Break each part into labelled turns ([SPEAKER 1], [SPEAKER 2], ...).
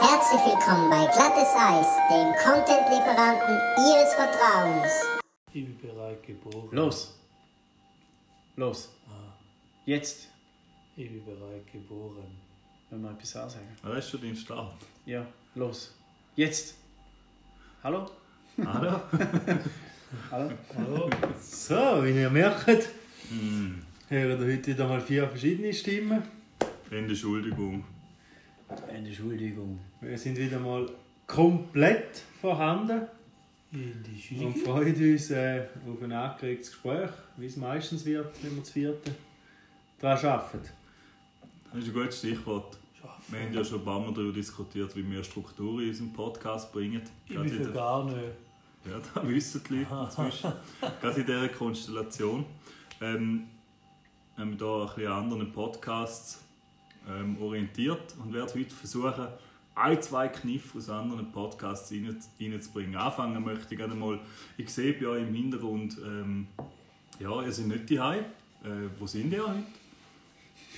[SPEAKER 1] Herzlich willkommen bei Glattes Eis, dem Content-Lieferanten Ihres Vertrauens.
[SPEAKER 2] Ich bin bereit geboren.
[SPEAKER 3] Los. Los. Jetzt.
[SPEAKER 2] Ich bin bereit geboren.
[SPEAKER 3] Wenn wir etwas ansagen.
[SPEAKER 4] Weißt du den Start?
[SPEAKER 3] Ja, los. Jetzt. Hallo?
[SPEAKER 4] Hallo?
[SPEAKER 3] Hallo?
[SPEAKER 2] Hallo?
[SPEAKER 5] So, wie ihr merkt,
[SPEAKER 4] Hm.
[SPEAKER 5] hören wir heute wieder mal vier verschiedene Stimmen.
[SPEAKER 4] Entschuldigung.
[SPEAKER 3] Entschuldigung.
[SPEAKER 5] Wir sind wieder mal komplett vorhanden
[SPEAKER 2] In die
[SPEAKER 5] und
[SPEAKER 2] Schule.
[SPEAKER 5] freuen uns äh, auf ein angeregtes Gespräch, wie es meistens wird, wenn wir zu vierten daran arbeiten.
[SPEAKER 4] Das ist ein gutes Stichwort. Wir haben ja schon ein paar Mal darüber diskutiert, wie wir Struktur in unseren Podcast bringen.
[SPEAKER 2] Ich
[SPEAKER 4] Gerade
[SPEAKER 2] bin
[SPEAKER 4] in
[SPEAKER 2] für
[SPEAKER 4] der-
[SPEAKER 2] gar nicht.
[SPEAKER 4] Ja, da wissen die Leute inzwischen. Gerade in dieser Konstellation. Ähm, haben wir da ein bisschen an anderen Podcasts ähm, orientiert und werde heute versuchen, ein, zwei Kniffe aus anderen Podcasts rein- reinzubringen. Anfangen möchte ich gerne mal, ich sehe bei euch im Hintergrund, ähm, ja, ihr seid nicht die Hause. Äh, wo sind ihr heute?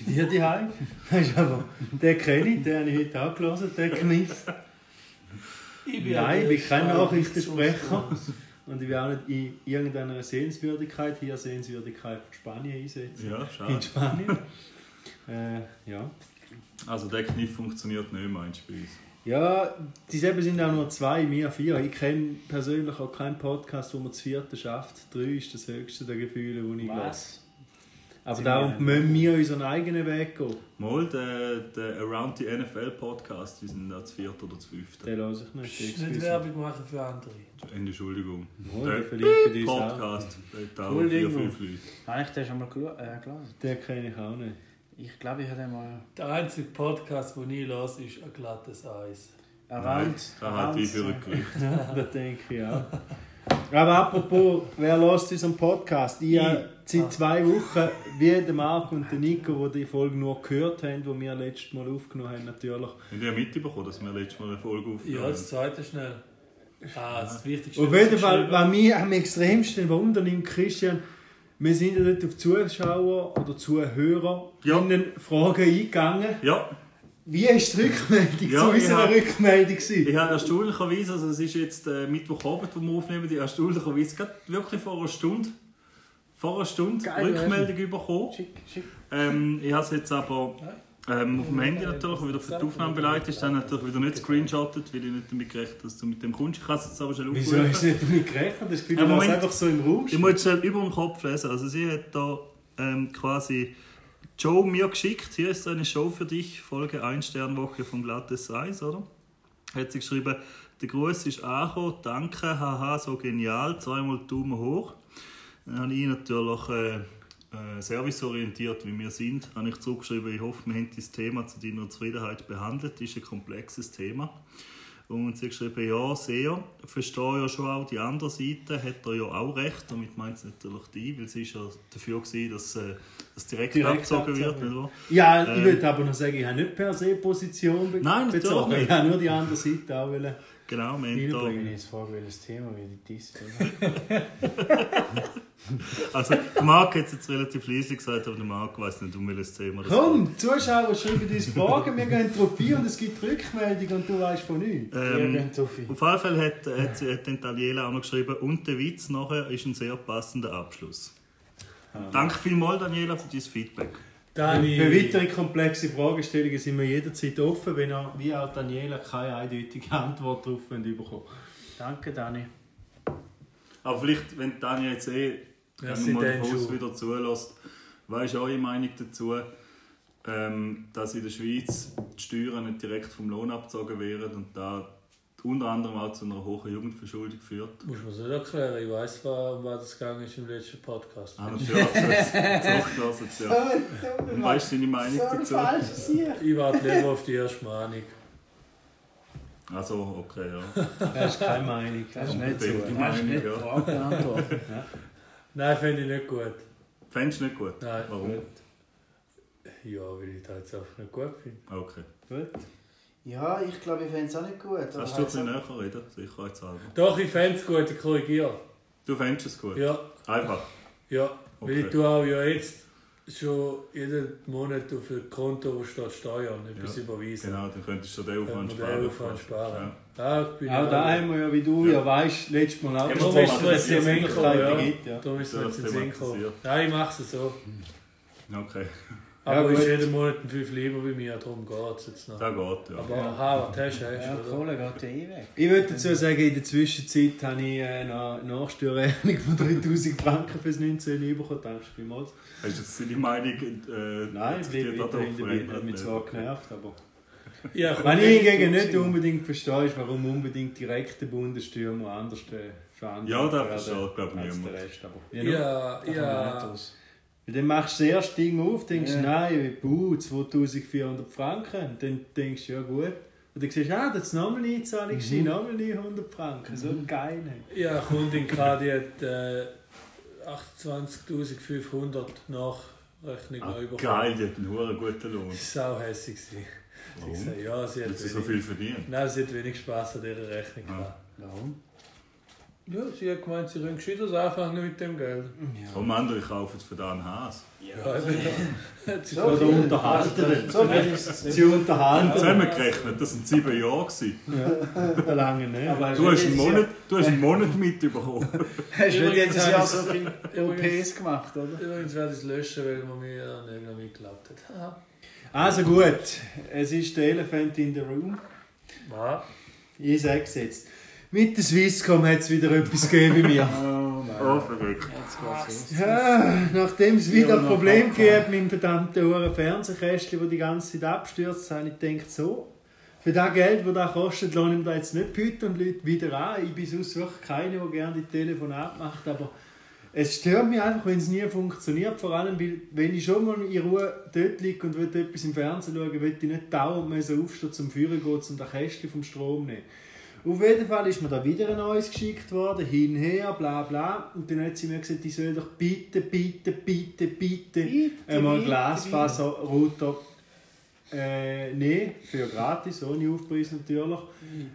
[SPEAKER 5] Bei dir daheim? Das ist aber, den kenne ich, den habe ich heute angelassen, den Kniff.
[SPEAKER 2] Ich bin
[SPEAKER 5] Nein, ich bin kein
[SPEAKER 2] Schau-
[SPEAKER 5] Nachrichtensprecher. Und ich will auch nicht in irgendeiner Sehenswürdigkeit, hier Sehenswürdigkeit von Spanien einsetzen.
[SPEAKER 4] Ja,
[SPEAKER 5] In
[SPEAKER 4] schade.
[SPEAKER 5] Spanien. äh, ja.
[SPEAKER 4] Also der Kniff funktioniert nicht, meinst du bei uns?
[SPEAKER 5] Ja, die selben sind auch nur zwei, mir vier. Ich kenne persönlich auch keinen Podcast, wo man das vierte schafft. Drei ist das höchste der Gefühle, wo ich lasse.
[SPEAKER 3] Was?
[SPEAKER 5] Aber
[SPEAKER 3] Sind
[SPEAKER 5] darum
[SPEAKER 3] wir-
[SPEAKER 5] müssen wir unseren eigenen Weg gehen.
[SPEAKER 4] Mal der, der Around the NFL Podcast, die sind da zu viert oder zu fünft.
[SPEAKER 5] Den lasse ich nicht.
[SPEAKER 2] Psst,
[SPEAKER 5] den
[SPEAKER 2] Nicht
[SPEAKER 5] excuse.
[SPEAKER 2] Werbung machen für andere.
[SPEAKER 4] Entschuldigung.
[SPEAKER 5] Oh, der
[SPEAKER 4] Der
[SPEAKER 5] verlinkt uns auch.
[SPEAKER 4] Podcast, da haben vier, fünf Leute.
[SPEAKER 3] Habe ich den schon mal gelu- äh, gelesen?
[SPEAKER 5] Den kenne ich auch nicht.
[SPEAKER 3] Ich glaube, ich habe den mal
[SPEAKER 2] Der einzige Podcast, den ich lasse, ist ein glattes Eis.
[SPEAKER 4] Nein,
[SPEAKER 3] erwähnt.
[SPEAKER 4] Da hat
[SPEAKER 3] erwähnt.
[SPEAKER 4] ich halt für ein Glück.
[SPEAKER 5] Das denke ich auch. Aber apropos, wer lässt unseren Podcast? Ich habe
[SPEAKER 3] Ah.
[SPEAKER 5] seit zwei Wochen, wie der Marc und der Nico, die die Folge nur gehört haben, die wir letztes Mal aufgenommen haben, natürlich
[SPEAKER 4] Habt ihr mitbekommen, dass wir letztes Mal eine Folge
[SPEAKER 2] Ja,
[SPEAKER 4] aufgenommen
[SPEAKER 2] das
[SPEAKER 4] haben?
[SPEAKER 2] zweite schnell. Ah, das Wichtigste
[SPEAKER 5] Auf jeden Fall, was mich am extremsten Wunder nimmt, Christian, wir sind ja dort auf Zuschauer oder Zuhörer
[SPEAKER 4] Ja.
[SPEAKER 5] innen Fragen eingegangen.
[SPEAKER 4] Ja,
[SPEAKER 5] Wie ist die Rückmeldung
[SPEAKER 4] Ja,
[SPEAKER 5] zu
[SPEAKER 4] ich
[SPEAKER 5] unserer
[SPEAKER 4] hab-
[SPEAKER 5] Rückmeldung? gewesen?
[SPEAKER 4] ich habe erstaunlicherweise, also es ist jetzt äh, Mittwochabend, wo wir aufnehmen, ich habe erstaunlicherweise gerade wirklich vor einer Stunde, vor einer Stunde
[SPEAKER 3] Geil,
[SPEAKER 4] Rückmeldung bekommen.
[SPEAKER 3] Schick, schick.
[SPEAKER 4] Ähm, ich habe es jetzt aber ähm, auf dem Handy natürlich wieder für die Aufnahme beleidigt. Ist dann natürlich wieder nicht screenshottet, weil ich nicht damit gerechnet habe, dass du mit dem kommst. Ich kann es jetzt aber schon
[SPEAKER 5] Wieso ist
[SPEAKER 4] aufrufen.
[SPEAKER 5] nicht damit gerechnet? Das Gefühl,
[SPEAKER 4] Ja,
[SPEAKER 5] ja,
[SPEAKER 4] Moment.
[SPEAKER 5] einfach so im Raum.
[SPEAKER 4] Ich muss jetzt schnell über den Kopf lesen. Also sie hat da ähm, quasi Joe mir geschickt. Hier ist eine Show für dich, Folge 1 Sternwoche von Glattes Eis, oder? Hat sie geschrieben, der Gruß ist angekommen, danke, haha, so genial, zweimal Daumen hoch. Dann habe ich natürlich äh, äh, serviceorientiert, wie wir sind, habe ich zurückgeschrieben, ich hoffe, wir haben das Thema zu deiner Zufriedenheit behandelt. Das ist ein komplexes Thema. Und sie hat geschrieben, ja, sehr. Verstehe ja schon auch die andere Seite, hat er ja auch recht. Damit meint sie natürlich die, weil sie ist ja dafür gewesen, dass äh, das direkt,
[SPEAKER 5] Direkt
[SPEAKER 4] abgezogen wird.
[SPEAKER 5] abgezogen.
[SPEAKER 4] Nicht wahr?
[SPEAKER 5] Ja, ich
[SPEAKER 4] Ähm.
[SPEAKER 5] würde aber noch sagen, ich habe nicht per se Position be
[SPEAKER 4] Nein, natürlich
[SPEAKER 5] bezogen.
[SPEAKER 4] nicht.
[SPEAKER 5] Ich habe nur die andere Seite auch wollen.
[SPEAKER 4] Genau, wir
[SPEAKER 3] Ich
[SPEAKER 4] haben
[SPEAKER 3] bin
[SPEAKER 4] da,
[SPEAKER 3] jetzt vor, welches Thema wie die dies.
[SPEAKER 4] also, der Marc hat es jetzt relativ leise gesagt, aber der Marc weiß nicht, um welches Thema das geht.
[SPEAKER 5] Komm, Zuschauer schreiben uns Fragen, wir gehen drauf ein und es gibt Rückmeldung und du weißt von nichts.
[SPEAKER 4] Ähm,
[SPEAKER 3] Irgend so viel.
[SPEAKER 4] Auf jeden Fall hat, hat, sie- hat dann Daniela auch noch geschrieben, und der Witz nachher ist ein sehr passender Abschluss. Danke vielmals, Daniela, für dein Feedback.
[SPEAKER 5] Für weitere komplexe Fragestellungen sind wir jederzeit offen, wenn auch, wie auch Daniela keine eindeutige Antwort darauf bekommen
[SPEAKER 3] Danke, Dani.
[SPEAKER 4] Aber vielleicht, wenn Daniela jetzt eh
[SPEAKER 2] Ja,
[SPEAKER 4] gehen wir mal
[SPEAKER 2] sie dann
[SPEAKER 4] davon aus,
[SPEAKER 2] schon.
[SPEAKER 4] wieder zulässt, was ist eure Meinung dazu, ähm, dass in der Schweiz die Steuern nicht direkt vom Lohn abgezogen werden und da unter anderem auch zu einer hohen Jugendverschuldung führt?
[SPEAKER 2] Muss man so erklären, ich weiß, um was es gegangen ist im letzten Podcast.
[SPEAKER 4] Ah, natürlich, das- das ist ja. Und was ist deine Meinung dazu?
[SPEAKER 2] Ich warte lieber auf die erste Mahnung.
[SPEAKER 4] Also, okay, ja.
[SPEAKER 5] Das ist keine Meinung.
[SPEAKER 3] Das ist nicht so.
[SPEAKER 4] Unbedingt, die
[SPEAKER 3] Das ist
[SPEAKER 4] Meinung,
[SPEAKER 3] nicht
[SPEAKER 4] ja.
[SPEAKER 3] Frage beantwortet.
[SPEAKER 2] Nein, finde ich nicht gut.
[SPEAKER 4] Fändest du nicht gut?
[SPEAKER 2] Nein.
[SPEAKER 4] Warum?
[SPEAKER 2] Ja, weil ich das jetzt einfach nicht gut finde.
[SPEAKER 4] Okay.
[SPEAKER 5] Gut.
[SPEAKER 3] Ja, ich glaube, ich fände es auch nicht gut. aber
[SPEAKER 4] Kannst du ein
[SPEAKER 3] heisst-
[SPEAKER 4] bisschen näher reden? Sicherheitshalber.
[SPEAKER 2] Doch, ich fände es gut, ich korrigiere.
[SPEAKER 4] Du fändest es gut?
[SPEAKER 2] Ja,
[SPEAKER 4] Einfach?
[SPEAKER 2] ja. Weil
[SPEAKER 4] Okay.
[SPEAKER 2] ich tue auch ja jetzt schon jeden Monat auf ein Konto, wo steht Steuern, etwas
[SPEAKER 4] Ja,
[SPEAKER 2] überweisen.
[SPEAKER 4] Genau, dann könntest du den Aufwand
[SPEAKER 2] Könnte man den
[SPEAKER 4] sparen.
[SPEAKER 2] Aufwand sparen.
[SPEAKER 4] Ja.
[SPEAKER 2] Ja. ich bin
[SPEAKER 5] Auch da haben wir ja, wie du ja, weißt, letztes Mal auch
[SPEAKER 4] Ja,
[SPEAKER 5] besprochen,
[SPEAKER 4] darum
[SPEAKER 5] dass
[SPEAKER 4] ist
[SPEAKER 5] es die
[SPEAKER 4] jetzt
[SPEAKER 5] Möglichkeiten
[SPEAKER 2] ja.
[SPEAKER 5] gibt. Ja.
[SPEAKER 2] Darum ist
[SPEAKER 4] Ja,
[SPEAKER 2] mir jetzt in
[SPEAKER 4] das
[SPEAKER 2] den Sinn
[SPEAKER 4] thematisiert.
[SPEAKER 2] gekommen. Nein, ich mache es so.
[SPEAKER 4] Okay,
[SPEAKER 5] Ja,
[SPEAKER 2] Aber ist
[SPEAKER 5] gut.
[SPEAKER 2] jeden Monat ein Fünf lieber bei mir, darum geht es jetzt noch.
[SPEAKER 4] da geht ja.
[SPEAKER 2] Aber aha, was hast du, hast du, oder?
[SPEAKER 3] Kohle geht ja eh weg.
[SPEAKER 5] Ich würde dazu sagen, in der Zwischenzeit habe ich äh, eine Nachsteuerrechnung von 3000 Franken fürs 19 bekommen. Danke vielmals.
[SPEAKER 4] Hast du jetzt deine Meinung? Äh,
[SPEAKER 5] Nein, ich
[SPEAKER 4] jetzt die
[SPEAKER 5] bleibe
[SPEAKER 4] darauf
[SPEAKER 5] weiterhin dabei.
[SPEAKER 4] verändert?
[SPEAKER 5] Hat mich zwar genervt, aber...
[SPEAKER 2] Ja, komm,
[SPEAKER 5] Was ich hingegen nicht unbedingt verstehe, ist, warum unbedingt direkt der Bundesstürmer anders äh, verhandelt
[SPEAKER 4] Ja, das
[SPEAKER 5] werden
[SPEAKER 4] versteht, glaub ich,
[SPEAKER 5] als
[SPEAKER 4] niemand.
[SPEAKER 5] der Rest, aber...
[SPEAKER 2] ja, ja.
[SPEAKER 5] Weil dann machst du das erste Ding auf, denkst, nein, buh, 2400 Franken. Und dann denkst du, ja gut. Und dann siehst du, ah, das ist nochmal eine Einzahlung, mhm. nochmal 900 Franken. So geil. ne? hey.
[SPEAKER 2] Ja, eine Kundin hatte, die hat äh, 28.500 Nachrechnung
[SPEAKER 4] Ah,
[SPEAKER 2] noch bekommen.
[SPEAKER 4] geil, die hat einen hohen guten Lohn.
[SPEAKER 2] Das war sau hässig. gewesen. Ich
[SPEAKER 4] Warum?
[SPEAKER 2] gesagt, ja, sie hat,
[SPEAKER 4] Weil sie so
[SPEAKER 2] wenig,
[SPEAKER 4] viel Ah. verdienen.
[SPEAKER 2] nein, sie hat wenig Spass an ihrer Rechnung gehabt.
[SPEAKER 3] Warum?
[SPEAKER 2] Ja, sie hat gemeint, sie können gescheiters anfangen mit dem Geld.
[SPEAKER 4] Komm, andere kaufen für da einen Has.
[SPEAKER 2] Ja, hat sie
[SPEAKER 3] So
[SPEAKER 5] Oder
[SPEAKER 3] viel.
[SPEAKER 5] unterhalten.
[SPEAKER 3] So viel ist es
[SPEAKER 5] Sie
[SPEAKER 3] nicht.
[SPEAKER 5] unterhalten.
[SPEAKER 4] Zusammengerechnet, das sind sieben Jahre. gewesen.
[SPEAKER 5] Ja, lange, ne?
[SPEAKER 3] Aber
[SPEAKER 4] Du hast einen Monat, du hast einen Monat mitbekommen.
[SPEAKER 3] Hast du nicht
[SPEAKER 2] Übrigens
[SPEAKER 3] jedes Jahr
[SPEAKER 2] habe
[SPEAKER 3] so viel
[SPEAKER 2] Übrigens-
[SPEAKER 3] OPs gemacht, oder?
[SPEAKER 2] Übrigens werde ich es löschen, weil man mir an irgendwann mitgeglaubt hat. Haha.
[SPEAKER 5] Also gut, es ist der Elephant in the Room.
[SPEAKER 2] Ja.
[SPEAKER 5] Ich sag's jetzt. Mit der Swisscom hat es wieder etwas gegeben bei mir.
[SPEAKER 4] Oh, verrückt.
[SPEAKER 5] Ja, nachdem es wieder
[SPEAKER 3] Ja,
[SPEAKER 5] ein
[SPEAKER 3] noch
[SPEAKER 5] Problem
[SPEAKER 3] abgefahren.
[SPEAKER 5] gab mit dem verdammten Uhren Fernsehkästchen, das die ganze Zeit abstürzt, habe ich gedacht, so, für das Geld, das das kostet, lasse ich mir das jetzt nicht bieten und Leute wieder an. Ich bin sonst wirklich keiner, der gerne die Telefonate macht, aber es stört mich einfach, wenn es nie funktioniert. Vor allem, weil, wenn ich schon mal in Ruhe dort liege und will etwas im Fernsehen schauen, will ich nicht dauernd müssen aufstehen zum Führen gehen, um das Kästchen vom Strom zu nehmen. Auf jeden Fall ist mir da wieder ein neues geschickt worden, hin, her, bla bla. Und dann hat sie mir gesagt, ich soll doch bitte, bitte, bitte, bitte,
[SPEAKER 3] Bitte,
[SPEAKER 5] einmal
[SPEAKER 3] bitte,
[SPEAKER 5] Glasfaserrouter äh, nehmen, für gratis, ohne Aufpreis natürlich.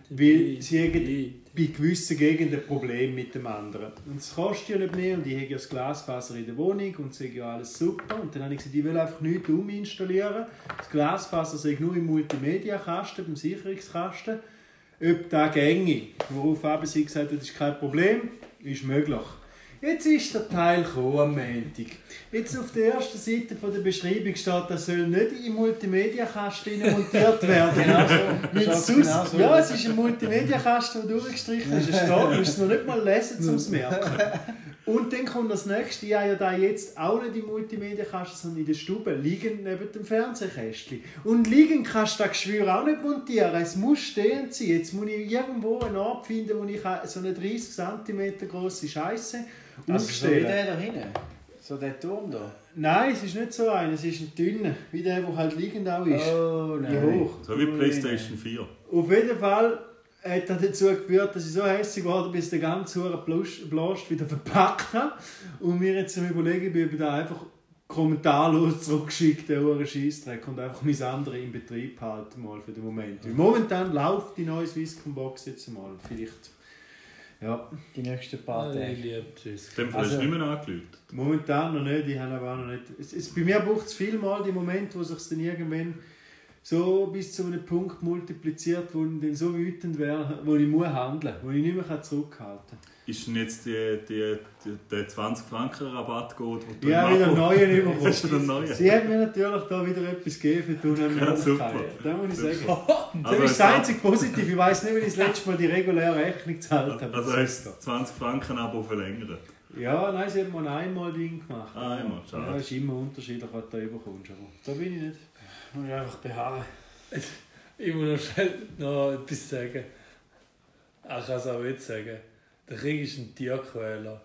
[SPEAKER 5] Weil sie haben bei gewissen Gegenden ein Problem mit dem anderen. Und es kostet ja nicht mehr und ich habe ja das Glasfaser in der Wohnung und sage ja alles super. Und dann habe ich gesagt, ich will einfach nichts uminstallieren. Das Glasfaser sei nur im Multimedia-Kasten, beim Sicherungskasten. Ob da ginge. Worauf aber sie gesagt hat, das ist kein Problem, ist möglich. Jetzt ist der Teil gekommen am Montag. Jetzt auf der ersten Seite von der Beschreibung steht, das soll nicht in Multimedia-Kasten rein montiert werden.
[SPEAKER 3] Genau so.
[SPEAKER 5] Weil
[SPEAKER 3] Schaut
[SPEAKER 5] sonst,
[SPEAKER 3] genau so
[SPEAKER 5] ja,
[SPEAKER 3] aus.
[SPEAKER 5] es ist ein Multimedia-Kasten, der durchgestrichen ist. Es steht, du musst es noch nicht mal lesen, um es zu merken. Und dann kommt das nächste. Ich habe ja da jetzt auch nicht im Multimedia-Kasten, sondern in der Stube, liegend neben dem Fernsehkästchen. Und liegend kannst du das Geschwür auch nicht montieren. Es muss stehend sein. Jetzt muss ich irgendwo einen Ort finden, wo ich so eine 30 cm große Scheiße
[SPEAKER 3] Also so wie
[SPEAKER 5] aufstellen
[SPEAKER 3] der da hinten. So der Turm da.
[SPEAKER 5] Nein, es ist nicht so einer, es ist ein dünner, wie der, der halt liegend auch ist.
[SPEAKER 3] Oh
[SPEAKER 5] Wie hoch.
[SPEAKER 4] So wie die Playstation 4.
[SPEAKER 5] Auf jeden Fall hat das dazu geführt, dass ich so hässlich geworden bin, dass ich den ganzen Huren Blast Blast wieder verpackt habe. Und mir jetzt am überlegen bin, ob ich da einfach kommentarlos zurückgeschickt den Huren Scheissdreck und einfach mein andere in Betrieb halten mal für den Moment. Weil Momentan läuft die neue Swisscom-Box jetzt mal. Vielleicht, ja,
[SPEAKER 3] Die nächsten paar
[SPEAKER 2] Ich
[SPEAKER 3] Tage.
[SPEAKER 2] liebe es.
[SPEAKER 4] Dem Fall hast du nicht mehr angelüht.
[SPEAKER 5] momentan noch nicht. Ich habe aber auch noch nicht... Es, es, bei mir braucht es viel mal die Momente, wo sich dann irgendwann so bis zu einem Punkt multipliziert, wo ich dann so wütend wäre, wo ich muss handeln, wo ich nicht mehr zurückhalten kann.
[SPEAKER 4] Ist denn jetzt die, die, die, der 20-Franken-Rabatt geht, wo du
[SPEAKER 5] Ich habe wieder einen neuen überkommen.
[SPEAKER 4] Hast du den neuen?
[SPEAKER 5] Sie hat mir natürlich da wieder etwas gegeben für die
[SPEAKER 4] Ja,
[SPEAKER 5] unheimliche
[SPEAKER 4] super.
[SPEAKER 5] Aufgabe. Das muss ich sagen. Das
[SPEAKER 4] Also
[SPEAKER 5] ist
[SPEAKER 4] es-
[SPEAKER 5] das einzige Positive. Ich weiss nicht, wenn ich das letzte Mal die reguläre Rechnung gezahlt habe.
[SPEAKER 4] Also
[SPEAKER 5] Das
[SPEAKER 4] hast
[SPEAKER 5] ist
[SPEAKER 4] du 20 Franken Abo verlängert.
[SPEAKER 5] so. Ja, nein, sie hat mir ein einmal Ding gemacht.
[SPEAKER 4] Ah, einmal, schade.
[SPEAKER 5] Ja, ist immer unterschiedlich, was du da überkommst. Aber da bin ich nicht.
[SPEAKER 3] Muss ich einfach beharren.
[SPEAKER 2] Ich muss noch schnell noch etwas sagen. Ah, Ich kann es auch jetzt sagen. Der Krieg ist ein Tierquäler.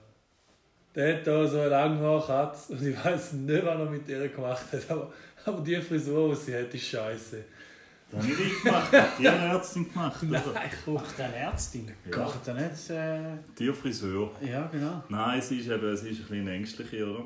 [SPEAKER 2] Der hat hier so eine lange Haarkatze und ich weiß nicht, was er mit ihr gemacht hat, aber, aber die Frisur, die sie hat, ist scheiße.
[SPEAKER 4] Das habe ich nicht gemacht. Die Tierärztin gemacht, oder?
[SPEAKER 2] Nein, komm.
[SPEAKER 3] Ach, der Ärztin.
[SPEAKER 4] Ja.
[SPEAKER 3] Gott, der nicht. Äh,
[SPEAKER 4] Tierfriseur.
[SPEAKER 3] ja, genau.
[SPEAKER 4] Nein, sie ist eben sie ist ein bisschen ängstlich, oder?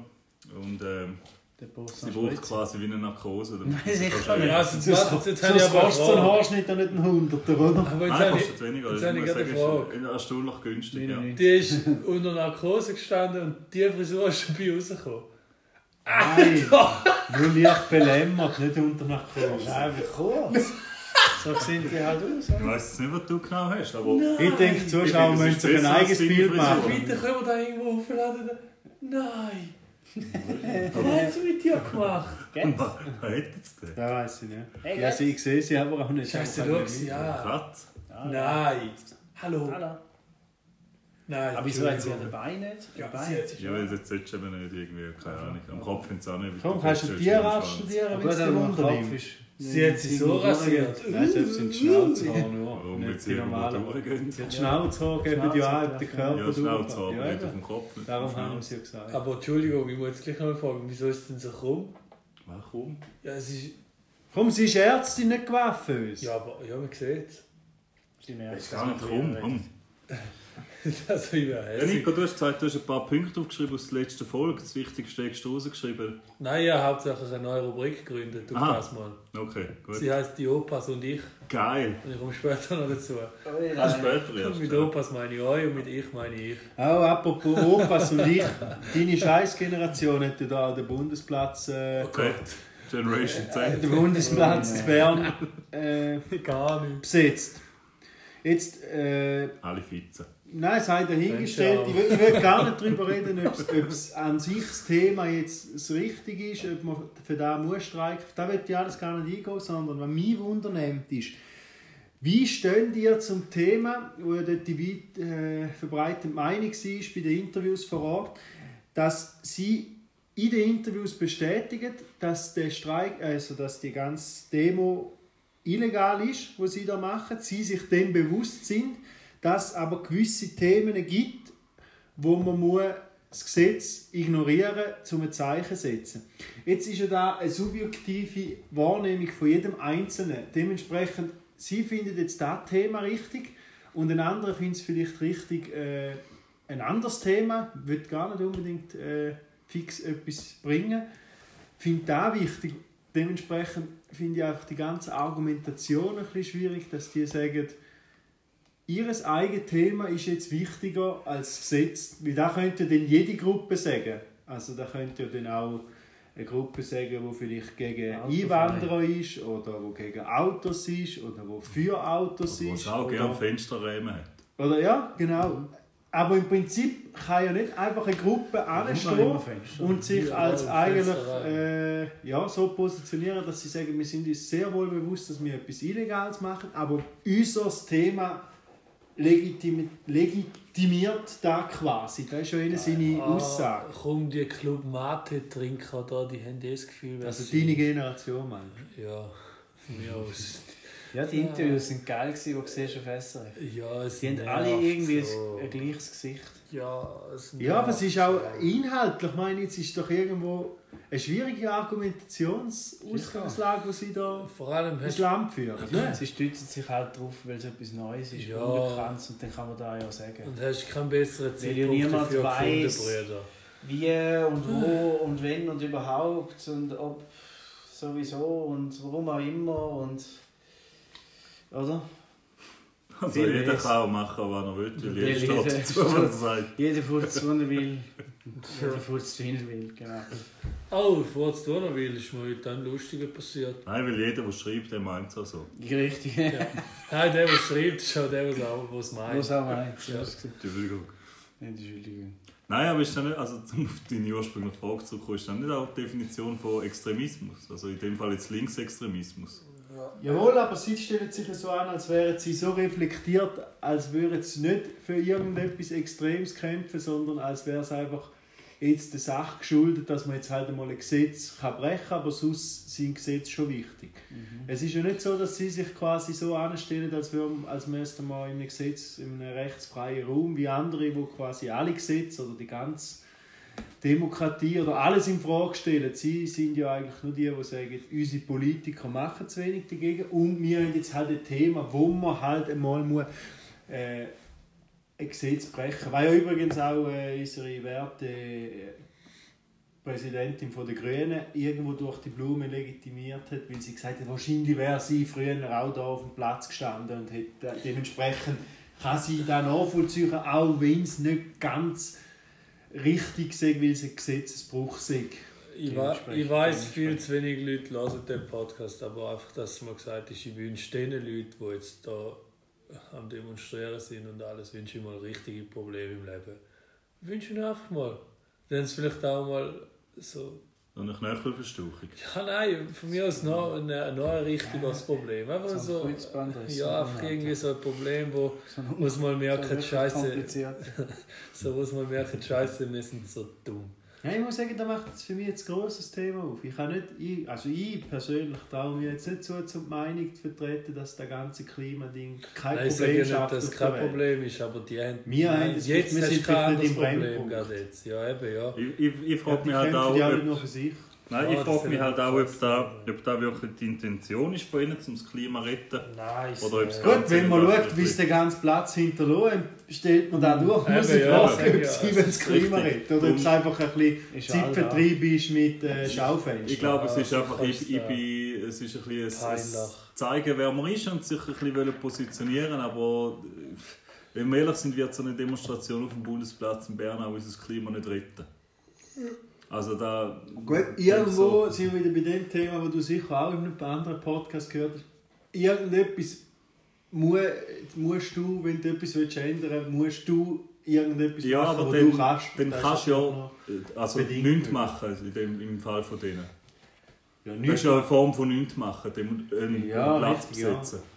[SPEAKER 4] Und ähm,
[SPEAKER 3] Der Boss
[SPEAKER 4] sie braucht quasi wie eine Narkose. damit
[SPEAKER 3] Nein,
[SPEAKER 4] sie
[SPEAKER 3] sicher
[SPEAKER 4] kann
[SPEAKER 2] Ja,
[SPEAKER 4] schön-
[SPEAKER 2] also, jetzt, jetzt, jetzt habe ich
[SPEAKER 5] Sonst
[SPEAKER 2] aber eine
[SPEAKER 5] kostet so ein
[SPEAKER 2] Frage.
[SPEAKER 5] Haarschnitt ja nicht einen Hunderter, oder?
[SPEAKER 2] Aber jetzt
[SPEAKER 4] Nein,
[SPEAKER 2] habe ich,
[SPEAKER 4] kostet weniger.
[SPEAKER 2] jetzt
[SPEAKER 4] ich
[SPEAKER 2] habe ich
[SPEAKER 4] muss
[SPEAKER 2] gerade eine
[SPEAKER 4] sagen,
[SPEAKER 2] Frage.
[SPEAKER 4] ist- ist stundenlich günstig, ja.
[SPEAKER 2] Die ist unter Narkose gestanden und die Frisur ist dabei rausgekommen.
[SPEAKER 5] Nein, nur leicht belämmert, nicht unter Narkose.
[SPEAKER 3] Einfach kurz. So sehen die halt aus.
[SPEAKER 4] Ich weiss jetzt nicht, was du genau hast, aber.
[SPEAKER 5] Ich denke, die
[SPEAKER 4] Ich
[SPEAKER 5] Zuschauer
[SPEAKER 4] finde, das
[SPEAKER 5] müssen
[SPEAKER 4] ist
[SPEAKER 5] sich ein
[SPEAKER 4] besser als
[SPEAKER 5] eigenes
[SPEAKER 4] deine
[SPEAKER 5] Bild
[SPEAKER 4] Frisur.
[SPEAKER 5] machen.
[SPEAKER 2] Bitte können wir da irgendwo aufladen. Nein! Was hast du mit dir gemacht?
[SPEAKER 4] Was hätte jetzt der?
[SPEAKER 5] Das weiß ich nicht.
[SPEAKER 3] Hey,
[SPEAKER 5] ja,
[SPEAKER 3] geht's?
[SPEAKER 5] sie, ich sehe sie aber auch nicht.
[SPEAKER 2] Scheiße,
[SPEAKER 5] Ich kann
[SPEAKER 2] schau,
[SPEAKER 5] nicht
[SPEAKER 2] ja.
[SPEAKER 4] Katz?
[SPEAKER 2] Nein! Hallo!
[SPEAKER 3] Hallo.
[SPEAKER 2] Nein!
[SPEAKER 3] Aber wieso hat sie ja den Bein nicht?
[SPEAKER 2] Ja,
[SPEAKER 3] Den Bein
[SPEAKER 2] sie hat-
[SPEAKER 3] nicht.
[SPEAKER 4] Ja, weil jetzt solltest du eben nicht irgendwie, keine Ahnung. Am Kopf findest du auch nicht.
[SPEAKER 5] mit. Komm, kannst du einen Tierarzt studieren, wenn
[SPEAKER 3] Aber
[SPEAKER 5] es dir
[SPEAKER 3] der
[SPEAKER 5] Wunder
[SPEAKER 3] Kopf
[SPEAKER 5] nimmt?
[SPEAKER 3] ist-
[SPEAKER 2] Sie hat sich so rasiert.
[SPEAKER 5] Nein, selbst in die Schnauze nur.
[SPEAKER 4] Warum
[SPEAKER 5] Nicht
[SPEAKER 4] willst
[SPEAKER 5] die
[SPEAKER 4] du irgendwo
[SPEAKER 5] normalen.
[SPEAKER 4] durchgehen?
[SPEAKER 5] Die Schnauze geben ja auch den Körper
[SPEAKER 4] Ja, Schnauze haben,
[SPEAKER 5] Ja,
[SPEAKER 4] nicht auf
[SPEAKER 5] eben.
[SPEAKER 4] dem Kopf. nicht auf
[SPEAKER 5] Darum
[SPEAKER 4] dem
[SPEAKER 5] haben wir
[SPEAKER 4] Schnauz.
[SPEAKER 5] es ja gesagt.
[SPEAKER 2] Aber Entschuldigung, ich muss jetzt gleich nochmal fragen, wieso ist es denn so krumm?
[SPEAKER 4] Mach um.
[SPEAKER 2] Ja, es ist.
[SPEAKER 5] Komm, sie ist Ärztin, nicht gewaffnet.
[SPEAKER 2] Ja, aber ja, man sieht es.
[SPEAKER 3] Sie merkt,
[SPEAKER 4] Ist
[SPEAKER 3] dass
[SPEAKER 4] gar
[SPEAKER 3] man
[SPEAKER 4] nicht
[SPEAKER 3] früher
[SPEAKER 4] rum.
[SPEAKER 3] redet.
[SPEAKER 4] Komm.
[SPEAKER 2] Das ist ja
[SPEAKER 4] Ja,
[SPEAKER 2] hässlich.
[SPEAKER 4] Nico, du hast gesagt, du hast ein paar Punkte aufgeschrieben aus der letzten Folge. Das Wichtigste hast du rausgeschrieben.
[SPEAKER 2] Nein, ja, hauptsächlich eine neue Rubrik gegründet. Auf
[SPEAKER 4] Aha.
[SPEAKER 2] das mal.
[SPEAKER 4] Okay, gut.
[SPEAKER 2] Sie heißt die Opas und ich.
[SPEAKER 4] Geil.
[SPEAKER 2] Und ich komme später noch dazu.
[SPEAKER 3] Oh,
[SPEAKER 4] Ah, später erst.
[SPEAKER 2] Mit
[SPEAKER 4] ja.
[SPEAKER 2] Opas meine ich euch und mit ich meine ich.
[SPEAKER 5] Auch apropos Opas und ich, deine Scheißgeneration hat ja da den Bundesplatz, äh,
[SPEAKER 4] Okay. Generation Z.
[SPEAKER 5] den Bundesplatz zu Bern äh,
[SPEAKER 2] Gar nicht.
[SPEAKER 5] besetzt. Jetzt, äh,
[SPEAKER 4] Alle Vize.
[SPEAKER 5] nein, sei dahingestellt, ich will, ich will gar nicht darüber reden, ob es an sich das Thema jetzt das Richtige ist, ob man für das muss streiken. Da wird ja alles gar nicht eingehen, sondern was mich wundernimmt ist, Wie stehen ihr zum Thema, wo ja dort die weit äh, verbreitete Meinung war bei den Interviews vor Ort, dass sie in den Interviews bestätigen, dass der Streik, also dass die ganze Demo illegal ist, was sie da machen, sie sich dem bewusst sind, dass es aber gewisse Themen gibt, wo man muss das Gesetz ignorieren zum ein Zeichen setzen. Jetzt ist ja da eine subjektive Wahrnehmung von jedem Einzelnen. Dementsprechend, Sie finden jetzt das Thema richtig und ein anderer findet es vielleicht richtig, äh, ein anderes Thema, wird gar nicht unbedingt äh, fix etwas bringen, findet da wichtig. Dementsprechend finde ich auch die ganze Argumentation ein bisschen schwierig, dass die sagen, Ihres eigenes Thema ist jetzt wichtiger als das Gesetz, weil da könnte dann jede Gruppe sagen. Also da könnte ja dann auch eine Gruppe sagen, die vielleicht gegen
[SPEAKER 3] Autofrei.
[SPEAKER 5] Einwanderer ist oder wo gegen Autos ist oder wo für Autos
[SPEAKER 4] Wo
[SPEAKER 5] ist.
[SPEAKER 4] es auch gerne
[SPEAKER 5] oder,
[SPEAKER 4] Fensterräume hat.
[SPEAKER 5] oder ja, genau. Aber im Prinzip kann ja nicht einfach eine Gruppe anstehen
[SPEAKER 3] immer Fenster?
[SPEAKER 5] und sich
[SPEAKER 2] Ja,
[SPEAKER 5] als
[SPEAKER 2] im
[SPEAKER 5] eigentlich
[SPEAKER 2] Fenster
[SPEAKER 5] äh, ja, so positionieren, dass sie sagen, wir sind uns sehr wohl bewusst, dass wir etwas Illegales machen, aber unser Thema legitimi legitimiert da quasi. Das ist ja ihnen seine Aussage.
[SPEAKER 2] Ah, komm, die Club Mate-Trinker da, die haben eh das Gefühl, wer
[SPEAKER 5] Also
[SPEAKER 2] sie-
[SPEAKER 5] deine Generation, Mann.
[SPEAKER 2] Ja, von mir aus.
[SPEAKER 3] Ja, die Interviews sind geil, gewesen, die du siehst auf SRF.
[SPEAKER 2] Ja, es
[SPEAKER 3] Die haben
[SPEAKER 2] nervt
[SPEAKER 3] alle irgendwie
[SPEAKER 2] so.
[SPEAKER 3] ein gleiches Gesicht.
[SPEAKER 2] Ja, es
[SPEAKER 5] Ja, aber es
[SPEAKER 2] nervt
[SPEAKER 5] ist auch
[SPEAKER 2] so.
[SPEAKER 5] inhaltlich, ich meine, jetzt ist doch irgendwo eine schwierige Argumentationsausgangslage, die sie da
[SPEAKER 2] Vor allem
[SPEAKER 5] ins
[SPEAKER 2] hast
[SPEAKER 5] Land führen.
[SPEAKER 3] Sie stützen sich halt drauf, weil es etwas Neues ist,
[SPEAKER 2] Ja.
[SPEAKER 3] Unbekanntes, und dann kann man da ja sagen,
[SPEAKER 2] und hast keinen besseren Zeitpunkt
[SPEAKER 3] niemand
[SPEAKER 2] dafür
[SPEAKER 3] weiss.
[SPEAKER 2] gefunden, Bruder.
[SPEAKER 3] wie und wo und wenn und überhaupt und ob sowieso und warum auch immer und. Oder?
[SPEAKER 4] Also
[SPEAKER 3] Viel
[SPEAKER 4] jeder
[SPEAKER 3] mehr.
[SPEAKER 4] kann auch machen, was er will, weil jeder
[SPEAKER 3] Weil
[SPEAKER 4] steht
[SPEAKER 3] jeder-
[SPEAKER 4] dazu, was er sagt.
[SPEAKER 3] Jeder furzt, wo er will. Jeder furzt, wie er will, genau.
[SPEAKER 2] Oh, bevor du da noch willst, ist mir heute ein Lustiger passiert.
[SPEAKER 4] Nein, weil jeder, der schreibt, der meint es auch so.
[SPEAKER 3] Richtig.
[SPEAKER 2] Nein, der, der schreibt, ist auch der, der auch was
[SPEAKER 3] Was
[SPEAKER 2] meint.
[SPEAKER 3] auch meinst
[SPEAKER 2] Ja.
[SPEAKER 3] du? hast gesagt.
[SPEAKER 4] Entschuldigung.
[SPEAKER 3] Nein, Entschuldigung.
[SPEAKER 4] Nein, aber ist dann nicht, also um auf deine ursprüngliche Frage zurückzukommen, ist dann nicht auch die Definition von Extremismus? Also in dem Fall jetzt Linksextremismus.
[SPEAKER 5] Jawohl, aber sie stellen sich so an, als wären sie so reflektiert, als würden sie nicht für irgendetwas Extremes kämpfen, sondern als wäre es einfach jetzt der Sache geschuldet, dass man jetzt halt einmal ein Gesetz kann brechen kann, aber sonst sind Gesetze schon wichtig. Es ist ja nicht so, dass sie sich quasi so anstellen, als, würden, als müsste man in einem Gesetz, in einem rechtsfreien Raum, wie andere, wo quasi alle Gesetze oder die ganze Demokratie oder alles in Frage stellen. Sie sind ja eigentlich nur die, die sagen, unsere Politiker machen zu wenig dagegen und wir haben jetzt halt ein Thema, wo man halt einmal muss, äh, ein Gesetz brechen Weil ja übrigens auch äh, unsere werte äh, Präsidentin von der Grünen irgendwo durch die Blume legitimiert hat, weil sie gesagt hat, wahrscheinlich wäre sie früher auch da auf dem Platz gestanden und hätte äh, dementsprechend kann sie da nachvollziehen, auch wenn es nicht ganz richtig sei, weil es ein Gesetzesbruch sei.
[SPEAKER 2] Ich, wa ich
[SPEAKER 3] Dementsprechend,
[SPEAKER 2] weiß, viel zu wenig Leute hören den Podcast, aber einfach, dass man gesagt ist, ich wünsche den Leuten, die jetzt da am Demonstrieren sind und alles, wünsche ich mal richtige Probleme im Leben. Ich wünsche ihnen einfach mal. Dann haben sie vielleicht auch mal so.
[SPEAKER 4] Und eine Knöchelverstauchung.
[SPEAKER 2] Ja, nein, von mir aus noch, ein- ein- noch ein richtiges Problem. Einfach
[SPEAKER 3] So
[SPEAKER 2] so.
[SPEAKER 3] ein Kreuzbandriss.
[SPEAKER 2] Ja, einfach irgendwie so ein Problem, wo, wo es mal merkt, Scheiße,
[SPEAKER 3] Kompliziert.
[SPEAKER 2] so wo es mal merkt, Scheiße, wir sind so dumm.
[SPEAKER 5] Ja, ich muss sagen, da macht es für mich jetzt ein grosses Thema auf. Ich kann nicht, ich, also ich persönlich traue mir jetzt nicht zu, zum Meinung zu vertreten, dass das ganze Klimading kein
[SPEAKER 2] Nein, ich sage
[SPEAKER 5] Problem
[SPEAKER 2] ja nicht,
[SPEAKER 5] schafft.
[SPEAKER 2] dass es
[SPEAKER 5] auf
[SPEAKER 2] kein
[SPEAKER 5] der Welt.
[SPEAKER 2] Problem ist, aber die haben.
[SPEAKER 5] Wir haben das- wir
[SPEAKER 2] jetzt
[SPEAKER 5] sind
[SPEAKER 2] hast du
[SPEAKER 5] vielleicht
[SPEAKER 2] kein anderes
[SPEAKER 5] nicht im
[SPEAKER 2] Problem
[SPEAKER 5] Brennpunkt.
[SPEAKER 2] gerade jetzt. Ja, eben, ja.
[SPEAKER 4] Ich, ich, ich
[SPEAKER 5] Ja,
[SPEAKER 4] frage
[SPEAKER 5] die
[SPEAKER 4] mich halt
[SPEAKER 5] kämpfen
[SPEAKER 4] auch,
[SPEAKER 5] die alle
[SPEAKER 4] ob,
[SPEAKER 5] nur für sich.
[SPEAKER 4] nein,
[SPEAKER 2] Ja,
[SPEAKER 4] ich
[SPEAKER 2] das
[SPEAKER 4] frage mich
[SPEAKER 2] sind
[SPEAKER 4] halt
[SPEAKER 2] ja
[SPEAKER 4] auch, ob da,
[SPEAKER 2] Klassen.
[SPEAKER 4] ob da wirklich die Intention ist von ihnen, um das Klima zu retten.
[SPEAKER 2] Nein,
[SPEAKER 4] Oder ob's
[SPEAKER 2] äh,
[SPEAKER 5] Gut, wenn man schaut, wie es den ganzen Platz hinterlässt, stellt man da durch,
[SPEAKER 2] Eben,
[SPEAKER 5] muss ich
[SPEAKER 2] ja,
[SPEAKER 5] fragen, ob
[SPEAKER 2] ja,
[SPEAKER 5] es
[SPEAKER 2] ja,
[SPEAKER 5] über das Klima
[SPEAKER 4] richtig.
[SPEAKER 5] redet oder ob es
[SPEAKER 4] Und-
[SPEAKER 5] einfach ein bisschen
[SPEAKER 3] Ist alles
[SPEAKER 5] Zeitvertrieb ist mit äh, Schaufenstern.
[SPEAKER 4] Ich glaube, es ist
[SPEAKER 2] Ja,
[SPEAKER 4] einfach,
[SPEAKER 2] so
[SPEAKER 4] ich,
[SPEAKER 2] kann's
[SPEAKER 4] ich
[SPEAKER 2] da.
[SPEAKER 4] bin,
[SPEAKER 5] äh,
[SPEAKER 4] es ist ein bisschen ein- ein
[SPEAKER 2] Peinlich.
[SPEAKER 4] zeigen, wer man ist und sich ein bisschen wollen positionieren. Aber äh, wenn wir ehrlich sind, wird so eine Demonstration auf dem Bundesplatz in Bern auch unser Klima nicht retten. Also da.
[SPEAKER 5] Gut, irgendwo sind wir wieder bei dem Thema, wo du sicher auch in einem anderen Podcast gehört hast. Irgendetwas mu- musst du, wenn du etwas willst ändern willst, musst du irgendetwas
[SPEAKER 4] Ja,
[SPEAKER 5] machen,
[SPEAKER 4] aber
[SPEAKER 5] wo
[SPEAKER 4] dann,
[SPEAKER 5] du kannst.
[SPEAKER 4] dann
[SPEAKER 5] Das
[SPEAKER 4] kannst
[SPEAKER 5] ist
[SPEAKER 4] du ja
[SPEAKER 5] noch-
[SPEAKER 4] äh, also
[SPEAKER 5] bedingt
[SPEAKER 4] nichts
[SPEAKER 5] möglich.
[SPEAKER 4] machen in dem, im Fall von denen.
[SPEAKER 5] ja
[SPEAKER 4] Das ist
[SPEAKER 5] nichts.
[SPEAKER 4] ja eine Form von nichts machen, dem einen
[SPEAKER 5] Ja,
[SPEAKER 4] Platz
[SPEAKER 5] richtig, ja.
[SPEAKER 4] besetzen.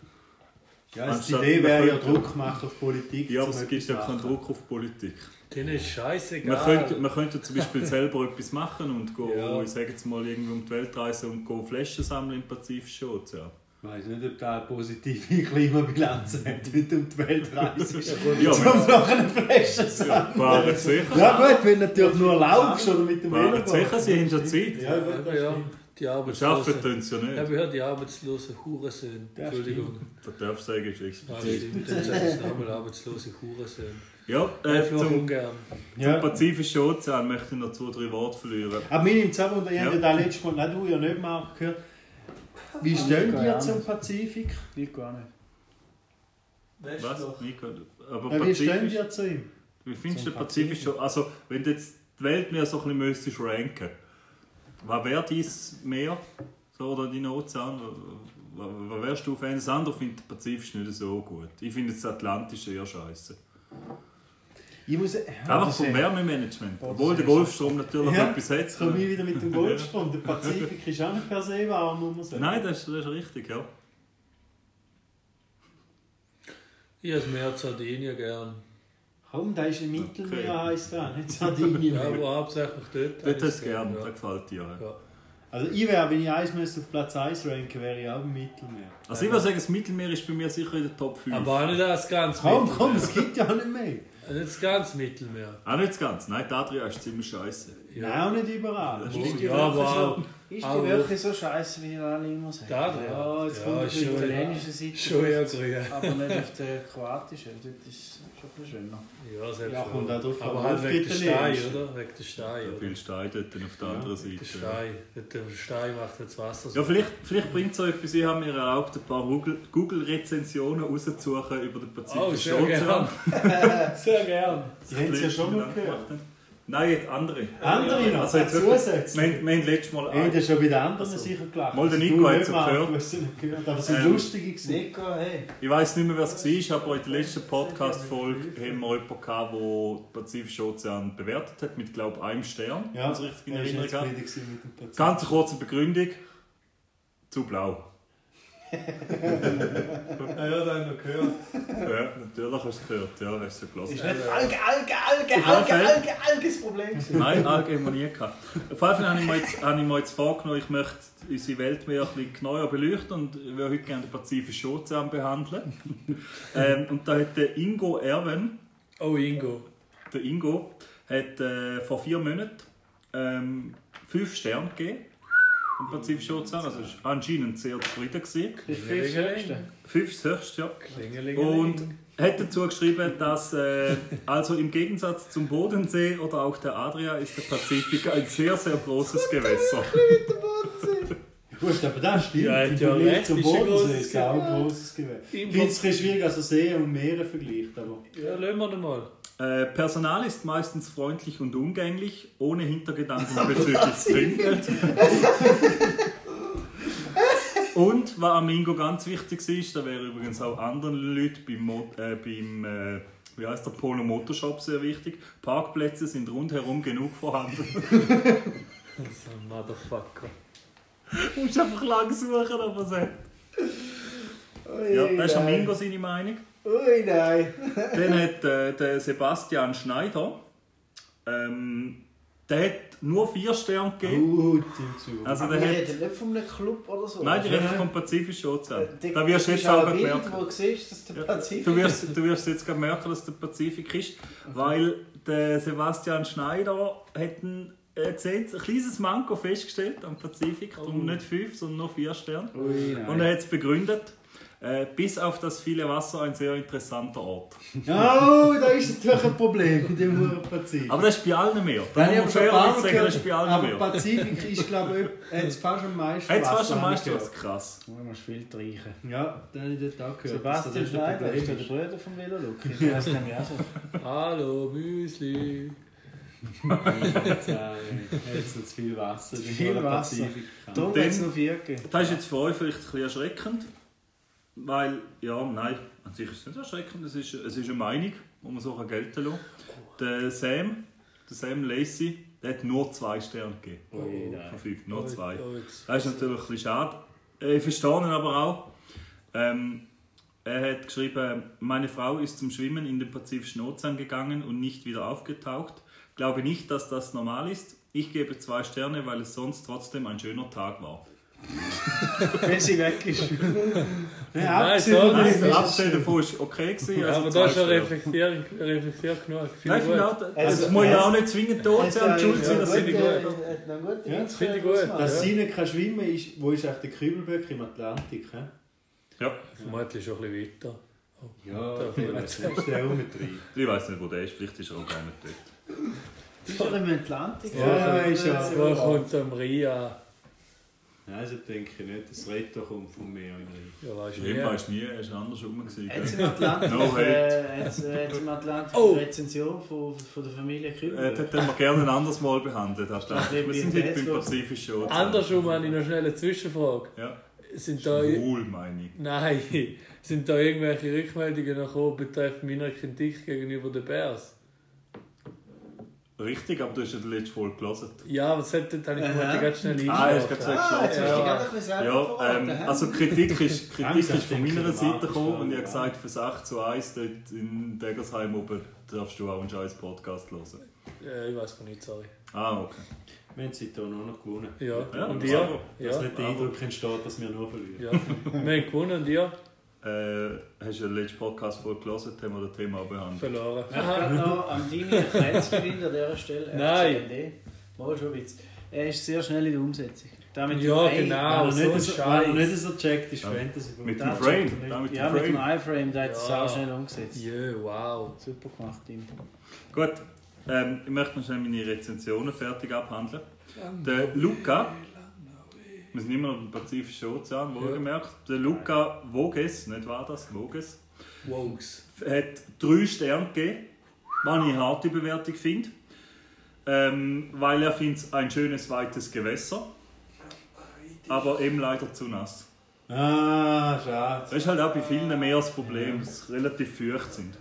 [SPEAKER 5] Ja, also die
[SPEAKER 4] anstatt
[SPEAKER 5] Idee wäre ja
[SPEAKER 4] man könnte-
[SPEAKER 5] Druck machen auf Politik.
[SPEAKER 4] Ja, aber
[SPEAKER 5] um
[SPEAKER 4] es
[SPEAKER 5] etwas
[SPEAKER 4] gibt ja keinen
[SPEAKER 5] machen.
[SPEAKER 4] Druck auf Politik.
[SPEAKER 2] denen ist scheißegal.
[SPEAKER 4] Man könnte, man könnte zum Beispiel selber etwas machen und go,
[SPEAKER 2] Ja.
[SPEAKER 4] ich sage jetzt mal, irgendwo um die Welt reisen und go Flaschen sammeln im Pazifischen Ozean.
[SPEAKER 5] Ich weiß nicht, ob da eine positive Klimabilanz hat, wenn du um die Welt reist.
[SPEAKER 4] Ja,
[SPEAKER 5] Um
[SPEAKER 4] aber
[SPEAKER 5] noch eine Flasche zu
[SPEAKER 4] ja, waren sicher.
[SPEAKER 5] Ja gut, wenn du natürlich nur laufst oder mit dem
[SPEAKER 4] Waren
[SPEAKER 5] Velo
[SPEAKER 4] sicher, sie haben schon Zeit.
[SPEAKER 5] Ja, gut,
[SPEAKER 2] Eben, ja. Die
[SPEAKER 4] Und arbeiten
[SPEAKER 2] Arbeitslosen.
[SPEAKER 4] tun sie ja
[SPEAKER 2] Ich habe
[SPEAKER 4] nicht.
[SPEAKER 2] gehört, die Arbeitslosen Hurensöhne.
[SPEAKER 5] Das
[SPEAKER 2] Entschuldigung.
[SPEAKER 4] Da darf ich sagen, ist extra.
[SPEAKER 2] Ah, stimmt, jetzt sage ich es nochmal: Arbeitslose Hurensöhne.
[SPEAKER 4] Ja, äh,
[SPEAKER 2] Einfach
[SPEAKER 4] zum
[SPEAKER 2] ungern.
[SPEAKER 5] Ja.
[SPEAKER 4] Pazifischen Ozean möchte ich noch zwei, drei Worte verlieren.
[SPEAKER 5] Aber mir nimmt es auch wunder, ich habe
[SPEAKER 4] Ja.
[SPEAKER 5] da letztes Mal, nein, du ja nicht mal gehört. Wie stehen
[SPEAKER 3] gar
[SPEAKER 5] ihr
[SPEAKER 3] nicht.
[SPEAKER 5] zum Pazifik?
[SPEAKER 3] Ich gar nicht.
[SPEAKER 4] Was? Nico? Aber
[SPEAKER 5] Ja, Äh, wie stehen
[SPEAKER 4] Pazifisch,
[SPEAKER 5] ihr zu ihm?
[SPEAKER 4] wie findest du
[SPEAKER 3] Zum
[SPEAKER 4] den Pazifischen Ozean? Also, wenn du jetzt die Welt mehr so ein bisschen müsstest ranken, was wäre dein Meer? So, oder dein Ozean? Was, was wärst du auf eines? Das andere findet den Pazifischen nicht so gut. Ich finde das Atlantische eher scheiße.
[SPEAKER 5] Ich muss. äh,
[SPEAKER 4] Einfach vom Wärmemanagement.
[SPEAKER 3] Oder
[SPEAKER 4] Obwohl
[SPEAKER 3] sehr.
[SPEAKER 4] der Golfstrom natürlich
[SPEAKER 5] Ja,
[SPEAKER 4] etwas
[SPEAKER 5] Jetzt
[SPEAKER 4] hat. äh,
[SPEAKER 5] komme ich wieder mit dem Golfstrom. Der Pazifik ist auch nicht per se warm, muss man sagen.
[SPEAKER 4] Nein, das ist, das ist richtig, ja.
[SPEAKER 2] Ich habe mehr Sardinien gern.
[SPEAKER 5] Komm, da ist ein Mittelmeer,
[SPEAKER 4] Okay.
[SPEAKER 5] heisst das, nicht Sardinien.
[SPEAKER 2] Ja, aber hauptsächlich dort. habe
[SPEAKER 4] Dort hast
[SPEAKER 2] ich's
[SPEAKER 4] du gern,
[SPEAKER 2] ja.
[SPEAKER 4] das gefällt dir. Ja.
[SPEAKER 2] Ja.
[SPEAKER 5] Also, ich wäre, wenn ich eins müsste auf Platz 1 ranken, wäre ich auch im Mittelmeer.
[SPEAKER 4] Also ich würde sagen, das Mittelmeer ist bei mir sicher in der Top 5.
[SPEAKER 2] Aber auch nicht das ganze
[SPEAKER 5] Komm,
[SPEAKER 2] Mittelmeer.
[SPEAKER 5] komm, es gibt ja auch nicht mehr.
[SPEAKER 2] Nicht das ganze Mittelmeer.
[SPEAKER 4] Auch nicht ganz. Nein, die Adria ist ziemlich scheiße.
[SPEAKER 5] Nein, auch nicht überall.
[SPEAKER 4] Das
[SPEAKER 5] Wo-
[SPEAKER 4] stimmt.
[SPEAKER 2] Ja, aber
[SPEAKER 3] Ist
[SPEAKER 2] Aber-
[SPEAKER 3] die wirklich so scheiße, wie ihr alle immer sagt?
[SPEAKER 2] Da, da.
[SPEAKER 3] ja, jetzt
[SPEAKER 2] Ja,
[SPEAKER 3] kommt auf
[SPEAKER 2] ist
[SPEAKER 3] die
[SPEAKER 2] schon-
[SPEAKER 3] italienische Seite.
[SPEAKER 2] schon eher grün.
[SPEAKER 3] Aber nicht auf der kroatischen. Dort ist es schon ein bisschen schöner.
[SPEAKER 2] Ja, selbst
[SPEAKER 5] Ja, kommt auch drauf
[SPEAKER 2] Aber
[SPEAKER 5] an,
[SPEAKER 2] halt
[SPEAKER 5] wo
[SPEAKER 2] wegen der
[SPEAKER 5] auf
[SPEAKER 2] Stein,
[SPEAKER 5] Italienisch.
[SPEAKER 2] oder? Wegen der Stein,
[SPEAKER 4] Ja,
[SPEAKER 2] oder?
[SPEAKER 4] viel Stein dort auf der anderen Seite.
[SPEAKER 2] Der Stein. Der Stein macht jetzt also- Wasser so.
[SPEAKER 4] Ja, vielleicht, vielleicht bringt es so etwas. Ich habe mir erlaubt, ein paar Google- Google-Rezensionen rauszusuchen über den
[SPEAKER 2] Oh,
[SPEAKER 4] Pazifischen
[SPEAKER 2] sehr gern.
[SPEAKER 4] Ozean.
[SPEAKER 2] sehr gern.
[SPEAKER 5] Sie haben es ja schon mal gehört.
[SPEAKER 4] Nein, jetzt andere.
[SPEAKER 5] Andere noch,
[SPEAKER 4] Also jetzt wirklich, wir,
[SPEAKER 5] zusätzlich.
[SPEAKER 4] haben- wir haben letztes Mal
[SPEAKER 5] Hey, das
[SPEAKER 4] ein.
[SPEAKER 5] ist schon bei den anderen sicher gelacht.
[SPEAKER 4] Mal der
[SPEAKER 5] dass
[SPEAKER 4] Nico
[SPEAKER 5] du
[SPEAKER 4] hat's
[SPEAKER 5] nicht mal
[SPEAKER 4] gehört.
[SPEAKER 5] gewusst hast, gehört. Aber es sind
[SPEAKER 4] Ähm.
[SPEAKER 5] lustige gesehen.
[SPEAKER 3] Nico, hey.
[SPEAKER 4] Ich weiß nicht mehr, wer es war, aber in der letzten Podcast-Folge haben wir jemanden, gehabt, der den Pazifischen Ozean bewertet hat, mit, glaube ich, einem Stern.
[SPEAKER 5] Ja,
[SPEAKER 4] wenn ich es richtig in
[SPEAKER 5] er ist
[SPEAKER 4] Erinnerung
[SPEAKER 5] nicht
[SPEAKER 4] habe.
[SPEAKER 5] zufrieden gewesen mit dem Pazifik.
[SPEAKER 4] Ganz eine kurze Begründung. Zu blau.
[SPEAKER 2] Ja, ja, dann noch gehört.
[SPEAKER 4] Ja, natürlich hast du es gehört. Ja, hast du es gelassen.
[SPEAKER 3] Ist nicht Alge, Alge, Alge,
[SPEAKER 4] Auf jeden
[SPEAKER 3] Alge,
[SPEAKER 4] Fall.
[SPEAKER 3] Alge, Alge, das Problem. gewesen.
[SPEAKER 4] Nein, allgemein haben wir nie gehabt. Auf jeden Fall habe ich mir jetzt, habe ich mir jetzt vorgenommen, ich möchte unsere Welt mehr ein bisschen neuer beleuchten und ich würde heute gerne den Pazifischen Ozean behandeln. ähm, und da hat der Ingo Erwin,
[SPEAKER 2] Oh, Ingo.
[SPEAKER 4] der Ingo, hat äh, vor vier Monaten ähm, fünf Sterne gegeben im Pazifischen Ozean. Also ist anscheinend sehr zufrieden gewesen.
[SPEAKER 3] Das ist viel Schlimmste.
[SPEAKER 4] Fünf ist das höchste, ja.
[SPEAKER 2] Klingelingeling.
[SPEAKER 4] Und hat dazu geschrieben, dass äh, also im Gegensatz zum Bodensee oder auch der Adria ist der Pazifik ein sehr, sehr großes Gewässer.
[SPEAKER 5] Gut, aber das stimmt.
[SPEAKER 2] Ja,
[SPEAKER 5] Im
[SPEAKER 2] hat ja
[SPEAKER 5] Vergleich
[SPEAKER 2] recht,
[SPEAKER 5] zum
[SPEAKER 2] ist ein
[SPEAKER 5] Bodensee
[SPEAKER 2] grosses
[SPEAKER 5] ist es auch ein grosses Gewässer. Ich finde es ein bisschen schwierig, also See und Meere vergleicht. Aber
[SPEAKER 2] Ja, lassen wir ihn mal.
[SPEAKER 4] Äh, Personal ist meistens freundlich und umgänglich, ohne Hintergedanken bezüglich Trinkgeld. und was am Ingo ganz wichtig ist, da wäre übrigens auch anderen Leuten beim, Mo äh, beim äh, wie heißt der Polo Motorshop sehr wichtig. Parkplätze sind rundherum genug vorhanden.
[SPEAKER 2] So ein Oh, Motherfucker.
[SPEAKER 4] Du musst einfach lang suchen, aber es hat. Ja, das ist am Ingo seine Meinung.
[SPEAKER 3] Ui, nein.
[SPEAKER 4] Dann hat äh, der Sebastian Schneider, ähm, der hat nur vier Sterne gegeben.
[SPEAKER 5] Gut im Zug.
[SPEAKER 4] Also
[SPEAKER 3] Wir
[SPEAKER 4] der hat,
[SPEAKER 3] reden nicht von einem Club oder so.
[SPEAKER 4] nein, die reden vom Pazifischen Ozean.
[SPEAKER 3] Oh, Äh, Der-
[SPEAKER 4] Da wirst du
[SPEAKER 3] das
[SPEAKER 4] jetzt
[SPEAKER 3] ist auch
[SPEAKER 4] selber
[SPEAKER 3] ein Bild,
[SPEAKER 4] merken.
[SPEAKER 3] wo du siehst, dass der Pazifik...
[SPEAKER 4] Du wirst, du wirst jetzt gerade merken, dass der Pazifik ist, weil der Sebastian Schneider hat ein, äh, gesehen, ein kleines Manko festgestellt am Pazifik.
[SPEAKER 3] Oh.
[SPEAKER 4] Darum nicht fünf, sondern nur vier Sterne.
[SPEAKER 5] Ui, nein.
[SPEAKER 4] Und er hat es begründet, äh, bis auf das viele Wasser ein sehr interessanter Ort.
[SPEAKER 5] Oh, da ist natürlich ein Problem mit dem Hurenpazifik.
[SPEAKER 4] Aber das ist bei allen mehr. Da
[SPEAKER 5] Dann
[SPEAKER 4] muss man
[SPEAKER 5] haben wir
[SPEAKER 4] fairerweise
[SPEAKER 5] schon
[SPEAKER 4] sagen, das ist bei allen
[SPEAKER 5] Aber
[SPEAKER 4] mehr.
[SPEAKER 5] Pazifik ist, glaube ich, jetzt fast am meisten.
[SPEAKER 4] Jetzt warst
[SPEAKER 5] Wasser,
[SPEAKER 4] du am
[SPEAKER 5] habe ich
[SPEAKER 4] meisten
[SPEAKER 5] gehört.
[SPEAKER 4] was krass.
[SPEAKER 3] Oh, Du musst viel trinken.
[SPEAKER 5] Ja, dann habe ich dort auch gehört. dass
[SPEAKER 3] Sebastian
[SPEAKER 5] das ein
[SPEAKER 3] Schneider
[SPEAKER 5] Problem
[SPEAKER 3] ist der Bruder von Velo Luki. Das kenne ich auch so.
[SPEAKER 2] Hallo, Müsli.
[SPEAKER 5] Äh, Jetzt zu viel Wasser.
[SPEAKER 3] Zu viel
[SPEAKER 5] im
[SPEAKER 3] Wasser.
[SPEAKER 5] Pazifik.
[SPEAKER 3] Darum
[SPEAKER 4] dann-
[SPEAKER 3] hat es noch vier gegeben.
[SPEAKER 4] Das ist jetzt für euch vielleicht ein bisschen erschreckend. Weil, ja, nein, an sich ist es nicht erschreckend, es ist, es ist eine Meinung, die man so kann gelten lassen Der Sam, der Sam Lacey, der hat nur zwei Sterne gegeben. Von fünf, nur zwei.
[SPEAKER 2] Oh, jetzt.
[SPEAKER 4] Das ist natürlich ein bisschen schade. Äh, Ich verstehe ihn aber auch. Ähm, er hat geschrieben, meine Frau ist zum Schwimmen in den Pazifischen Ozean gegangen und nicht wieder aufgetaucht. Glaube nicht, dass das normal ist. Ich gebe zwei Sterne, weil es sonst trotzdem ein schöner Tag war.
[SPEAKER 3] Wenn sie weg ist.
[SPEAKER 5] Ja,
[SPEAKER 2] Nein,
[SPEAKER 5] abgesehen
[SPEAKER 2] so
[SPEAKER 5] von dem
[SPEAKER 2] nicht.
[SPEAKER 5] ist
[SPEAKER 4] Also,
[SPEAKER 5] es
[SPEAKER 4] abgesehen davon ist okay gewesen.
[SPEAKER 2] Ja,
[SPEAKER 4] Also
[SPEAKER 2] aber
[SPEAKER 4] zwei
[SPEAKER 2] das ist schon
[SPEAKER 4] Sterne.
[SPEAKER 2] reflektiert, reflektiert genug. Viel
[SPEAKER 4] Nein, ich finde
[SPEAKER 2] gut.
[SPEAKER 4] auch, also,
[SPEAKER 3] Also,
[SPEAKER 4] es muss ja
[SPEAKER 3] also-
[SPEAKER 4] auch nicht zwingend tot sein und schuld sein, dass sie nicht
[SPEAKER 3] äh,
[SPEAKER 4] gut
[SPEAKER 5] Ja,
[SPEAKER 3] gut.
[SPEAKER 2] finde ich gut.
[SPEAKER 5] Dass sie nicht kann schwimmen kann, ist, wo ist eigentlich der Kübelböck im Atlantik? He?
[SPEAKER 4] Ja,
[SPEAKER 2] Vermutlich schon ein bisschen weiter.
[SPEAKER 5] Ja,
[SPEAKER 2] darf ich nicht
[SPEAKER 5] ist der auch mit drin.
[SPEAKER 4] ich weiß nicht, wo der ist. Vielleicht ist er auch gar nicht dort.
[SPEAKER 3] Ist er im Atlantik?
[SPEAKER 5] Ja, ist ja.
[SPEAKER 2] Wo kommt am Ria?
[SPEAKER 5] Nein, also denke ich nicht. Das Retter kommt vom Meer rein.
[SPEAKER 2] Ja, weißt du
[SPEAKER 4] Schlimm
[SPEAKER 2] nicht.
[SPEAKER 4] weiß nie, er ist anders rumgegangen.
[SPEAKER 3] Hat es im Atlantik,
[SPEAKER 4] No hate.
[SPEAKER 3] äh, hat's, äh, hat's im Atlantik
[SPEAKER 2] Oh.
[SPEAKER 3] eine Rezension von, von der Familie
[SPEAKER 4] Äh,
[SPEAKER 3] Kübel?
[SPEAKER 4] das hätten wir gerne ein anderes Mal behandelt. Herr Stark.
[SPEAKER 3] Das
[SPEAKER 4] Wir
[SPEAKER 3] nehmen
[SPEAKER 4] sind
[SPEAKER 3] wir
[SPEAKER 4] heute beim
[SPEAKER 3] jetzt los.
[SPEAKER 4] Pazifischen Ozean.
[SPEAKER 2] Andersrum habe ich noch schnell eine Zwischenfrage.
[SPEAKER 4] Ja,
[SPEAKER 2] Sind da,
[SPEAKER 4] schwul meine ich.
[SPEAKER 2] nein, sind da irgendwelche Rückmeldungen noch gekommen betreffend meiner Kritik gegenüber den Bears?
[SPEAKER 4] Richtig, aber du hast ja die letzte Folge gelesen.
[SPEAKER 2] Ja, was hätte dann ich
[SPEAKER 3] Aha.
[SPEAKER 2] wollte ganz schnell
[SPEAKER 4] Ah, ich habe
[SPEAKER 2] einschlafen.
[SPEAKER 4] gesagt,
[SPEAKER 3] Ah, jetzt hast
[SPEAKER 4] geschlafen.
[SPEAKER 3] du dich gerade ein bisschen selber
[SPEAKER 4] Ja,
[SPEAKER 3] verraten,
[SPEAKER 4] ähm,
[SPEAKER 3] hä?
[SPEAKER 4] also Kritik ist, Kritik
[SPEAKER 5] Langsam
[SPEAKER 4] ist von
[SPEAKER 5] denke ich,
[SPEAKER 4] meiner
[SPEAKER 5] der
[SPEAKER 4] Seite
[SPEAKER 5] Markt ist
[SPEAKER 4] gekommen und ich
[SPEAKER 5] da,
[SPEAKER 4] habe
[SPEAKER 5] ja.
[SPEAKER 4] gesagt, fürs 8 zu 1 dort in Degersheim oben darfst du auch einen scheiß Podcast hören.
[SPEAKER 2] Äh, ich weiß von nicht, sorry.
[SPEAKER 4] Ah, okay.
[SPEAKER 5] Wir haben sie hier noch nicht gewonnen.
[SPEAKER 2] Ja,
[SPEAKER 4] Ja,
[SPEAKER 2] und
[SPEAKER 4] bravo.
[SPEAKER 2] ihr?
[SPEAKER 5] Dass
[SPEAKER 2] Ja.
[SPEAKER 5] nicht der Eindruck entsteht, dass wir nur verlieren.
[SPEAKER 2] ja. Wir haben gewonnen und ihr?
[SPEAKER 4] Äh, hast du den letzten Podcast voll gelesen, haben wir das Thema auch behandelt.
[SPEAKER 2] Verloren.
[SPEAKER 3] Ich habe noch an deine Kreuzgewinn an dieser Stelle.
[SPEAKER 2] Nein.
[SPEAKER 3] FCND. ne? Mal schon ein bisschen. Er ist sehr schnell in der Umsetzung. Damit
[SPEAKER 2] Ja,
[SPEAKER 3] du ein-
[SPEAKER 2] genau.
[SPEAKER 5] Weil er
[SPEAKER 2] so
[SPEAKER 5] nicht,
[SPEAKER 2] ein
[SPEAKER 5] Ah, so weil er
[SPEAKER 2] Scheiß.
[SPEAKER 5] nicht so checkt, ist Fantasy.
[SPEAKER 4] Mit dem
[SPEAKER 3] Das
[SPEAKER 4] Frame,
[SPEAKER 3] checkt er
[SPEAKER 4] da mit
[SPEAKER 3] nicht.
[SPEAKER 4] dem
[SPEAKER 3] Ja, mit dem
[SPEAKER 4] Frame.
[SPEAKER 3] iFrame, der hat es
[SPEAKER 2] Ja.
[SPEAKER 3] auch schnell umgesetzt.
[SPEAKER 2] Jö, wow.
[SPEAKER 3] Super gemacht, Tim.
[SPEAKER 4] Gut, ähm, ich möchte noch schnell meine Rezensionen fertig abhandeln. Der Luca, wir sind immer noch im Pazifischen Ozean, wohlgemerkt. Der Luca Voges, nicht wahr das? Voges,
[SPEAKER 2] Wogs.
[SPEAKER 4] hat drei Sterne gegeben, was ich eine harte Bewertung finde. Ähm, weil er findet ein schönes weites Gewässer, aber eben leider zu nass.
[SPEAKER 5] Ah, schade.
[SPEAKER 4] Das ist halt auch bei vielen mehr das Problem, dass sie relativ feucht sind.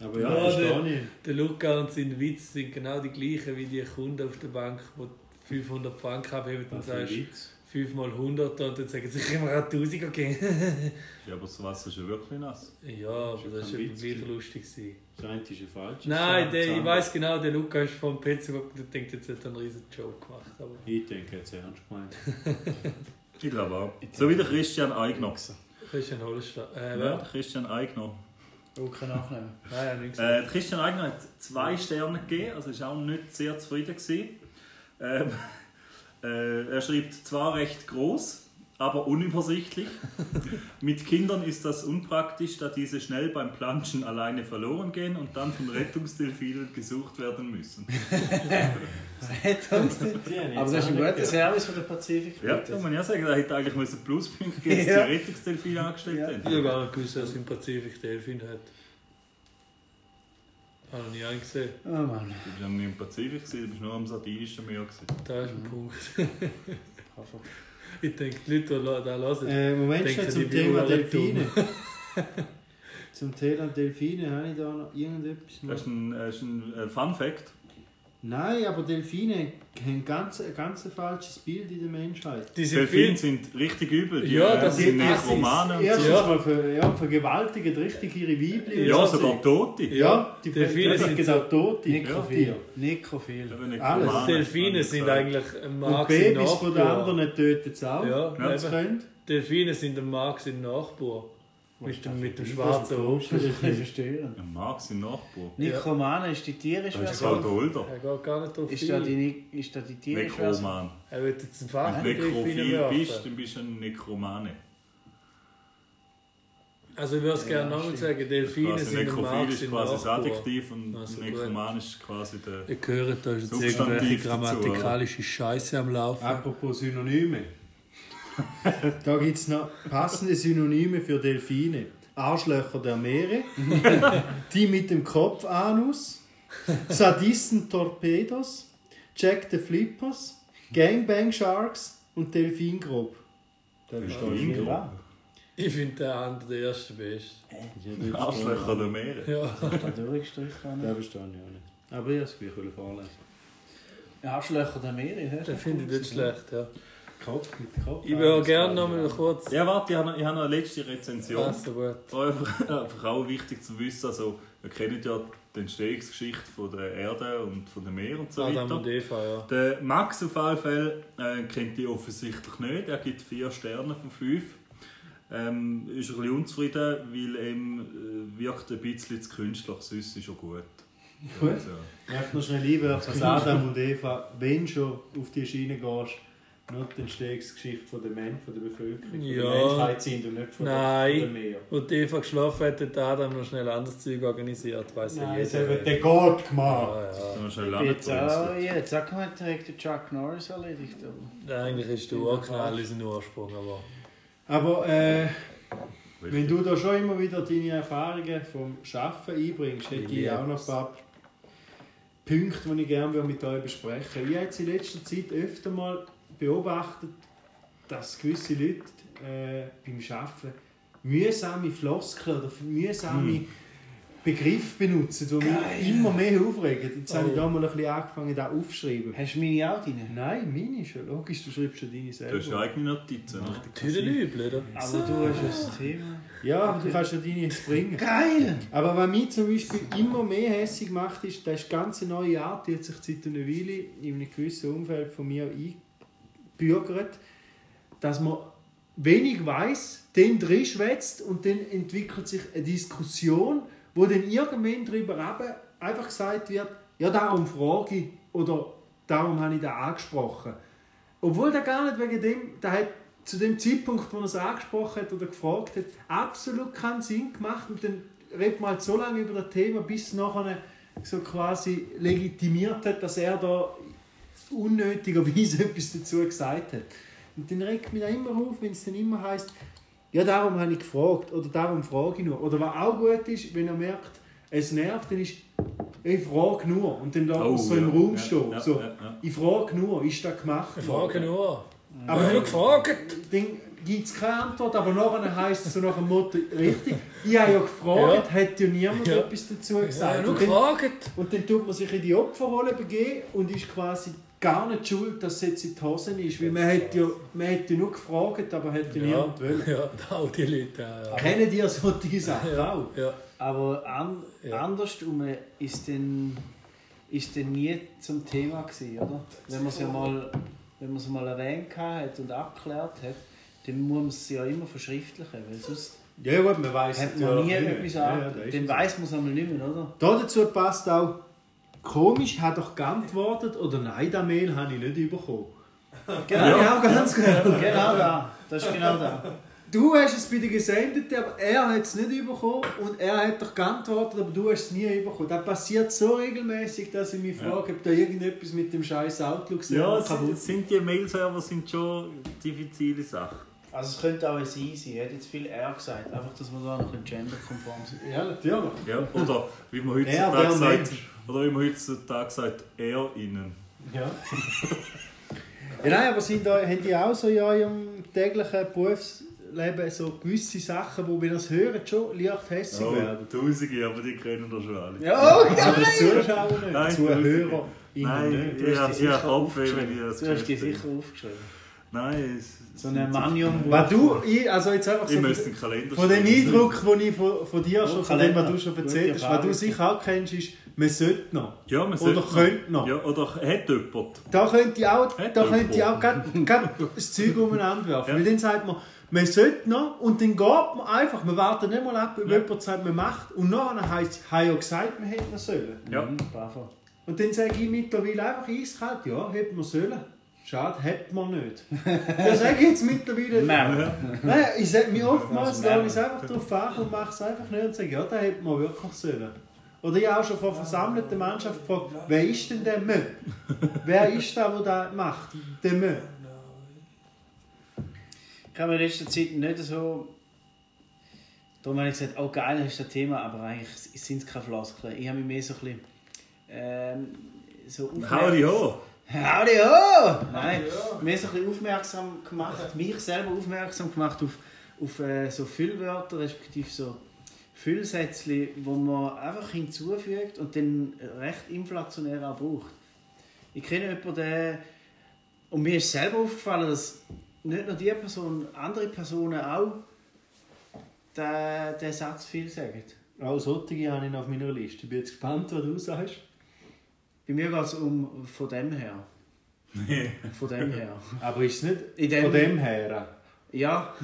[SPEAKER 5] Aber ja,
[SPEAKER 2] Ja,
[SPEAKER 5] verstehe ich.
[SPEAKER 2] Der Luca und sein Witz sind genau die gleichen wie die Kunden auf der Bank, die 500 Franken abheben und
[SPEAKER 5] Was für ein
[SPEAKER 2] sagst
[SPEAKER 5] Witz.
[SPEAKER 2] 5 mal 100 und dann sagen sie, ich kann mir auch 1000 geben.
[SPEAKER 4] Ja, aber das Wasser ist ja wirklich nass.
[SPEAKER 2] ja, aber
[SPEAKER 5] Schon
[SPEAKER 2] das war
[SPEAKER 5] kein
[SPEAKER 2] eben
[SPEAKER 5] Witz
[SPEAKER 2] gleich
[SPEAKER 5] gewesen.
[SPEAKER 2] lustig. Gewesen.
[SPEAKER 5] Das eine ist ein falsches.
[SPEAKER 2] Nein, der, ich
[SPEAKER 5] Zahn-
[SPEAKER 2] weiß genau, der Luca ist vom PC gekommen und denkt, jetzt hat er einen riesen Joke gemacht. Aber
[SPEAKER 5] Ich denke, er hat es ernst gemeint.
[SPEAKER 4] Ich glaube auch. So wie der Christian Eigner.
[SPEAKER 2] Christian Holstein. Äh,
[SPEAKER 4] Ja,
[SPEAKER 2] wer?
[SPEAKER 4] Christian Eigner.
[SPEAKER 3] Oh, kann nachnehmen.
[SPEAKER 2] Nein, ich hab nichts gesagt.
[SPEAKER 4] Äh, Christian Eigner hat zwei Sterne gegeben, also ist auch nicht sehr zufrieden gewesen. Ähm, äh, er schreibt zwar recht groß, aber unübersichtlich. Mit Kindern ist das unpraktisch, da diese schnell beim Planschen alleine verloren gehen und dann von Rettungsdelfinen gesucht werden müssen.
[SPEAKER 3] Aber das ist ein guter Service von der Pazifik.
[SPEAKER 4] Ja,
[SPEAKER 3] bietet.
[SPEAKER 4] da muss ich ja sagen, da hätte eigentlich müssen Pluspunkte geben, dass
[SPEAKER 3] Ja.
[SPEAKER 4] die
[SPEAKER 5] Äh.
[SPEAKER 4] Rettungsdelfine angestellt
[SPEAKER 3] Ja.
[SPEAKER 4] haben.
[SPEAKER 2] Ich habe gar nicht gewusst, dass im Pazifik Delfin hat. Habe ich nie einen gesehen.
[SPEAKER 5] Oh Mann.
[SPEAKER 6] Du bist ja nicht im Pazifik, gewesen, du bist nur am Sardinischen Meer. Gewesen.
[SPEAKER 2] Da ist ein
[SPEAKER 5] Mhm.
[SPEAKER 2] Punkt. Ich denke, die Leute, die lo- da hören,
[SPEAKER 5] Äh, Moment,
[SPEAKER 2] Denkst
[SPEAKER 5] schnell
[SPEAKER 2] du,
[SPEAKER 5] zum
[SPEAKER 2] die Bio
[SPEAKER 5] Thema
[SPEAKER 2] war nicht
[SPEAKER 5] Delfine. zum Thema Delfine habe ich da noch irgendetwas.
[SPEAKER 6] Das ist
[SPEAKER 5] Mal-
[SPEAKER 6] ein, das ist ein äh, Fun Fact.
[SPEAKER 5] Nein, aber Delfine haben ganz, ein ganz falsches Bild in der Menschheit.
[SPEAKER 2] die sind
[SPEAKER 6] Delfine
[SPEAKER 2] viel.
[SPEAKER 6] sind richtig übel. Die,
[SPEAKER 2] Ja,
[SPEAKER 6] äh,
[SPEAKER 2] das
[SPEAKER 6] sind
[SPEAKER 2] sind
[SPEAKER 6] nicht
[SPEAKER 2] Assis.
[SPEAKER 6] Romane. und so.
[SPEAKER 5] Erstens
[SPEAKER 2] Ja.
[SPEAKER 5] mal ver, ja, vergewaltigen richtig ihre Weibli. und
[SPEAKER 6] Ja,
[SPEAKER 5] so.
[SPEAKER 6] sogar Tote.
[SPEAKER 5] Ja, die
[SPEAKER 2] Delfine
[SPEAKER 5] Delfine sind
[SPEAKER 2] sind
[SPEAKER 5] auch Tote.
[SPEAKER 3] Nekrophil.
[SPEAKER 5] Nekrophil.
[SPEAKER 6] Eben nicht
[SPEAKER 5] Alles.
[SPEAKER 6] Romane,
[SPEAKER 2] Delfine
[SPEAKER 6] hab ich
[SPEAKER 2] sind
[SPEAKER 6] gesagt.
[SPEAKER 2] eigentlich ein
[SPEAKER 5] Und
[SPEAKER 2] Marx in
[SPEAKER 5] Babys von den
[SPEAKER 2] Nachbar.
[SPEAKER 5] anderen töten sie auch.
[SPEAKER 2] Ja,
[SPEAKER 5] wenn's
[SPEAKER 2] eben.
[SPEAKER 5] könnt.
[SPEAKER 2] Delfine sind ein Marx in Nachbar. Mit dem, mit dem schwarzen Hund.
[SPEAKER 3] Das ist nicht verstörend.
[SPEAKER 6] Ja, Marx im Nachbar.
[SPEAKER 3] Nikromane ist die tierische
[SPEAKER 6] Das ist halt
[SPEAKER 3] Version.
[SPEAKER 6] Older.
[SPEAKER 2] Er geht gar nicht drauf
[SPEAKER 3] Ist da die,
[SPEAKER 2] ein.
[SPEAKER 3] Ni- ist da die tierische Version?
[SPEAKER 6] Nekroman.
[SPEAKER 2] Er wird jetzt einen
[SPEAKER 6] Wenn du
[SPEAKER 2] Fachbegriff
[SPEAKER 6] nekrophil bist,
[SPEAKER 2] werfen.
[SPEAKER 6] dann bist du ein Nekromane.
[SPEAKER 2] Also ich würde es gerne nochmal sagen, Delfine
[SPEAKER 6] Quasi
[SPEAKER 2] sind ein
[SPEAKER 6] nekrophil
[SPEAKER 2] Marx
[SPEAKER 6] ist
[SPEAKER 2] in
[SPEAKER 6] quasi das
[SPEAKER 2] Nachbar.
[SPEAKER 6] Adjektiv und
[SPEAKER 2] Ah, super.
[SPEAKER 6] nekroman ist quasi der...
[SPEAKER 2] Ihr hört, da ist jetzt
[SPEAKER 6] Substantiv
[SPEAKER 2] irgendwelche
[SPEAKER 6] dazu,
[SPEAKER 2] grammatikalische Scheiße am Laufen.
[SPEAKER 5] Apropos Synonyme. da gibt es noch passende Synonyme für Delfine. Arschlöcher der Meere, die mit dem Kopf Anus, Sadisten Torpedos, Jack the Flippers, Gangbang Sharks und Delfingrob.
[SPEAKER 3] Da
[SPEAKER 6] ist
[SPEAKER 3] ist
[SPEAKER 6] doch
[SPEAKER 3] viel
[SPEAKER 6] Ingro.
[SPEAKER 3] dran.
[SPEAKER 2] Ich finde den anderen der erste best.
[SPEAKER 6] Arschlöcher der Meere.
[SPEAKER 2] Ja.
[SPEAKER 3] Da durchgestrichen.
[SPEAKER 5] Den verstehe ich auch nicht. Aber ich wollte es gleich vorlesen.
[SPEAKER 3] Arschlöcher der Meere, hörst du?
[SPEAKER 2] Den finde ich nicht schlecht, ja.
[SPEAKER 5] Kopf mit Kopf.
[SPEAKER 2] Ich würde gerne noch mal kurz...
[SPEAKER 6] Ja, warte, ich habe noch, ich habe noch eine letzte Rezension.
[SPEAKER 2] Ah, so gut.
[SPEAKER 6] Auch Einfach, einfach auch wichtig zu wissen, also, wir kennen ja die Entstehungsgeschichte von der Erde und von dem Meer und so
[SPEAKER 2] Adam und
[SPEAKER 6] weiter.
[SPEAKER 2] Eva, ja.
[SPEAKER 6] Der Max auf alle Fälle äh, kennt die offensichtlich nicht. Er gibt vier Sterne von fünf. Ähm, ist ein bisschen unzufrieden, weil ihm äh, wirkt ein bisschen zu künstlich. Süß ist schon gut.
[SPEAKER 5] Gut.
[SPEAKER 6] Also,
[SPEAKER 5] Ich möchte noch schnell einwerfen, dass Adam und Eva, wenn du schon auf die Schiene gehst, nur die Entstehungsgeschichte von der Menschen, von der Bevölkerung, von
[SPEAKER 2] Ja.
[SPEAKER 5] der Menschheit sind und nicht von
[SPEAKER 2] Nein.
[SPEAKER 5] der von dem Meer.
[SPEAKER 2] Und die Eva geschlafen hat, hat Adam noch schnell anderes Zeug organisiert, weiss ja
[SPEAKER 5] Nein, das
[SPEAKER 2] jeder.
[SPEAKER 5] hat der Gott gemacht.
[SPEAKER 2] Ah, ja.
[SPEAKER 6] sind wir schnell
[SPEAKER 3] Jetzt auch,
[SPEAKER 6] angetrunken.
[SPEAKER 3] ja, jetzt auch mal direkt den Chuck Norris erledigt. aber-
[SPEAKER 2] Eigentlich ist der Urknall unser Ursprung, aber...
[SPEAKER 5] Aber äh, wenn du da schon immer wieder deine Erfahrungen vom Schaffen einbringst, hätte ich auch noch ein paar Punkte, die ich gerne mit euch besprechen würde. Ich habe jetzt in letzter Zeit öfter mal beobachtet, dass gewisse Leute äh, beim Schaffen mühsame Floskeln oder mühsame
[SPEAKER 3] Hm.
[SPEAKER 5] Begriffe benutzen, die mich immer mehr aufregen. Jetzt habe ich da mal ein bisschen angefangen, das aufzuschreiben.
[SPEAKER 3] Oh. Hast du meine auch drin?
[SPEAKER 5] Nein, meine ist ja logisch, du schreibst ja deine
[SPEAKER 6] Du
[SPEAKER 5] selber.
[SPEAKER 6] hast eigene Notizen. ne?
[SPEAKER 2] Tüdelübel, oder?
[SPEAKER 3] Aber Also du hast ja das Thema.
[SPEAKER 5] Ja, aber du kannst ja deine jetzt bringen.
[SPEAKER 3] Geil!
[SPEAKER 5] Aber was mich zum Beispiel immer mehr hässlich macht, ist, das ist eine ganz neue Art, die hat sich seit einer Weile in einem gewissen Umfeld von mir eingebürgert, dass man wenig weiß, dann drin schwätzt und dann entwickelt sich eine Diskussion, wo dann irgendwann darüber runter einfach gesagt wird, ja darum frage ich oder darum habe ich da angesprochen. Obwohl der gar nicht wegen dem, der hat zu dem Zeitpunkt, wo er es angesprochen hat oder gefragt hat, absolut keinen Sinn gemacht. Und dann redet man halt so lange über das Thema, bis es nachher so quasi legitimiert hat, dass er da unnötigerweise etwas dazu gesagt hat. Und dann regt mich da immer auf, wenn es dann immer heißt, ja, darum habe ich gefragt oder darum frage ich nur. Oder was auch gut ist, wenn er merkt, es nervt, dann ist, ich frage nur. Und dann lässt man
[SPEAKER 6] Oh,
[SPEAKER 5] es so im
[SPEAKER 6] ja,
[SPEAKER 5] Raum
[SPEAKER 6] ja,
[SPEAKER 5] stehen.
[SPEAKER 6] ja,
[SPEAKER 5] so.
[SPEAKER 6] ja, ja.
[SPEAKER 5] Ich frage nur, ist das gemacht worden?
[SPEAKER 2] Frage nur.
[SPEAKER 5] Aber
[SPEAKER 2] Hast du gefragt?
[SPEAKER 5] dann gibt es keine Antwort, aber nachher heisst es so nach dem Motto, richtig, ich habe ja gefragt, hat ja niemand
[SPEAKER 2] Ja.
[SPEAKER 5] etwas dazu
[SPEAKER 2] Ich habe
[SPEAKER 5] gesagt.
[SPEAKER 2] nur
[SPEAKER 5] und, dann,
[SPEAKER 2] gefragt.
[SPEAKER 5] und dann tut man sich in die Opferrolle begeben und ist quasi gar nicht schuld, dass es jetzt in die Hosen ist, weil man hat, ja, man hat ja nur gefragt, aber hat ja,
[SPEAKER 2] Ja,
[SPEAKER 5] niemand wollen.
[SPEAKER 2] ja, auch die Leute. ja,
[SPEAKER 5] Kennen die solche Sachen auch?
[SPEAKER 2] Ja,
[SPEAKER 3] Aber an,
[SPEAKER 2] Ja.
[SPEAKER 3] andersrum ist denn ist denn nie zum Thema gewesen, oder? Wenn man es ja mal, wenn man es mal erwähnt hat und abgeklärt hat, dann muss man es ja immer verschriftlichen, weil sonst
[SPEAKER 5] Ja gut, man weiß
[SPEAKER 3] hat man nie etwas an.
[SPEAKER 5] ja,
[SPEAKER 3] dann weiß man es einmal nicht mehr, oder?
[SPEAKER 5] Da dazu passt auch, komisch, hat doch geantwortet oder nein, das Mail habe ich nicht bekommen. Genau, ganz genau.
[SPEAKER 3] Genau da, das ist genau da.
[SPEAKER 5] Du hast es bei dir gesendet, aber er hat es nicht bekommen und er hat doch geantwortet, aber du hast es nie bekommen. Das passiert so regelmäßig, dass ich mich frage, ob da irgendetwas mit dem scheiß Outlook selber
[SPEAKER 6] Ja, es sind, es sind die Mail-Server sind schon diffizile Sache.
[SPEAKER 3] Also es könnte auch ein Sie sein, ich hätte jetzt viel R gesagt, einfach, dass wir da noch ein genderkonform sind.
[SPEAKER 5] Ja, natürlich.
[SPEAKER 4] Ja, oder wie man
[SPEAKER 5] Er,
[SPEAKER 4] heutzutage
[SPEAKER 5] der
[SPEAKER 4] sagt,
[SPEAKER 5] Mensch.
[SPEAKER 4] oder wie man heutzutage sagt, er innen.
[SPEAKER 5] Ja. ja nein, aber sind da, haben die auch so in eurem täglichen Berufsleben so gewisse Sachen, wo wir das hören, schon leicht hässlich
[SPEAKER 4] Oh,
[SPEAKER 5] werden?
[SPEAKER 4] Tausende, aber die kennen das schon alle.
[SPEAKER 3] Ja, okay.
[SPEAKER 5] Aber Zuschauer nicht,
[SPEAKER 4] Nein,
[SPEAKER 5] Zuhörer.
[SPEAKER 4] Nein,
[SPEAKER 5] nicht.
[SPEAKER 3] Du hast
[SPEAKER 4] ja,
[SPEAKER 3] die
[SPEAKER 4] ich
[SPEAKER 3] sicher
[SPEAKER 4] habe Kopfweh, wenn ich das
[SPEAKER 3] Du hast die
[SPEAKER 4] gehört
[SPEAKER 3] sicher aufgeschrieben.
[SPEAKER 4] habe. Nein, es,
[SPEAKER 3] So eine Manium, wo-
[SPEAKER 5] Was du, ich, also jetzt einfach
[SPEAKER 4] ich
[SPEAKER 5] so
[SPEAKER 4] müsste
[SPEAKER 5] von,
[SPEAKER 4] den Kalender
[SPEAKER 5] von dem
[SPEAKER 4] schreiben.
[SPEAKER 5] Eindruck, den ich von, von dir
[SPEAKER 3] Oh,
[SPEAKER 5] schon, von dem, was
[SPEAKER 3] Kalender.
[SPEAKER 5] du schon
[SPEAKER 3] Gute
[SPEAKER 5] erzählt hast, was du
[SPEAKER 3] Erfahrung.
[SPEAKER 5] sicher auch kennst, ist, man sollte noch.
[SPEAKER 4] ja, man
[SPEAKER 5] Oder
[SPEAKER 4] sollte
[SPEAKER 5] könnte noch.
[SPEAKER 4] Ja, oder hat jemand.
[SPEAKER 5] Da könnte ich auch,
[SPEAKER 4] Hat
[SPEAKER 5] da könnte ich
[SPEAKER 4] jemand.
[SPEAKER 5] auch grad, grad das Zeug umeinander werfen.
[SPEAKER 4] Ja.
[SPEAKER 5] Weil dann sagt man, man sollte noch und dann geht man einfach. Man wartet nicht mal ab, ob
[SPEAKER 4] Ja.
[SPEAKER 5] jemand sagt, man macht. Und nachher heisst es, «Habe ja gesagt, man hätte noch sollen.
[SPEAKER 4] Ja.
[SPEAKER 3] Mhm, Bravo.
[SPEAKER 5] Und dann sage ich mittlerweile einfach eiskalt, ja, hätte man sollen. Schade, hätte man nicht. Das sage ich jetzt mittlerweile.
[SPEAKER 3] Mel.
[SPEAKER 5] Nein, ich sage mir oftmals,
[SPEAKER 3] Also,
[SPEAKER 5] da
[SPEAKER 3] nein.
[SPEAKER 5] ich es einfach drauf an und mache es einfach nicht und sage, ja, da hätte man wirklich sollen. Oder ich habe auch schon vor versammelter Mannschaft gefragt, wer ist denn der Mö? Wer ist da, der das macht? Der Mö.
[SPEAKER 3] Ich habe in letzter Zeit nicht so... Darum habe ich gesagt, oh geil, hast du das Thema, aber eigentlich sind es keine Floskeln. Ich habe mich mehr so ein bisschen... Ähm, so
[SPEAKER 4] Howdy ho!
[SPEAKER 3] Howdy ho! Nein, mir ist ein bisschen aufmerksam gemacht, mich selber aufmerksam gemacht auf, auf äh, so Füllwörter, respektive so Füllsätzchen, wo man einfach hinzufügt und dann recht inflationär auch braucht. Ich kenne jemanden, der... Und mir ist selber aufgefallen, dass nicht nur diese Person, andere Personen auch den, den Satz viel sagen.
[SPEAKER 5] Auch solche habe ich noch auf meiner Liste. Ich bin jetzt gespannt, was du sagst.
[SPEAKER 3] Bei mir geht es um von dem her. Von dem her.
[SPEAKER 5] Aber ist es nicht
[SPEAKER 3] In dem-
[SPEAKER 5] von dem her?
[SPEAKER 3] Ja,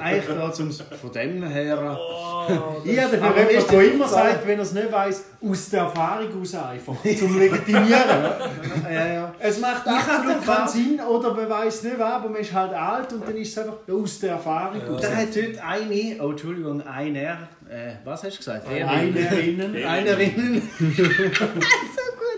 [SPEAKER 3] eigentlich geht es von dem her.
[SPEAKER 5] Ich habe
[SPEAKER 3] Aber
[SPEAKER 5] dafür
[SPEAKER 3] ist die
[SPEAKER 5] jemanden, der immer
[SPEAKER 3] Zahl-
[SPEAKER 5] sagt, wenn er es nicht weiß, aus der Erfahrung aus einfach. Zum Legitimieren.
[SPEAKER 3] Ja, ja.
[SPEAKER 5] es macht
[SPEAKER 3] Ich hatte
[SPEAKER 5] absolut keinen
[SPEAKER 3] Erfahrung.
[SPEAKER 5] Sinn oder man weiß nicht was, aber man ist halt alt und dann ist es einfach ja, aus der Erfahrung aus.
[SPEAKER 3] Da hat heute eine, oh Entschuldigung, einer, äh, was hast du gesagt?
[SPEAKER 5] Einerinnen.
[SPEAKER 3] Einerinnen.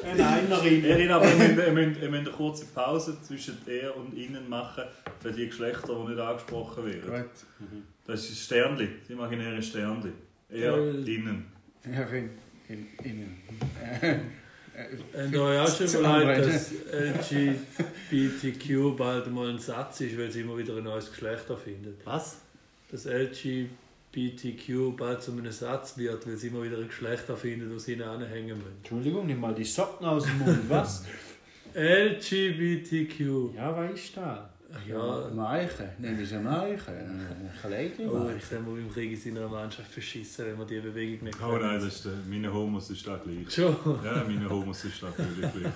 [SPEAKER 5] Ein Einerin.
[SPEAKER 4] Erin, aber wir müssen, wir, müssen, wir müssen eine kurze Pause zwischen er und innen machen für die Geschlechter, die nicht angesprochen werden.
[SPEAKER 3] Gut.
[SPEAKER 4] Das ist das Sternli, das imaginäre Sternli. Er,
[SPEAKER 2] Geil.
[SPEAKER 4] innen.
[SPEAKER 3] Innen. Innen.
[SPEAKER 2] Und Äh, da habe ich auch schon
[SPEAKER 3] Zu
[SPEAKER 2] überlegt, dass äh, LGBTQ bald mal ein Satz ist, weil sie immer wieder ein neues Geschlecht erfindet.
[SPEAKER 4] Was?
[SPEAKER 2] Dass LGBTQ bald zu einem Satz wird, weil sie immer wieder ein Geschlecht erfindet, das sie ihnen anhängen müssen.
[SPEAKER 5] Entschuldigung, nimm mal die Socken aus dem Mund. Was?
[SPEAKER 2] LGBTQ.
[SPEAKER 5] ja, was ist da?
[SPEAKER 2] Ja,
[SPEAKER 3] Meichen. Nehmen wir ein Meichen. Ein Kleidchen.
[SPEAKER 2] oh, jetzt haben wir beim Krieg in seiner Mannschaft verschissen, wenn wir die Bewegung nicht
[SPEAKER 4] Oh nein, das ist der, meine Homos ist da gleich.
[SPEAKER 2] Schon.
[SPEAKER 4] Ja, meine Homos ist natürlich gleich.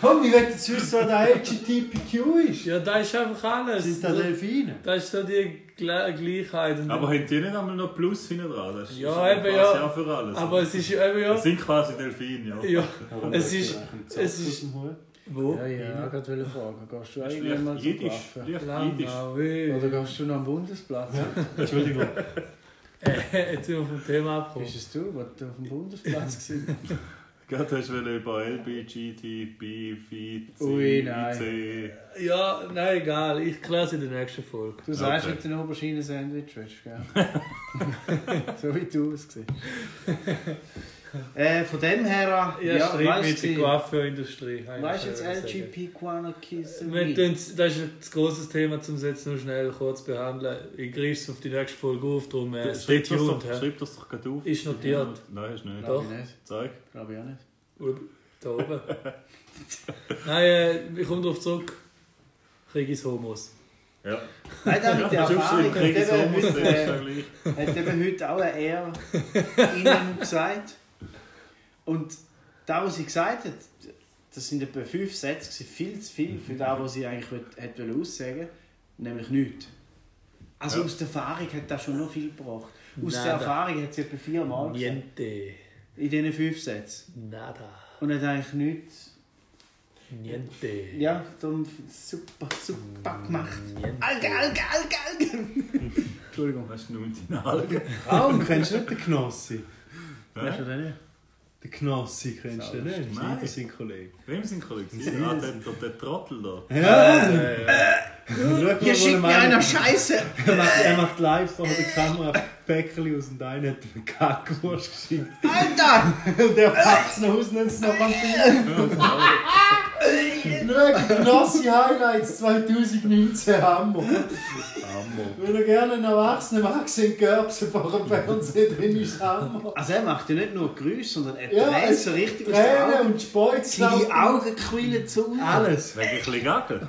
[SPEAKER 5] Komm, ich will jetzt wissen, was der LGBTQ ist.
[SPEAKER 2] Ja, da ist einfach alles.
[SPEAKER 5] Sind da
[SPEAKER 2] Da,
[SPEAKER 5] Delfine?
[SPEAKER 2] da ist so die Gle Gleichheit. Und
[SPEAKER 4] Aber haben die nicht einmal noch Plus hinten dran? Das ist
[SPEAKER 2] Ja,
[SPEAKER 4] das ist
[SPEAKER 2] eben,
[SPEAKER 4] quasi
[SPEAKER 2] ja.
[SPEAKER 4] auch für alles.
[SPEAKER 2] aber es ist ja eben
[SPEAKER 4] Das
[SPEAKER 2] ja.
[SPEAKER 4] sind quasi Delfine, ja.
[SPEAKER 2] ja es ist. Es ist. Wo?
[SPEAKER 3] Ja, ja, ich wollte fragen, gehst du
[SPEAKER 4] Das ist
[SPEAKER 3] eigentlich mal
[SPEAKER 4] leicht
[SPEAKER 3] zum
[SPEAKER 4] jiddisch.
[SPEAKER 3] Blaffen?
[SPEAKER 4] Leicht jiddisch.
[SPEAKER 2] Langauwe.
[SPEAKER 3] Oder gehst du noch am Bundesplatz?
[SPEAKER 5] Entschuldigung.
[SPEAKER 2] Äh, Jetzt sind wir vom Thema abgekommen.
[SPEAKER 3] Bist es du, wo du auf dem Bundesplatz gewesen
[SPEAKER 4] Gerade hast du wollen über LBGT, B, V, C,
[SPEAKER 3] Ui, nein.
[SPEAKER 4] C.
[SPEAKER 2] Ja, nein, egal. Ich kläre es in der nächsten Folge.
[SPEAKER 3] Du sagst
[SPEAKER 4] Okay.
[SPEAKER 3] mit den Oberschienen Sandwich, weißt du, gell? so wie du ausgesehen. äh, von dem her an,
[SPEAKER 2] Ja, Streit mit
[SPEAKER 3] weißt
[SPEAKER 2] der
[SPEAKER 3] du,
[SPEAKER 2] Coiffeurindustrie. habe ich
[SPEAKER 3] weißt
[SPEAKER 2] schon
[SPEAKER 3] jetzt
[SPEAKER 2] sagen. Wir
[SPEAKER 3] LGBTQ-Anarchismus?
[SPEAKER 2] tun's- Das ist das grosses Thema, um es jetzt nur schnell kurz zu behandeln. Ich greife es auf die nächste Folge auf, darum äh, stay
[SPEAKER 4] Schreib das,
[SPEAKER 2] tuned.
[SPEAKER 4] doch,
[SPEAKER 2] hä?
[SPEAKER 4] schreib das doch gerade auf.
[SPEAKER 2] Ist notiert.
[SPEAKER 4] Nein, ist nicht.
[SPEAKER 3] Glaube
[SPEAKER 2] Doch.
[SPEAKER 3] ich nicht.
[SPEAKER 4] Zeig.
[SPEAKER 3] Glaube ich auch nicht.
[SPEAKER 2] Da oben. Nein, äh, ich komme darauf zurück. Kriegis Homos.
[SPEAKER 4] Ja.
[SPEAKER 3] Nein, da mit der
[SPEAKER 4] Hast du
[SPEAKER 3] Erfahrung
[SPEAKER 4] aufgeschrieben,
[SPEAKER 3] hat
[SPEAKER 4] krieg ich so
[SPEAKER 3] eben,
[SPEAKER 4] muss, das ist
[SPEAKER 3] heute,
[SPEAKER 4] ja
[SPEAKER 3] äh,
[SPEAKER 4] gleich.
[SPEAKER 3] hat eben heute auch ein R innen gesagt. Und da, was sie gesagt hat, das sind etwa fünf Sätze, gewesen, viel zu viel für das, was sie eigentlich wollt- hat wollen aussagen wollte, nämlich nichts. Also
[SPEAKER 4] Ja.
[SPEAKER 3] aus der Erfahrung hat das schon noch viel gebracht. Aus
[SPEAKER 2] Nein,
[SPEAKER 3] der
[SPEAKER 2] da-
[SPEAKER 3] Erfahrung hat sie etwa viermal gesagt,
[SPEAKER 2] Niente.
[SPEAKER 3] in diesen fünf Sätzen.
[SPEAKER 2] Nada.
[SPEAKER 3] Und hat eigentlich nichts.
[SPEAKER 2] Niente.
[SPEAKER 3] Ja, dann super, super gemacht.
[SPEAKER 2] Niente.
[SPEAKER 3] Alge, Alge, Alge, Alge! Entschuldigung.
[SPEAKER 4] Das ist nur in deinen Augen.
[SPEAKER 5] Ah, und kennst du nicht den Knossi?
[SPEAKER 3] Weißt du das nicht?
[SPEAKER 5] Den Knossi kennst du nicht?
[SPEAKER 4] Nein.
[SPEAKER 5] Das ist sein Kollege.
[SPEAKER 4] Wem sind Kollegen? Ah, der, der, der Trottel da.
[SPEAKER 5] Schau mal, wo er meint.
[SPEAKER 3] Scheiße!
[SPEAKER 5] Er macht- Er macht live vor der Kamera Päckchen aus und einen hat eine Kackwurst geschickt.
[SPEAKER 3] Alter!
[SPEAKER 5] Und der packt es noch aus und nimmt es noch am Bier. Schau, Knossi Highlights 2019 Hamburg.
[SPEAKER 4] Hammer.
[SPEAKER 5] Wenn ihr gerne einen Erwachsenen mag, sind Gerbsen vor dem Fernseher drin, ist Hammer.
[SPEAKER 3] Also er macht ja nicht nur Grüße, sondern er
[SPEAKER 5] Ja,
[SPEAKER 3] dreht
[SPEAKER 5] es
[SPEAKER 3] so richtig aus den
[SPEAKER 5] Tränen
[SPEAKER 3] Augen.
[SPEAKER 5] und Speiz
[SPEAKER 3] Seine Augen quillen zu.
[SPEAKER 5] Alles.
[SPEAKER 4] Wegen ein bisschen Gagel.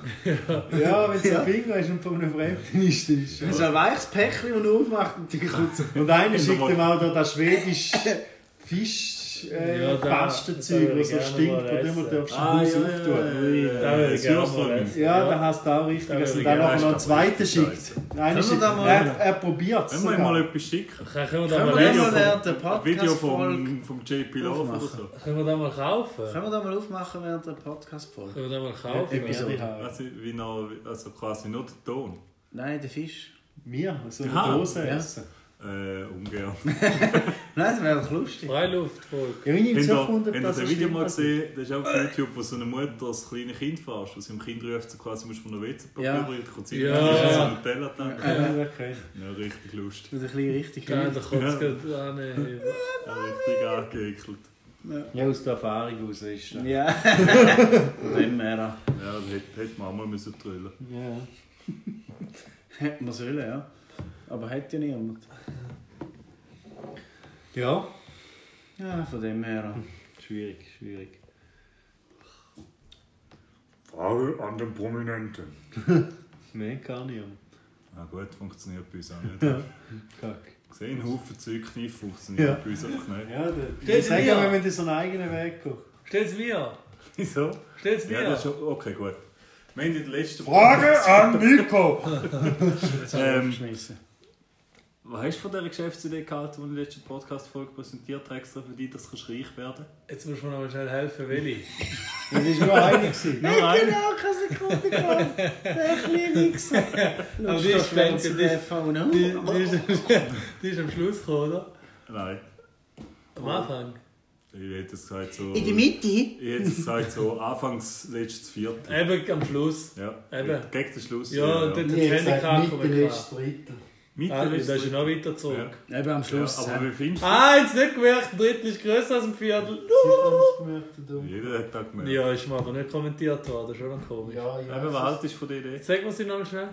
[SPEAKER 5] Ja, wenn es ein Finger ist und von einem Fremden ist, dann ist
[SPEAKER 3] So ein weiches Päckchen, das er aufmacht und dann kommt so...
[SPEAKER 5] Und einer schickt ihm auch da das schwedische Fisch, äh,
[SPEAKER 2] Ja, da- da
[SPEAKER 5] Pastenzeug,
[SPEAKER 2] würde ich
[SPEAKER 5] was so
[SPEAKER 2] gerne
[SPEAKER 5] stinkt,
[SPEAKER 2] mal
[SPEAKER 5] von
[SPEAKER 2] essen.
[SPEAKER 5] dem man darfst du ah, Haus auftun.
[SPEAKER 2] Da würde ich gerne mal
[SPEAKER 4] Syrströmming.
[SPEAKER 2] essen.
[SPEAKER 5] Ja, da hast du auch richtig, dass er
[SPEAKER 4] würde
[SPEAKER 5] dann
[SPEAKER 4] ich gerne
[SPEAKER 5] nachher noch einen
[SPEAKER 4] essen.
[SPEAKER 5] zweiten schickt.
[SPEAKER 4] Scheiße.
[SPEAKER 5] Einer
[SPEAKER 3] wir
[SPEAKER 5] schickt,
[SPEAKER 3] da mal-
[SPEAKER 5] er, er probiert es
[SPEAKER 4] Wenn wir ihm mal
[SPEAKER 5] sogar.
[SPEAKER 4] etwas schicken.
[SPEAKER 2] Können wir da
[SPEAKER 3] Können
[SPEAKER 2] mal
[SPEAKER 3] wir
[SPEAKER 2] essen?
[SPEAKER 3] das während der
[SPEAKER 4] Ein Video
[SPEAKER 3] Podcast-Folge...
[SPEAKER 4] vom, vom JP Love oder so.
[SPEAKER 2] Können wir da mal kaufen?
[SPEAKER 3] Können wir das mal aufmachen während der Podcast-Folge?
[SPEAKER 2] Können wir da mal kaufen?
[SPEAKER 5] Episode.
[SPEAKER 4] Also, wie noch, also quasi nur den Ton.
[SPEAKER 3] Nein, der Fisch.
[SPEAKER 5] Wir, so eine
[SPEAKER 4] Aha.
[SPEAKER 5] Dose
[SPEAKER 3] Ja.
[SPEAKER 5] essen.
[SPEAKER 4] Äh, ungern.
[SPEAKER 3] Nein, das wäre doch lustig.
[SPEAKER 2] Freiluftfolge.
[SPEAKER 5] Ja, wenn ich
[SPEAKER 4] Wenn
[SPEAKER 5] in
[SPEAKER 4] ihr,
[SPEAKER 5] Zukunft
[SPEAKER 4] wenn ihr
[SPEAKER 5] das
[SPEAKER 4] das Video mal
[SPEAKER 5] stimmt.
[SPEAKER 4] gesehen das ist auch auf YouTube, wo so eine Mutter das kleine Kind fasst, wo sie dem Kind ruft, so quasi musst du mir noch WC-Papier
[SPEAKER 3] Ja.
[SPEAKER 4] bringen, dann kommt sie
[SPEAKER 2] Ja.
[SPEAKER 4] rein, ist so eine Nutella-Tank.
[SPEAKER 5] Ja, das kenn ich.
[SPEAKER 4] Ja, richtig lustig.
[SPEAKER 3] Das ist ein bisschen richtig.
[SPEAKER 2] Geil,
[SPEAKER 3] Ja.
[SPEAKER 2] da kommt es gerade an.
[SPEAKER 4] Ja, richtig angeekelt.
[SPEAKER 5] Ja, aus der Erfahrung raus ist das.
[SPEAKER 3] Ja. Wenn mehr.
[SPEAKER 4] Ja, das hätte, hätte man auch mal müssen trüllen.
[SPEAKER 5] Ja.
[SPEAKER 3] Hätte man sollen, ja. Aber hat ja niemand.
[SPEAKER 5] ja,
[SPEAKER 3] Ja, von dem her.
[SPEAKER 5] schwierig, schwierig.
[SPEAKER 4] Frage an den Prominenten.
[SPEAKER 5] Mehr kann ich aber.
[SPEAKER 4] Ah gut, funktioniert bei uns auch nicht.
[SPEAKER 5] Kack.
[SPEAKER 4] Gesehen, einen Haufen Zeugkniff funktioniert
[SPEAKER 5] Ja.
[SPEAKER 4] bei uns einfach nicht.
[SPEAKER 5] Ja, der,
[SPEAKER 2] Stell's
[SPEAKER 5] ich sage
[SPEAKER 2] mir.
[SPEAKER 5] ja, wenn man so einen eigenen Weg geht.
[SPEAKER 2] Stell's mir!
[SPEAKER 4] Wieso?
[SPEAKER 2] Stell's
[SPEAKER 4] Ja, das ist
[SPEAKER 2] mir!
[SPEAKER 4] schon... Okay, gut. Wir haben in der letzten
[SPEAKER 5] an Mikro!
[SPEAKER 4] Ähm,
[SPEAKER 3] Schmissen.
[SPEAKER 4] Was hast du von dieser Geschäftsidee gehalten, die ich in der letzten Podcast-Folge präsentiert habe, extra für dich, dass du reich werden
[SPEAKER 2] Jetzt musst du mir noch mal schnell helfen, Willi.
[SPEAKER 5] Das war nur einer.
[SPEAKER 4] kannst?
[SPEAKER 5] gewesen.
[SPEAKER 4] Nein,
[SPEAKER 3] Genau, keine Sekunde gehabt. Der kleine Wichser.
[SPEAKER 2] Aber
[SPEAKER 3] Lust
[SPEAKER 2] die ist,
[SPEAKER 3] auf
[SPEAKER 2] wenn sie-
[SPEAKER 3] Schwänze
[SPEAKER 2] die,
[SPEAKER 3] treffen und
[SPEAKER 2] die, die, ist, die ist am Schluss gekommen, oder?
[SPEAKER 4] Nein.
[SPEAKER 2] Am Anfang.
[SPEAKER 4] Ich hätte es gesagt so...
[SPEAKER 3] In der Mitte?
[SPEAKER 4] Ich hätte es gesagt so anfangs letztes Viertel.
[SPEAKER 2] Eben am Schluss.
[SPEAKER 4] Ja.
[SPEAKER 2] Eben.
[SPEAKER 4] Gegen den Schluss.
[SPEAKER 2] Ja, dann das
[SPEAKER 5] Ich hätte
[SPEAKER 2] Handy
[SPEAKER 5] gesagt,
[SPEAKER 2] kann
[SPEAKER 5] Mitte letztes Drittel.
[SPEAKER 4] Mitte
[SPEAKER 2] Ah, das ist
[SPEAKER 4] letztes
[SPEAKER 2] ja noch weiter zurück.
[SPEAKER 4] Ja.
[SPEAKER 3] Eben am
[SPEAKER 4] Ja,
[SPEAKER 3] Schluss.
[SPEAKER 4] aber wie findest du
[SPEAKER 2] Ah, jetzt nicht gemerkt, ein Drittel ist grösser als ein Viertel.
[SPEAKER 4] Jeder hat das gemerkt.
[SPEAKER 2] Ah. Ja, ist mir aber nicht kommentiert worden, schon noch komisch.
[SPEAKER 5] Ja,
[SPEAKER 4] Eben, was haltest du von der Idee?
[SPEAKER 2] Sag mir sie noch mal schnell.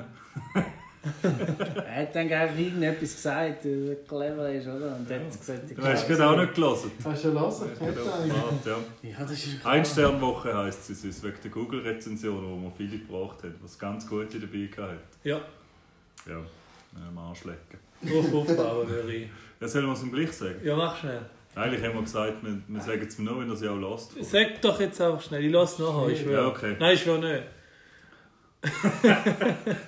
[SPEAKER 3] er hat dann einfach irgendetwas gesagt, der clever ist, oder? Und dann hat er gesagt,
[SPEAKER 4] Du hast gerade auch nicht gelesen.
[SPEAKER 5] Hast du lassen? Ich hätte eigentlich.
[SPEAKER 4] Ah, ja.
[SPEAKER 3] Ja, das ist
[SPEAKER 4] Ein-Stern-Woche heisst es, es ist wegen der Google-Rezension, wo wir viele gebracht haben, was ganz Gute dabei gehabt
[SPEAKER 2] Ja,
[SPEAKER 4] hat. Ja, ähm, anschlecken.
[SPEAKER 2] drauf aufbauen, Willi.
[SPEAKER 4] Ja, sollen wir es ihm gleich sagen?
[SPEAKER 2] Ja, mach schnell.
[SPEAKER 4] Eigentlich haben wir gesagt, wir, wir sagen es mir nur, wenn ihr sie auch lasst.
[SPEAKER 2] Sag doch jetzt einfach schnell, ich lasse nachher, ich schwöre.
[SPEAKER 4] Ja, okay.
[SPEAKER 2] Nein, ich schwöre nicht.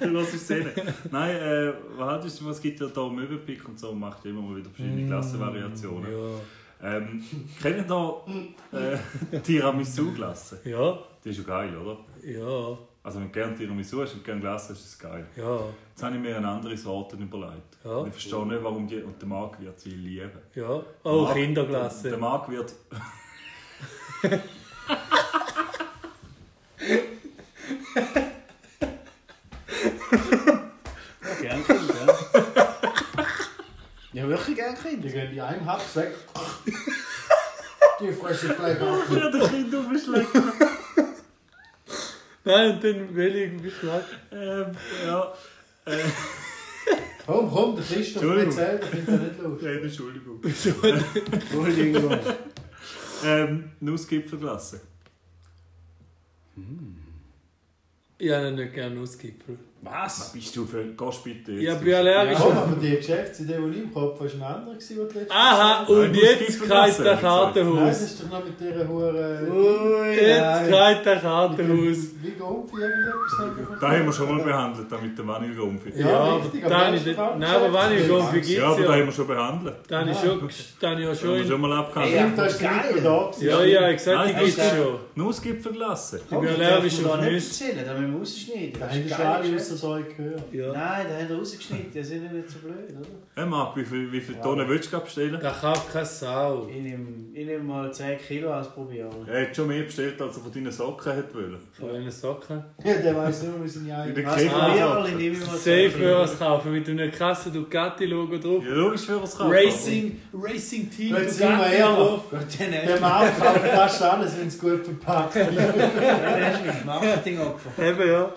[SPEAKER 4] Du lass es sehen. Nein, äh, was haltest du, es gibt ja da Möwenpick und so, macht ja immer mal wieder
[SPEAKER 3] Mm,
[SPEAKER 4] verschiedene Klassenvariationen.
[SPEAKER 2] Ja.
[SPEAKER 4] Ähm, kennt ihr da äh, Tiramisu-Glasse?
[SPEAKER 2] Ja,
[SPEAKER 4] Die ist ja geil, oder?
[SPEAKER 2] ja,
[SPEAKER 4] Also wenn du gerne Tiramisu hast und gerne Glasse hast, ist es geil.
[SPEAKER 2] ja,
[SPEAKER 4] Jetzt habe ich mir eine andere Sorte überlegt.
[SPEAKER 2] Ja.
[SPEAKER 4] Ich verstehe nicht, warum die... Und der Marc wird sie lieben.
[SPEAKER 2] ja. Oh,
[SPEAKER 4] Marc- Der
[SPEAKER 2] Kinderklasse.
[SPEAKER 4] Marc wird...
[SPEAKER 3] gern Kind, ja. Ja, wirklich gern
[SPEAKER 5] Die
[SPEAKER 3] Kind.
[SPEAKER 5] gehen die einen Haps weg. Die fressen gleich ab.
[SPEAKER 4] Ja, der Kind aufschlägt.
[SPEAKER 2] Nein, und dann Willi irgendwie schlag.
[SPEAKER 4] ähm, ja.
[SPEAKER 5] Komm, komm, der Christoph
[SPEAKER 4] Entschuldigung.
[SPEAKER 5] erzählt, ich finde das nicht lustig.
[SPEAKER 4] Nein, Entschuldigung.
[SPEAKER 3] Entschuldigung.
[SPEAKER 4] Ähm, Nussgipfelglasse.
[SPEAKER 2] Ich habe ihn nicht gerne Nussgipfel.
[SPEAKER 4] Was
[SPEAKER 3] Was?
[SPEAKER 4] bist du für... Gehst bitte jetzt.
[SPEAKER 2] Ich bin allergisch.
[SPEAKER 5] Komm, aber die Geschäftsidee, die ich im Kopf habe, ist eine andere, gewesen, die du letztes
[SPEAKER 2] Aha,
[SPEAKER 4] Nein,
[SPEAKER 2] und jetzt kreit
[SPEAKER 4] Nussgipfel lassen,
[SPEAKER 2] der
[SPEAKER 4] hab ich gesagt.
[SPEAKER 5] Nein,
[SPEAKER 2] Kartenhaus.
[SPEAKER 5] das ist doch noch mit dieser Hure. äh,
[SPEAKER 3] Ui,
[SPEAKER 2] Jetzt
[SPEAKER 3] nein.
[SPEAKER 2] kreit der Kartenhaus.
[SPEAKER 5] Wie geht die irgendetwas?
[SPEAKER 4] Da haben wir schon mal behandelt, da mit dem Vanillegumpfi.
[SPEAKER 5] Ja, richtig, aber
[SPEAKER 2] dann
[SPEAKER 5] das ist
[SPEAKER 2] ist
[SPEAKER 5] doch auch
[SPEAKER 2] Nein, aber wenn ich schon
[SPEAKER 5] Geschäftsidee.
[SPEAKER 2] vergisst,
[SPEAKER 4] Ja, aber da haben
[SPEAKER 2] ja.
[SPEAKER 4] wir schon behandelt.
[SPEAKER 2] Dann ist schon, dann ist ja
[SPEAKER 4] Da haben wir
[SPEAKER 2] schon.
[SPEAKER 4] schon mal
[SPEAKER 3] Ja.
[SPEAKER 4] abgehandelt.
[SPEAKER 5] Stimmt, da ist der
[SPEAKER 3] Geil.
[SPEAKER 5] Nico da. gewesen.
[SPEAKER 2] Ja, ja, gesagt, die
[SPEAKER 4] Nein,
[SPEAKER 2] gibt's
[SPEAKER 4] das-
[SPEAKER 2] schon.
[SPEAKER 4] Nussgipfelglasse.
[SPEAKER 2] Ich bin
[SPEAKER 3] Komm,
[SPEAKER 2] allergisch
[SPEAKER 3] darf man
[SPEAKER 2] auf
[SPEAKER 3] da nicht
[SPEAKER 2] Nüsse.
[SPEAKER 3] erzählen, da müssen wir rausschneiden.
[SPEAKER 5] Da
[SPEAKER 3] Das ist
[SPEAKER 5] haben wir
[SPEAKER 3] geil.
[SPEAKER 5] schon dass ihr es euch gehört.
[SPEAKER 2] Ja.
[SPEAKER 3] Nein, den haben wir rausgeschnitten, die sind ja nicht so blöd, oder?
[SPEAKER 4] Hey Marc, wie viele wie viel Tonnen willst du gerade bestellen?
[SPEAKER 2] Da kauft keine Sau.
[SPEAKER 3] Ich nehme, ich nehme mal 10 Kilo als Probieren.
[SPEAKER 4] Er hat schon mehr bestellt, als er von deinen Socken hätte wollen.
[SPEAKER 2] Von den Socken.
[SPEAKER 5] Ja, der weiß nur, wie seine eigene.
[SPEAKER 4] Käfer-
[SPEAKER 3] Probiererli nehme Also, ich mal 10
[SPEAKER 2] Safe
[SPEAKER 3] Kilo.
[SPEAKER 2] Hörers kaufen mit einem krassen Ducati-Logo drauf.
[SPEAKER 4] Ja, logisch, für was kaufen.
[SPEAKER 2] Racing, Racing Team
[SPEAKER 5] Jetzt sind wir
[SPEAKER 2] Ducati
[SPEAKER 5] ehrlich.
[SPEAKER 2] drauf.
[SPEAKER 3] Gut, dann
[SPEAKER 5] Der
[SPEAKER 3] hast
[SPEAKER 5] Markt kauft fast alles, wenn es gut verpackt ist.
[SPEAKER 3] dann hast du mich Marketingopfer.
[SPEAKER 5] Eben, ja.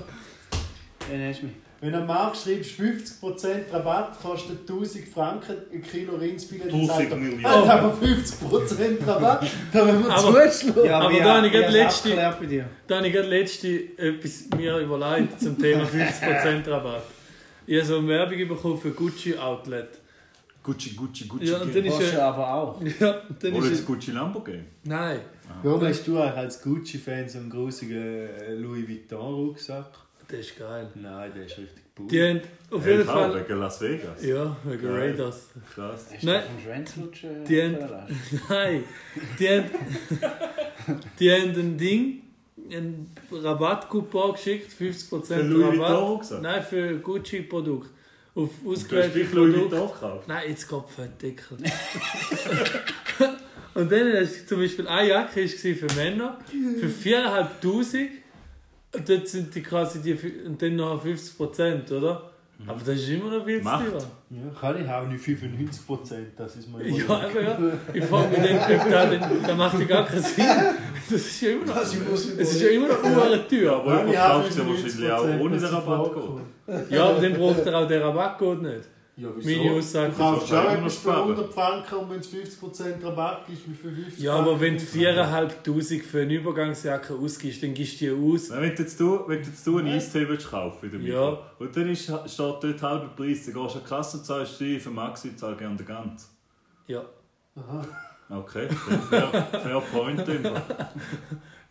[SPEAKER 3] Dann hast du mich.
[SPEAKER 5] Wenn am Markt schreibst, 50% Rabatt kostet 1000 Franken, ein Kilo Rindsfilet, dann
[SPEAKER 4] 1000
[SPEAKER 5] sagt er,
[SPEAKER 4] Millionen.
[SPEAKER 5] Alter, aber 50% Rabatt, da wenn wir
[SPEAKER 2] Aber-
[SPEAKER 5] zuschlagen.
[SPEAKER 2] aber da habe ich gerade
[SPEAKER 3] hab's
[SPEAKER 2] letzte-
[SPEAKER 3] abgeklärt bei dir.
[SPEAKER 2] Da habe ich gerade letzte etwas mir überlegt zum Thema 50% Rabatt. Ich habe so eine Werbung bekommen für Gucci Outlet.
[SPEAKER 4] Gucci, Gucci, Gucci.
[SPEAKER 2] Ja, und dann ist
[SPEAKER 3] Porsche
[SPEAKER 2] ja.
[SPEAKER 3] aber auch.
[SPEAKER 2] Ja, und dann
[SPEAKER 4] Oder
[SPEAKER 2] ist
[SPEAKER 4] jetzt
[SPEAKER 2] ja.
[SPEAKER 4] Gucci Lamborghini.
[SPEAKER 2] Nein.
[SPEAKER 5] Warum hast du eigentlich als Gucci-Fan so einen grusigen äh, Louis Vuitton-Rucksack?
[SPEAKER 2] Das ist geil.
[SPEAKER 5] Nein, der ist richtig bull.
[SPEAKER 2] Die haben auf jeden
[SPEAKER 4] LV
[SPEAKER 2] Fall.
[SPEAKER 4] wegen Las Vegas.
[SPEAKER 2] Ja, wegen
[SPEAKER 4] Geil.
[SPEAKER 2] Raiders.
[SPEAKER 4] Krass.
[SPEAKER 3] Hast
[SPEAKER 2] Nein.
[SPEAKER 3] du von Schwänzlutschen
[SPEAKER 2] Die haben- Nein, die haben, die haben ein Ding, einen Rabattcoupon geschickt, 50%
[SPEAKER 4] Für Louis
[SPEAKER 2] Rabatt.
[SPEAKER 4] Vuitton gesagt?
[SPEAKER 2] Nein, für Gucci-Produkte. Auf
[SPEAKER 4] Du hast
[SPEAKER 2] ausgewählte
[SPEAKER 4] dich Louis
[SPEAKER 2] Produkte.
[SPEAKER 4] Vuitton gekauft.
[SPEAKER 2] Nein, jetzt kommt Fettdeckel. Und dann hast du zum Beispiel eine Jacke ist gewesen für Männer, für 4'500 und dort sind die quasi die, und dann noch 50%, oder? Aber das ist immer noch viel zu
[SPEAKER 4] Macht.
[SPEAKER 2] teuer.
[SPEAKER 5] Ja, kann ich auch nicht 95%, das ist mir
[SPEAKER 2] Ja, aber ja. Ich frage mich dann, ob da, dann, da macht ja gar keinen Sinn. Das ist ja immer noch. Es ist ja immer noch eine
[SPEAKER 4] Ja,
[SPEAKER 2] Tür.
[SPEAKER 4] aber jemand kauft es ja wahrscheinlich auch ohne den Rabattcode.
[SPEAKER 2] Ja, aber dann braucht er auch den Rabattcode nicht.
[SPEAKER 5] Ja,
[SPEAKER 2] Meine
[SPEAKER 5] wieso?
[SPEAKER 2] Aussage.
[SPEAKER 5] Du kaufst
[SPEAKER 4] Wieso?
[SPEAKER 5] schon
[SPEAKER 4] Weil
[SPEAKER 5] etwas
[SPEAKER 4] wir
[SPEAKER 5] für
[SPEAKER 4] sparen.
[SPEAKER 5] 100 Franken und wenn es 50% Rabatt ist, wie für 50
[SPEAKER 2] Ja, aber wenn du
[SPEAKER 5] Franken-
[SPEAKER 2] 4'500 für eine Übergangsjacke ausgibst, dann gibst du die aus.
[SPEAKER 4] Nein, Wenn du jetzt, du, wenn du jetzt du einen Eistee willst kaufen in der
[SPEAKER 2] Ja.
[SPEAKER 4] Mikro, und dann ist, steht dort halber Preis, dann gehst du an die Kasse und zahlst du für Maxi, zahl gerne den ganzen.
[SPEAKER 2] Ja.
[SPEAKER 4] Okay, fair, fair point. einfach.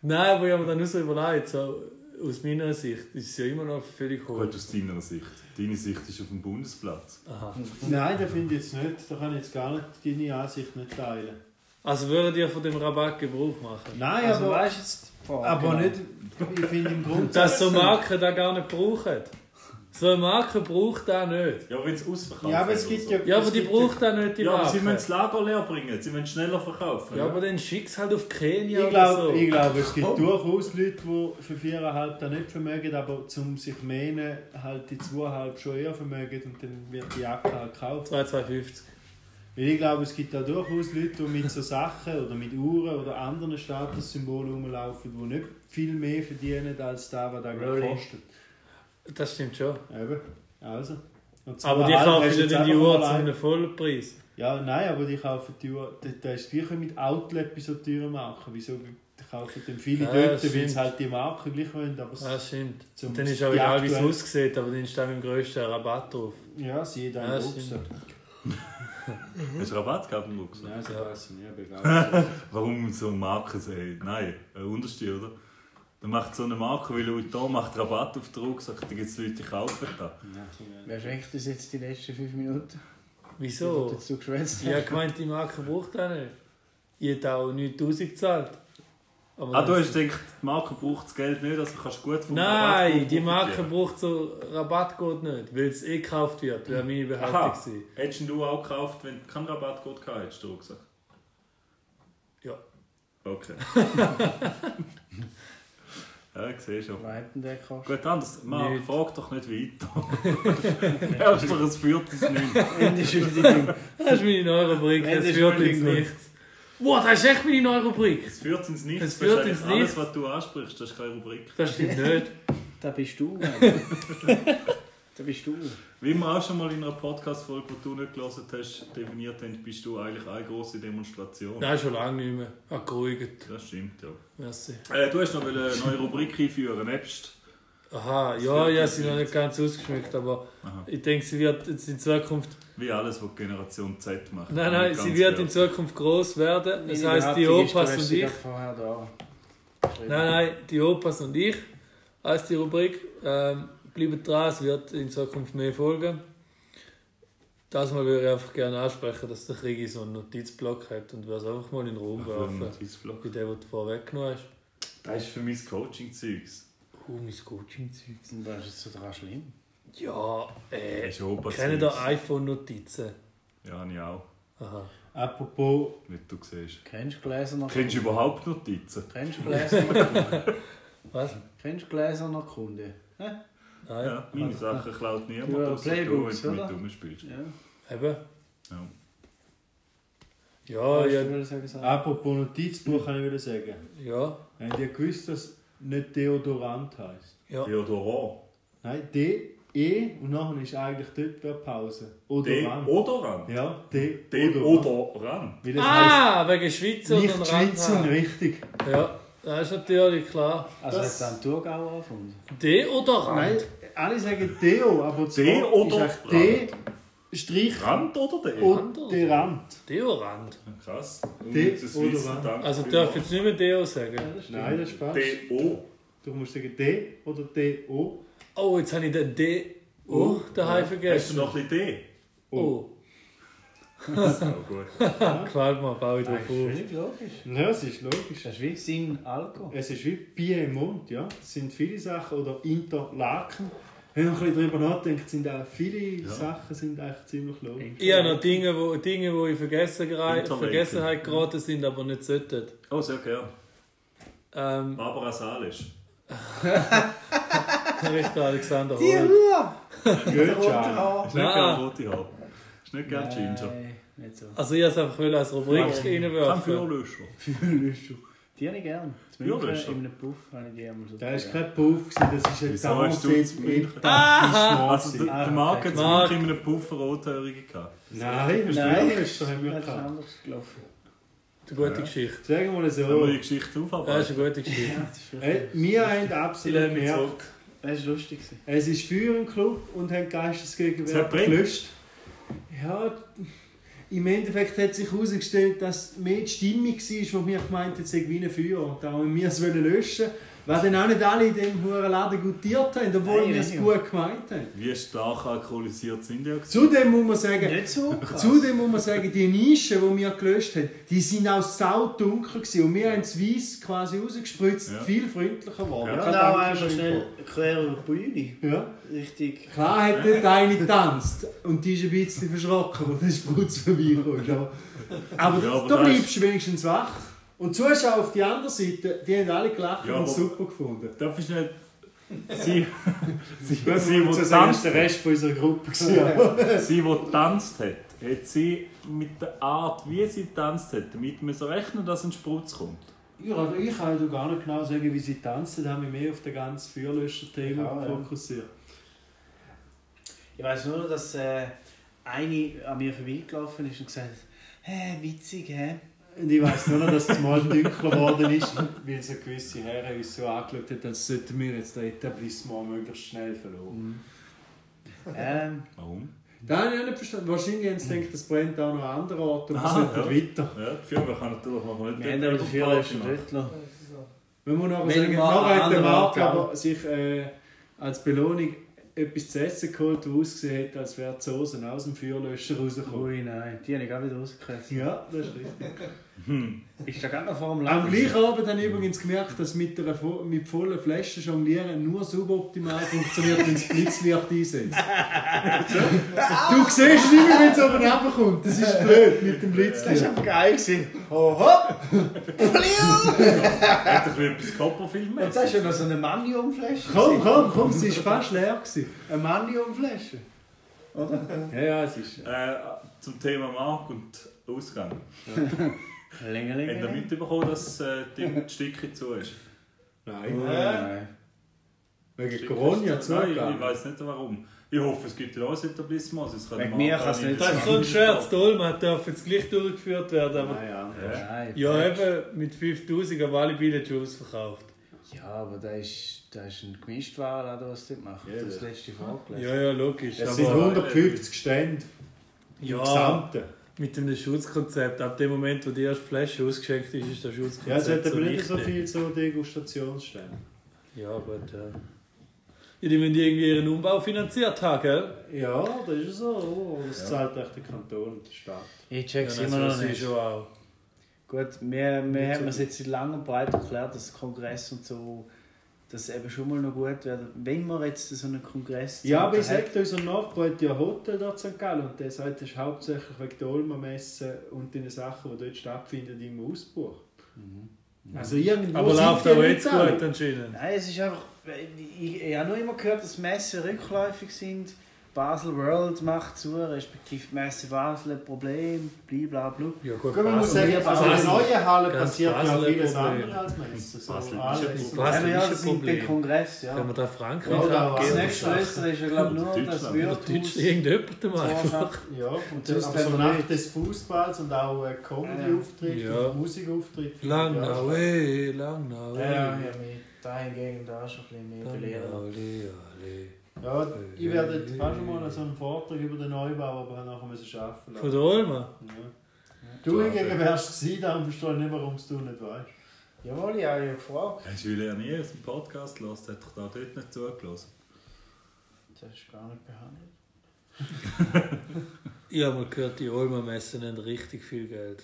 [SPEAKER 2] Nein, aber ich habe mir dann nur so überlegt, so, aus meiner Sicht ist es ja immer noch völlig hoch.
[SPEAKER 4] Gut, aus deiner Sicht. Deine Sicht ist auf dem Bundesplatz.
[SPEAKER 2] Aha.
[SPEAKER 5] Nein, das finde ich jetzt nicht. Da kann ich jetzt gar nicht deine Ansicht nicht teilen.
[SPEAKER 2] Also würdet ihr von dem Rabatt Gebrauch machen?
[SPEAKER 5] Nein,
[SPEAKER 3] Also
[SPEAKER 5] aber,
[SPEAKER 3] weißt du jetzt die Frage,
[SPEAKER 5] aber
[SPEAKER 3] genau.
[SPEAKER 5] nicht. Ich finde im Grunde.
[SPEAKER 2] Dass so Marken da gar nicht brauchen. So eine Marke braucht das nicht.
[SPEAKER 4] Ja, wenn es ausverkauft
[SPEAKER 5] Ja, aber
[SPEAKER 4] ist
[SPEAKER 5] es
[SPEAKER 4] oder
[SPEAKER 5] gibt
[SPEAKER 4] so.
[SPEAKER 5] ja.
[SPEAKER 2] Ja, aber
[SPEAKER 5] es
[SPEAKER 2] die
[SPEAKER 5] gibt
[SPEAKER 2] braucht da nicht, die
[SPEAKER 4] Ja, aber
[SPEAKER 2] Marke.
[SPEAKER 4] sie müssen das Lager leer bringen, sie müssen schneller verkaufen.
[SPEAKER 2] Ja, aber dann schick's halt auf Kenia
[SPEAKER 5] Ich
[SPEAKER 2] oder
[SPEAKER 5] glaube,
[SPEAKER 2] so. Oh.
[SPEAKER 5] ich glaube, es gibt durchaus Leute, die für 4,5 da nicht vermögen, aber zum sich meinen, halt die 2,5 schon eher vermögen und dann wird die Jacke halt gekauft.
[SPEAKER 2] 2250.
[SPEAKER 5] Weil ich glaube, es gibt auch durchaus Leute, die mit so Sachen oder mit Uhren oder anderen Statussymbolen rumlaufen, die nicht viel mehr verdienen als das, was das gerade
[SPEAKER 3] Really?
[SPEAKER 5] kostet.
[SPEAKER 2] Das stimmt schon.
[SPEAKER 5] Eben, also. Und
[SPEAKER 2] Aber die
[SPEAKER 5] 2,5
[SPEAKER 2] kaufen
[SPEAKER 5] hast du
[SPEAKER 2] ja
[SPEAKER 5] jetzt
[SPEAKER 2] dann die
[SPEAKER 5] einfach
[SPEAKER 2] Uhr
[SPEAKER 5] mal
[SPEAKER 2] zu
[SPEAKER 5] ein-
[SPEAKER 2] einem Vollpreis.
[SPEAKER 5] Ja, nein, aber die kaufen die Uhr. Da, da ist es gleich mit Outlet bei so teuren Marken. Wieso die kaufen dann viele
[SPEAKER 2] Ja,
[SPEAKER 5] dort,
[SPEAKER 2] stimmt.
[SPEAKER 5] weil sie halt die Marke gleich wollen, aber
[SPEAKER 2] Ah,
[SPEAKER 5] es,
[SPEAKER 2] stimmt.
[SPEAKER 5] Zum-
[SPEAKER 2] Und dann ist auch
[SPEAKER 5] die
[SPEAKER 2] egal, wie es
[SPEAKER 5] aktuell-
[SPEAKER 2] aussieht, aber dann ist da mit dem grössten Rabatt drauf.
[SPEAKER 5] ja, sie jeder
[SPEAKER 2] Ja,
[SPEAKER 5] einen Rucksack.
[SPEAKER 2] stimmt.
[SPEAKER 4] Hast du Rabatt gehabt im Rucksack?
[SPEAKER 5] Nein, sie passen nicht, aber egal.
[SPEAKER 4] Warum so Marken sagen? Nein, ein Unterschied, oder? Dann macht so eine Marke wie Louis Vuitton macht Rabatt auf den Rucksack, dann gibt es Leute, die kaufen das.
[SPEAKER 3] Wer schenkt uns jetzt die letzten 5 Minuten? Ich hab
[SPEAKER 2] Wieso?
[SPEAKER 3] dazu geschwätzt.
[SPEAKER 2] Ich habe gemeint, die Marke braucht das nicht. Ich hätte auch 9000 gezahlt. Aber
[SPEAKER 4] Ah, du
[SPEAKER 2] dann-
[SPEAKER 4] hast gedacht, die Marke braucht das Geld nicht, also kannst du gut vom
[SPEAKER 2] Nein,
[SPEAKER 4] Rabattcode
[SPEAKER 2] die Marke
[SPEAKER 4] profitieren.
[SPEAKER 2] braucht so Rabattcode nicht, weil es eh gekauft wird, wäre meine Behauptung
[SPEAKER 4] Aha,
[SPEAKER 2] gewesen.
[SPEAKER 4] hättest du auch gekauft, wenn du keinen Rabattcode gehabt hättest, den Rucksack?
[SPEAKER 2] Ja.
[SPEAKER 4] Okay. ja, ich sehe schon.
[SPEAKER 3] Wer hat denn der gekostet?
[SPEAKER 4] Gut, anders, Marc,
[SPEAKER 2] Nicht.
[SPEAKER 4] frag doch nicht weiter. Erst doch, es führt es nicht.
[SPEAKER 3] Endeschuldigung.
[SPEAKER 2] Das ist meine neue Rubrik,
[SPEAKER 3] Nein,
[SPEAKER 2] es
[SPEAKER 3] das ist
[SPEAKER 2] führt
[SPEAKER 3] völlig
[SPEAKER 2] ins
[SPEAKER 3] gut.
[SPEAKER 2] Nichts. Wow, das ist echt meine neue Rubrik.
[SPEAKER 4] Es führt ins Nichts.
[SPEAKER 2] Es führt ins
[SPEAKER 4] Wahrscheinlich
[SPEAKER 2] Nichts.
[SPEAKER 4] Alles, was du ansprichst, das ist keine Rubrik.
[SPEAKER 2] Das stimmt nicht.
[SPEAKER 3] Da bist du. Mann. da bist du.
[SPEAKER 4] Wie wir auch schon mal in einer Podcast-Folge, die du nicht gelesen hast, definiert haben, bist du eigentlich eine grosse Demonstration.
[SPEAKER 2] Nein, schon lange nicht mehr. Ah, geruhigt.
[SPEAKER 4] Das stimmt, ja.
[SPEAKER 2] Merci.
[SPEAKER 4] Äh, du hast noch eine neue Rubrik einführen, nebst.
[SPEAKER 2] Aha, ja, ja, sie sind noch nicht ganz ausgeschmückt, aber ich denke, sie wird jetzt in Zukunft.
[SPEAKER 4] Wie alles, was die Generation Z macht.
[SPEAKER 2] Nein, nein,
[SPEAKER 4] Ganz
[SPEAKER 2] sie wird in
[SPEAKER 4] klar.
[SPEAKER 2] Zukunft groß werden. Das
[SPEAKER 3] Meine
[SPEAKER 2] heißt, die
[SPEAKER 3] Behauptung ist, du
[SPEAKER 2] Opas
[SPEAKER 3] hast
[SPEAKER 2] und
[SPEAKER 3] sie
[SPEAKER 2] ich.
[SPEAKER 3] gerade vorher da.
[SPEAKER 2] Nein, nein, die Opas und ich heißt die Rubrik. Ähm, bleibt dran, es wird in Zukunft mehr folgen. Das mal würde ich einfach gerne ansprechen, dass der Krieg so einen Notizblock hat und wir es einfach mal in den Raum
[SPEAKER 4] Für einen
[SPEAKER 2] werfen.
[SPEAKER 4] Notizblock.
[SPEAKER 2] Bei dem, was du vorweggenommen hast.
[SPEAKER 4] Das ist für mein Coaching-Zeugs.
[SPEAKER 2] Oh, mein Coaching-Zeug.
[SPEAKER 3] Und das ist so daran schlimm.
[SPEAKER 2] Ja, äh.
[SPEAKER 4] Ist Opa
[SPEAKER 2] Kennen da iPhone-Notizen?
[SPEAKER 4] Ja, habe ich auch,
[SPEAKER 2] Aha.
[SPEAKER 5] Apropos,
[SPEAKER 4] wie du siehst.
[SPEAKER 3] Kennst du Gläser nach
[SPEAKER 4] Kennst du überhaupt Notizen?
[SPEAKER 3] Kennst du Gläser nach Kunde?
[SPEAKER 2] Was?
[SPEAKER 3] Kennst du Gläser nach Kunde? Hä?
[SPEAKER 2] Nein.
[SPEAKER 4] Ja, meine Sachen klaut niemand,
[SPEAKER 3] Ja,
[SPEAKER 4] außer du, wenn
[SPEAKER 3] Playbooks,
[SPEAKER 4] du mit
[SPEAKER 3] oder?
[SPEAKER 4] rumspielst.
[SPEAKER 3] Ja.
[SPEAKER 2] Eben.
[SPEAKER 4] Ja.
[SPEAKER 2] Oh, Ja,
[SPEAKER 3] Hast du
[SPEAKER 2] ja,
[SPEAKER 3] wollen sagen, sagen?
[SPEAKER 5] apropos Notizbuch kann ich wieder sagen.
[SPEAKER 2] ja.
[SPEAKER 5] Habt ihr gewusst, dass nicht Deodorant heisst?
[SPEAKER 2] Ja.
[SPEAKER 4] Deodorant.
[SPEAKER 5] Nein, D, E und nachher ist eigentlich dort bei Pause. Odorant.
[SPEAKER 4] Deodorant.
[SPEAKER 5] ja, D,
[SPEAKER 4] Deodorant.
[SPEAKER 5] Weil das
[SPEAKER 2] ah, wegen Schweizer
[SPEAKER 5] heisst,
[SPEAKER 2] und
[SPEAKER 5] nicht schwitzen,
[SPEAKER 2] Randhaar.
[SPEAKER 5] richtig.
[SPEAKER 2] Ja, das ist natürlich klar.
[SPEAKER 3] Also hat es einen Thurgauer erfunden?
[SPEAKER 2] D oder
[SPEAKER 5] Nein,
[SPEAKER 2] Rand?
[SPEAKER 5] alle sagen Deo, aber das
[SPEAKER 4] Deo
[SPEAKER 5] Wort ist
[SPEAKER 4] oder
[SPEAKER 5] eigentlich D, Strich,
[SPEAKER 4] Rand oder der?
[SPEAKER 5] und Derant.
[SPEAKER 2] Deodorant.
[SPEAKER 4] Krass.
[SPEAKER 5] Deodorant.
[SPEAKER 2] Also darf ich jetzt nicht mehr Deo sagen.
[SPEAKER 5] Nein, das ist falsch.
[SPEAKER 4] D-O.
[SPEAKER 5] Du musst sagen D oder D-O.
[SPEAKER 2] Oh, jetzt habe ich den D. Oh, den habe ich
[SPEAKER 4] Hast du
[SPEAKER 2] vergessen.
[SPEAKER 4] noch ein bisschen D?
[SPEAKER 2] Oh,
[SPEAKER 4] Oh, gut.
[SPEAKER 2] gefällt mir, baue ich drauf auf.
[SPEAKER 3] Völlig logisch.
[SPEAKER 5] Ja, es ist logisch.
[SPEAKER 3] Das ist wie sein Alkohol.
[SPEAKER 5] Es ist wie Bier im Mund, ja. Es sind viele Sachen oder Interlaken. Wenn man ein bisschen darüber nachdenkt, sind auch viele Sachen sind eigentlich ziemlich logisch.
[SPEAKER 2] Ich habe noch Dinge, wo, Dinge, wo ich vergessen, gerei-
[SPEAKER 4] Interlaken.
[SPEAKER 2] Vergessenheit geraten sind, aber nicht sollten.
[SPEAKER 4] Oh, sehr gern.
[SPEAKER 2] Ähm,
[SPEAKER 4] Barbara Salisch.
[SPEAKER 2] Richter Alexander
[SPEAKER 3] Die
[SPEAKER 2] Holt.
[SPEAKER 3] Ruhe!
[SPEAKER 5] Good job.
[SPEAKER 4] Ist nicht
[SPEAKER 2] Nein.
[SPEAKER 4] gern rote Haare. Ist nicht gern Ginger.
[SPEAKER 3] Nein, nicht so.
[SPEAKER 2] Also ich wollte es einfach als Rubrik
[SPEAKER 4] Kein
[SPEAKER 2] reinwerfen.
[SPEAKER 4] Feuerlöscher.
[SPEAKER 3] Die habe ich gern. Zu
[SPEAKER 4] Ja, das
[SPEAKER 3] München
[SPEAKER 4] ist schon-
[SPEAKER 3] in einem Puff habe ich die einmal so.
[SPEAKER 5] Das war kein Puff, gewesen, das ist ein
[SPEAKER 4] Wieso hast du jetzt
[SPEAKER 5] Soundsitz
[SPEAKER 4] München?
[SPEAKER 5] im Tastenschmerz.
[SPEAKER 4] Also, der, der
[SPEAKER 3] Ah,
[SPEAKER 4] Marc
[SPEAKER 3] okay.
[SPEAKER 4] hat
[SPEAKER 2] Marc.
[SPEAKER 4] Mark. in einem Puffer Rothörigen gehabt.
[SPEAKER 5] Nein,
[SPEAKER 3] Nein,
[SPEAKER 5] verstehe ich. Das haben wir
[SPEAKER 3] Das ist
[SPEAKER 5] gehabt.
[SPEAKER 3] anders gelaufen.
[SPEAKER 2] Eine gute Geschichte.
[SPEAKER 5] Sagen wir mal
[SPEAKER 4] Wenn wir
[SPEAKER 5] so.
[SPEAKER 4] die Geschichte
[SPEAKER 2] Das ist
[SPEAKER 4] aufarbeiten.
[SPEAKER 2] eine gute Geschichte.
[SPEAKER 3] Das ist wirklich-
[SPEAKER 5] Äh, Wir haben
[SPEAKER 4] Sie
[SPEAKER 5] absolut
[SPEAKER 4] lehnen mich
[SPEAKER 5] gemerkt,
[SPEAKER 4] zurück.
[SPEAKER 3] Das ist lustig. gewesen.
[SPEAKER 5] es ist Feuer im Club und haben
[SPEAKER 4] Es hat
[SPEAKER 5] Geistesgegenwärtig
[SPEAKER 4] brennt.
[SPEAKER 5] gelöscht. Ja, im Endeffekt hat sich herausgestellt, dass mehr die Stimmung war, die mir gemeint hat, es sei wie ein Feuer. Und da haben wir es wollen löschen weil dann auch nicht alle in diesem huren Laden gutiert haben, obwohl
[SPEAKER 3] Nein,
[SPEAKER 5] wir es
[SPEAKER 3] ja.
[SPEAKER 5] gut gemeint haben.
[SPEAKER 4] Wie stark alkoholisiert sind die? gewesen?
[SPEAKER 5] Zudem muss man sagen,
[SPEAKER 3] Nicht so krass.
[SPEAKER 5] Zudem muss man sagen, die Nischen, die wir gelöscht haben, die sind auch saudunkel gewesen. Und wir haben das Weiss quasi rausgespritzt,
[SPEAKER 4] Ja.
[SPEAKER 5] viel freundlicher geworden.
[SPEAKER 3] Ja,
[SPEAKER 5] Kein
[SPEAKER 3] und auch
[SPEAKER 5] Dankeschön
[SPEAKER 3] einfach schnell quer über die Bühne.
[SPEAKER 5] bekommen. Ja.
[SPEAKER 3] Richtig.
[SPEAKER 5] Klar hat dort eine getanzt und die ist ein bisschen verschrocken, als das Putz vorbeikommt. Aber, aber,
[SPEAKER 4] Ja, aber
[SPEAKER 5] du
[SPEAKER 4] das
[SPEAKER 5] bleibst wenigstens wach. Und die Zuschauer auf die andere Seite, die haben alle gelacht
[SPEAKER 4] Ja,
[SPEAKER 5] und
[SPEAKER 4] aber-
[SPEAKER 5] es super gefunden.
[SPEAKER 4] Darf ich nicht. Sie, sie, sie,
[SPEAKER 5] Das muss
[SPEAKER 4] die
[SPEAKER 5] man sagen, ist
[SPEAKER 4] tanzt,
[SPEAKER 5] der Rest von unserer Gruppe. gewesen.
[SPEAKER 4] sie, die getanzt hat, hat sie mit der Art, wie sie getanzt hat, damit müssen rechnen, dass ein Sprutz kommt.
[SPEAKER 5] Ja, also ich kann dir gar nicht genau sagen, wie sie tanzen. Da haben wir mehr auf das ganze Feuerlöscher-Thema
[SPEAKER 3] Ja, ja.
[SPEAKER 5] fokussiert.
[SPEAKER 3] Ich weiß nur, dass äh, eine an mir vorbeigelaufen ist und gesagt hat, hä, witzig, hä?
[SPEAKER 5] Und ich weiss nur noch, dass es mal dunkler geworden ist, weil so gewisse Herren uns so angeschaut haben, als sollten wir jetzt das Etablissement möglichst schnell verloren.
[SPEAKER 3] Ähm,
[SPEAKER 4] Warum?
[SPEAKER 5] Das habe ich auch nicht verstanden. Wahrscheinlich haben sie gedacht, es brennt auch noch an anderen Orten und es
[SPEAKER 4] Aha,
[SPEAKER 5] nicht weiter.
[SPEAKER 4] Ja, die Firma kann natürlich noch nicht.
[SPEAKER 3] wir haben aber den Führerlöscher dort gelassen.
[SPEAKER 5] Man muss nachher
[SPEAKER 3] Wenn
[SPEAKER 5] sagen,
[SPEAKER 3] mal
[SPEAKER 5] nachher
[SPEAKER 3] an
[SPEAKER 5] hat der
[SPEAKER 3] anderen
[SPEAKER 5] Marc
[SPEAKER 3] Orten
[SPEAKER 5] aber sich äh, als Belohnung etwas zu essen geholt, das ausgesehen hat, als wäre die Soße aus dem Feuerlöscher rausgekommen.
[SPEAKER 3] Ui, nein, die habe ich auch wieder rausgekriegt.
[SPEAKER 5] Ja, das ist richtig.
[SPEAKER 3] Ist da gar noch vor dem
[SPEAKER 5] Am
[SPEAKER 3] Land?
[SPEAKER 5] gleichen Abend habe ich übrigens gemerkt, dass mit, einer, vo- mit vollen Flaschen jonglieren nur suboptimal funktioniert, wenn das Blitzlicht einsetzt. So. du siehst nicht mehr, wenn es oben runterkommt. Das ist blöd mit dem Blitzlicht.
[SPEAKER 3] Das war geil. Gewesen.
[SPEAKER 4] Hat ein bisschen etwas Copperfilm
[SPEAKER 3] Und das ist ja noch so eine Maniumflasche.
[SPEAKER 5] Komm, komm, komm, es war fast leer. Gewesen.
[SPEAKER 3] Eine Maniumflasche.
[SPEAKER 5] Ja, ja, es ist...
[SPEAKER 4] äh, Zum Thema Marc und Ausgang.
[SPEAKER 3] Länger,
[SPEAKER 4] Haben ihr mitbekommen, dass äh, die die Sticke zu ist?
[SPEAKER 5] Nein.
[SPEAKER 3] Oh, Nein.
[SPEAKER 5] Wegen Corona
[SPEAKER 4] Nein, ich
[SPEAKER 5] zugegangen.
[SPEAKER 4] weiß nicht warum. Ich hoffe, es gibt ja auch ein Etablissement. sonst kann
[SPEAKER 3] Wegen
[SPEAKER 4] der
[SPEAKER 3] mir
[SPEAKER 4] Marc
[SPEAKER 3] kann's
[SPEAKER 4] auch
[SPEAKER 3] nicht
[SPEAKER 4] rein.
[SPEAKER 2] Das ist so ein Scherz, der Olmann darf jetzt gleich durchgeführt werden. Aber
[SPEAKER 5] Naja.
[SPEAKER 3] Nein.
[SPEAKER 2] ja, eben, mit 5000 haben alle Bilder ausverkauft.
[SPEAKER 3] Ja, aber da ist, da ist ein Gemischtwarenladen, was dort macht.
[SPEAKER 5] Ja,
[SPEAKER 3] das
[SPEAKER 5] ja.
[SPEAKER 3] letzte vorgelesen.
[SPEAKER 2] Ja, ja, logisch.
[SPEAKER 5] Es sind
[SPEAKER 2] Aber
[SPEAKER 5] 150 Stände im
[SPEAKER 2] ja,
[SPEAKER 5] Gesamten.
[SPEAKER 2] mit dem Schutzkonzept. Ab dem Moment, wo die erste Flasche ausgeschenkt ist, ist das Schutzkonzept.
[SPEAKER 5] Ja, es hat aber nicht so
[SPEAKER 2] nichtig.
[SPEAKER 5] viel so Degustationsstände.
[SPEAKER 2] Ja, gut, ja. Ja, die müssen irgendwie ihren Umbau finanziert haben, gell?
[SPEAKER 5] Ja, das ist so. Oh, Das zahlt echt der Kanton und der Staat.
[SPEAKER 3] Ich check's
[SPEAKER 2] Ja, nein,
[SPEAKER 3] immer
[SPEAKER 2] so
[SPEAKER 3] noch
[SPEAKER 2] ist es
[SPEAKER 3] nicht.
[SPEAKER 2] schon auch.
[SPEAKER 3] Gut, mir, mir
[SPEAKER 5] Nicht
[SPEAKER 3] hat
[SPEAKER 5] so
[SPEAKER 3] man es jetzt seit langem breit erklärt, dass Kongress und so, dass es eben schon mal noch gut wäre, wenn man jetzt so einen Kongress
[SPEAKER 6] Ja, aber ich
[SPEAKER 3] hat.
[SPEAKER 6] sage, dir, unser Nachbar hat ja ein Hotel dort in St. Gallen und der sagt, das ist hauptsächlich wegen der Olma-Messe und den Sachen, die dort stattfinden, im Ausbruch.
[SPEAKER 5] Mhm.
[SPEAKER 6] Also irgendwo
[SPEAKER 2] Aber
[SPEAKER 6] sind
[SPEAKER 2] läuft
[SPEAKER 6] die
[SPEAKER 2] auch
[SPEAKER 6] Leute
[SPEAKER 2] jetzt
[SPEAKER 6] alle.
[SPEAKER 2] gut anscheinend.
[SPEAKER 3] Nein, es ist einfach. Ich, ich, ich habe nur immer gehört, dass Messen rückläufig sind. Basel World macht zu, respektive die Messe Basel ein Problem, blablabla.
[SPEAKER 2] Ja, gut,
[SPEAKER 6] Gut, man muss sagen,
[SPEAKER 2] Basel-
[SPEAKER 6] also in der
[SPEAKER 2] Basel-
[SPEAKER 6] neuen Halle
[SPEAKER 2] Ganz
[SPEAKER 6] passiert ja
[SPEAKER 2] Basel
[SPEAKER 6] vieles
[SPEAKER 2] Problem.
[SPEAKER 6] anderes als Messe. So
[SPEAKER 4] Basel ist
[SPEAKER 6] alles.
[SPEAKER 2] ein Problem. Basel
[SPEAKER 3] Eben,
[SPEAKER 2] ist
[SPEAKER 3] ja,
[SPEAKER 2] ein
[SPEAKER 3] das sind
[SPEAKER 2] Problem.
[SPEAKER 3] den Kongress, ja.
[SPEAKER 2] Wenn wir da
[SPEAKER 6] Ja,
[SPEAKER 2] Frankreich
[SPEAKER 6] oder
[SPEAKER 3] Das
[SPEAKER 6] was?
[SPEAKER 2] abgeben,
[SPEAKER 3] nächste Größere ist ja, glaube ich, nur
[SPEAKER 4] Deutschland.
[SPEAKER 3] das
[SPEAKER 4] Oder
[SPEAKER 2] Deutsch
[SPEAKER 3] Würthus.
[SPEAKER 2] irgendjemandem einfach.
[SPEAKER 6] Ja, und
[SPEAKER 3] Sonst
[SPEAKER 6] das aber
[SPEAKER 3] haben
[SPEAKER 6] so
[SPEAKER 3] wir
[SPEAKER 6] Nacht
[SPEAKER 3] nicht.
[SPEAKER 6] des Fußballs und auch äh, Comedy-Auftritt
[SPEAKER 2] Ja.
[SPEAKER 6] und Musikauftritt.
[SPEAKER 2] Langnau, ey, Langnau,
[SPEAKER 3] Ja, ja,
[SPEAKER 2] ey.
[SPEAKER 3] ich habe mich dahingegen da schon ein bisschen mehr belehrt.
[SPEAKER 2] Langnau, le, le.
[SPEAKER 6] Ja, ich werde fast schon mal so einen Vortrag über den Neubau, aber habe nachher müssen arbeiten.
[SPEAKER 2] Von
[SPEAKER 6] lassen.
[SPEAKER 2] der Olma?
[SPEAKER 6] Ja. Du hingegen wärst gewesen, darum verstehe ich nicht, warum du nicht weißt.
[SPEAKER 3] Jawohl, ich habe ja gefragt.
[SPEAKER 4] Hast du Julia nie aus dem Podcast gelassen? Hat dich da dort nicht zugelassen?
[SPEAKER 3] Das ist gar nicht behandelt.
[SPEAKER 2] Ich habe mal gehört, die Olma messen haben richtig viel Geld.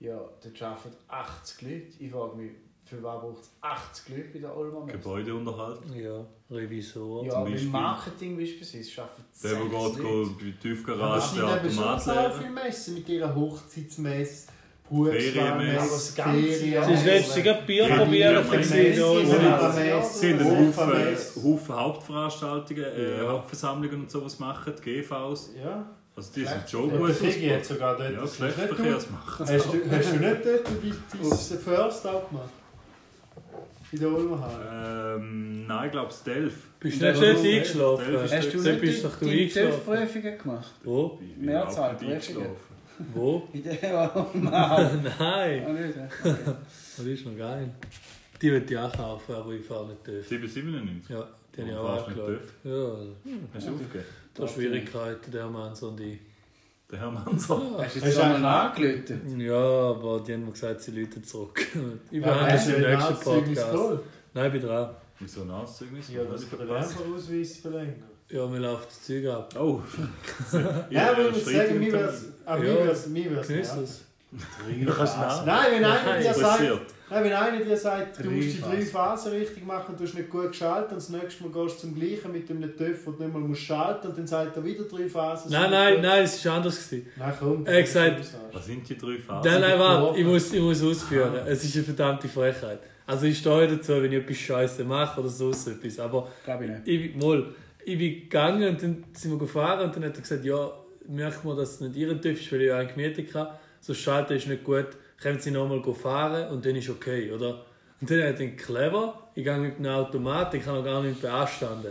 [SPEAKER 3] Ja, dort arbeiten 80 Leute. Ich frage mich, für was braucht es 80 Leute bei der Olma Messe?
[SPEAKER 4] Gebäude unterhalten.
[SPEAKER 2] Ja, Revisor.
[SPEAKER 3] Ja,
[SPEAKER 4] Beispiel.
[SPEAKER 3] im Marketing beispielsweise arbeiten
[SPEAKER 4] Der,
[SPEAKER 3] sechs
[SPEAKER 4] der geht go-
[SPEAKER 3] Leute.
[SPEAKER 4] bei der Tiefgarage den Automat
[SPEAKER 6] so
[SPEAKER 4] leeren.
[SPEAKER 6] viel Messen mit ihrer Hochzeitsmesse,
[SPEAKER 4] Ferienmesse.
[SPEAKER 6] Berufswahlmesse, Ferien.
[SPEAKER 2] Das ist letztes Jahr Bier probieren,
[SPEAKER 4] Ja,
[SPEAKER 2] gesehen,
[SPEAKER 6] Messe,
[SPEAKER 2] oder?
[SPEAKER 6] Silbermesse,
[SPEAKER 4] Es sind ein
[SPEAKER 6] Hofenmesse.
[SPEAKER 4] Haufen, Haufen Hauptveranstaltungen, äh,
[SPEAKER 2] Ja.
[SPEAKER 4] Hauptversammlungen und sowas machen, die GVs.
[SPEAKER 6] Ja,
[SPEAKER 4] Also die sind
[SPEAKER 3] Schlecht-
[SPEAKER 4] schon
[SPEAKER 6] und
[SPEAKER 4] gut
[SPEAKER 6] der Figi
[SPEAKER 4] ausgebaut.
[SPEAKER 6] hat sogar dort
[SPEAKER 4] Ja,
[SPEAKER 6] das nicht
[SPEAKER 4] Schlechtverkehr,
[SPEAKER 6] gemacht.
[SPEAKER 4] das macht
[SPEAKER 6] Hast du, hast du nicht dort dein First auch gemacht? In der Olmahalle?
[SPEAKER 4] Ähm, nein, ich glaube es Delf.
[SPEAKER 2] Bist du nicht schnell eingeschlafen?
[SPEAKER 4] Hast
[SPEAKER 3] Hast du
[SPEAKER 2] Dort bist
[SPEAKER 3] nicht
[SPEAKER 2] doch du
[SPEAKER 3] die- die
[SPEAKER 2] eingeschlafen.
[SPEAKER 3] TÜV-Prüfungen gemacht?
[SPEAKER 2] Wo?
[SPEAKER 4] Ich bin
[SPEAKER 3] Mehrzahl,
[SPEAKER 4] auch nicht eingeschlafen.
[SPEAKER 2] Wo?
[SPEAKER 3] In der Olma.
[SPEAKER 2] Nein,
[SPEAKER 3] Okay.
[SPEAKER 2] das ist noch geil. Die würde ich auch kaufen, aber ich fahre nicht dürfen.
[SPEAKER 4] 797.
[SPEAKER 2] Ja, die habe ich
[SPEAKER 4] Warum
[SPEAKER 2] auch
[SPEAKER 4] fährst du nicht
[SPEAKER 2] angeschaut. Ja,
[SPEAKER 4] Hast du aufgegeben?
[SPEAKER 2] da Schwierigkeiten, der Mann und ich.
[SPEAKER 4] Der Herr Manser.
[SPEAKER 3] Hast du
[SPEAKER 6] Hast
[SPEAKER 3] jetzt
[SPEAKER 6] du
[SPEAKER 3] auch mal
[SPEAKER 6] einen-
[SPEAKER 3] nachgelötet?
[SPEAKER 2] Ja, aber die haben mir gesagt, sie läuten zurück. Ich
[SPEAKER 6] Ja,
[SPEAKER 2] behandle es
[SPEAKER 6] ja,
[SPEAKER 2] im
[SPEAKER 6] ja,
[SPEAKER 2] nächsten
[SPEAKER 6] Zeug ist
[SPEAKER 2] Podcast.
[SPEAKER 6] toll.
[SPEAKER 2] Nein, ich bin dran.
[SPEAKER 4] Wieso nass irgendwie?
[SPEAKER 6] Ja, das ist der Werbeausweis verlängert.
[SPEAKER 2] Ja, mir läuft das Zeug ab.
[SPEAKER 4] Oh,
[SPEAKER 6] Ja, aber ich muss
[SPEAKER 4] Streit
[SPEAKER 6] sagen,
[SPEAKER 4] mit
[SPEAKER 6] mir
[SPEAKER 4] dem-
[SPEAKER 6] wär's, an
[SPEAKER 2] Ja.
[SPEAKER 6] mir wär's, mir wär's,
[SPEAKER 2] Genieß
[SPEAKER 6] ja.
[SPEAKER 2] es.
[SPEAKER 4] Du kannst nach.
[SPEAKER 6] Ah, Nein, wenn einer dir sagt,
[SPEAKER 4] Passiert.
[SPEAKER 6] nein, wenn einer dir sagt, du musst die
[SPEAKER 3] Drei
[SPEAKER 6] drei Phasen richtig machen und du hast nicht gut geschaltet und das nächste Mal gehst du zum gleichen mit einem TÜV, wo du nicht mal musst schalten und dann sagt er wieder drei Phasen.
[SPEAKER 2] Nein, nein, nein, es war anders. Gewesen.
[SPEAKER 6] Nein, komm.
[SPEAKER 2] Er hat gesagt-
[SPEAKER 4] Was sind die drei Phasen?
[SPEAKER 2] Nein, nein, warte,
[SPEAKER 6] Kurve.
[SPEAKER 2] ich muss, ich muss ausführen. Es ist eine verdammte Frechheit. Also ich stehe dazu, wenn ich etwas Scheiße mache oder so etwas. Aber
[SPEAKER 3] Glaube ich nicht.
[SPEAKER 2] ich, bin- mal, ich bin gegangen und dann sind wir gefahren und dann hat er gesagt, ja, merkt man, dass es nicht ihren TÜV ist, weil ich ja einen gemietet habe. So Schalter ist nicht gut, können Sie nochmal fahren und dann ist okay, oder? Und dann hat er gedacht, clever, ich gehe mit einem Automat, ich kann noch gar nicht beanstanden.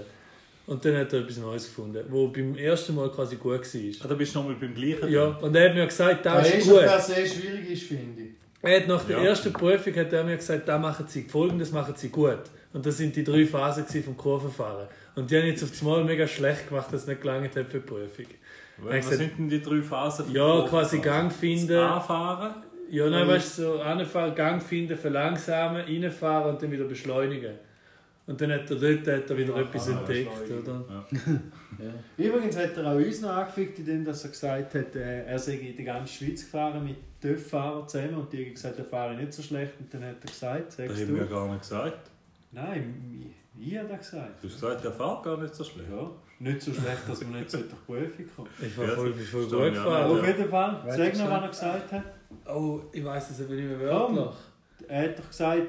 [SPEAKER 2] Und dann hat er etwas Neues gefunden, wo beim ersten Mal quasi gut
[SPEAKER 4] Ah,
[SPEAKER 2] war.
[SPEAKER 4] da bist du nochmal beim gleichen.
[SPEAKER 2] Ja, und er hat mir gesagt, das
[SPEAKER 6] Das
[SPEAKER 2] ist
[SPEAKER 6] ist
[SPEAKER 2] gut.
[SPEAKER 6] was sehr schwierig ist, finde ich.
[SPEAKER 2] Er hat nach der
[SPEAKER 4] Ja.
[SPEAKER 2] ersten Prüfung hat er mir gesagt, da machen sie folgendes machen sie gut. Und das sind die drei Phasen gewesen vom Kurvenfahren. Und die haben jetzt auf das Mal mega schlecht gemacht, dass es nicht gelangt hat für die Prüfung.
[SPEAKER 4] Was
[SPEAKER 2] gesagt-
[SPEAKER 4] sind denn die drei Phasen? vom
[SPEAKER 2] Ja,
[SPEAKER 4] Vorfahren?
[SPEAKER 2] quasi Gang finden.
[SPEAKER 4] Anfahren.
[SPEAKER 2] Ja, nein, weißt du, so anfahren, Gang finden, verlangsamen, reinfahren und dann wieder beschleunigen. Und dann hat er dort hat er wieder etwas entdeckt, oder?
[SPEAKER 6] Übrigens hat er auch uns noch angefickt, indem dass er gesagt hat, äh, er sei in die ganze Schweiz gefahren mit TÜV-Fahrern zusammen und die haben gesagt, er fahre nicht so schlecht. Und dann hat er gesagt,
[SPEAKER 4] Das
[SPEAKER 6] sagst
[SPEAKER 4] haben wir
[SPEAKER 6] du?
[SPEAKER 4] gar nicht gesagt.
[SPEAKER 6] Nein, ich, ich habe das gesagt.
[SPEAKER 4] Du hast gesagt, der fährt gar nicht so schlecht.
[SPEAKER 6] Ja, nicht so schlecht, dass man nicht so durch die Prüfung kommt.
[SPEAKER 2] Ich war
[SPEAKER 4] Ja,
[SPEAKER 2] voll, bin voll
[SPEAKER 4] verstehe
[SPEAKER 2] gut
[SPEAKER 4] ich auch
[SPEAKER 2] gefahren.
[SPEAKER 6] Auf jeden Fall,
[SPEAKER 3] Weiter
[SPEAKER 6] sag noch,
[SPEAKER 3] gesagt.
[SPEAKER 6] was er gesagt hat.
[SPEAKER 2] Oh, ich weiß es aber nicht mehr
[SPEAKER 6] Komm.
[SPEAKER 2] wörtlich.
[SPEAKER 6] Er hat doch gesagt,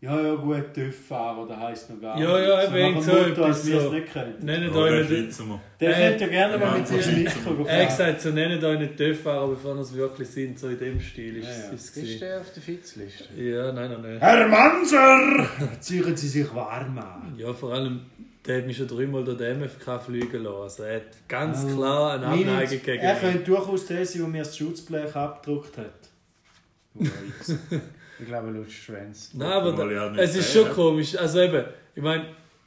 [SPEAKER 6] ja, ja, gut, TÜV-Fahrer, das heisst noch gar nicht.
[SPEAKER 2] Ja, ja, eben
[SPEAKER 6] eben
[SPEAKER 2] so
[SPEAKER 6] so. Motto,
[SPEAKER 2] etwas
[SPEAKER 6] als wir
[SPEAKER 2] so.
[SPEAKER 6] es nicht kennen.
[SPEAKER 2] Nennen
[SPEAKER 4] Ja,
[SPEAKER 2] euch
[SPEAKER 4] jetzt
[SPEAKER 2] nicht.
[SPEAKER 4] sitzen wir.
[SPEAKER 6] Der
[SPEAKER 2] Äh,
[SPEAKER 6] könnte ja gerne mal mit seinem Mikro gefahren.
[SPEAKER 2] Er hat gesagt, so nennen euch nicht Töpffahrer, bevor ihr es wirklich sind. So in dem Stil ist
[SPEAKER 6] Ja, ja.
[SPEAKER 2] es. Ja,
[SPEAKER 3] Ist der auf der Fitzliste?
[SPEAKER 2] Ja, nein, noch nicht.
[SPEAKER 6] Herr Manser, ziehen Sie sich warm an.
[SPEAKER 2] Ja, vor allem, der hat mich schon dreimal durch den MFK fliegen lassen. Also, er hat ganz klar eine Abneigung gegen
[SPEAKER 6] Er
[SPEAKER 2] mich.
[SPEAKER 6] könnte durchaus der sein, der mir das Schutzblech abgedruckt hat.
[SPEAKER 3] Ich glaube, Lutz Schwenz.
[SPEAKER 2] Nein, aber
[SPEAKER 4] Obwohl ich auch
[SPEAKER 2] da,
[SPEAKER 4] nicht
[SPEAKER 2] es ist
[SPEAKER 4] gesehen
[SPEAKER 2] schon
[SPEAKER 4] habe.
[SPEAKER 2] komisch. Also eben, ich meine,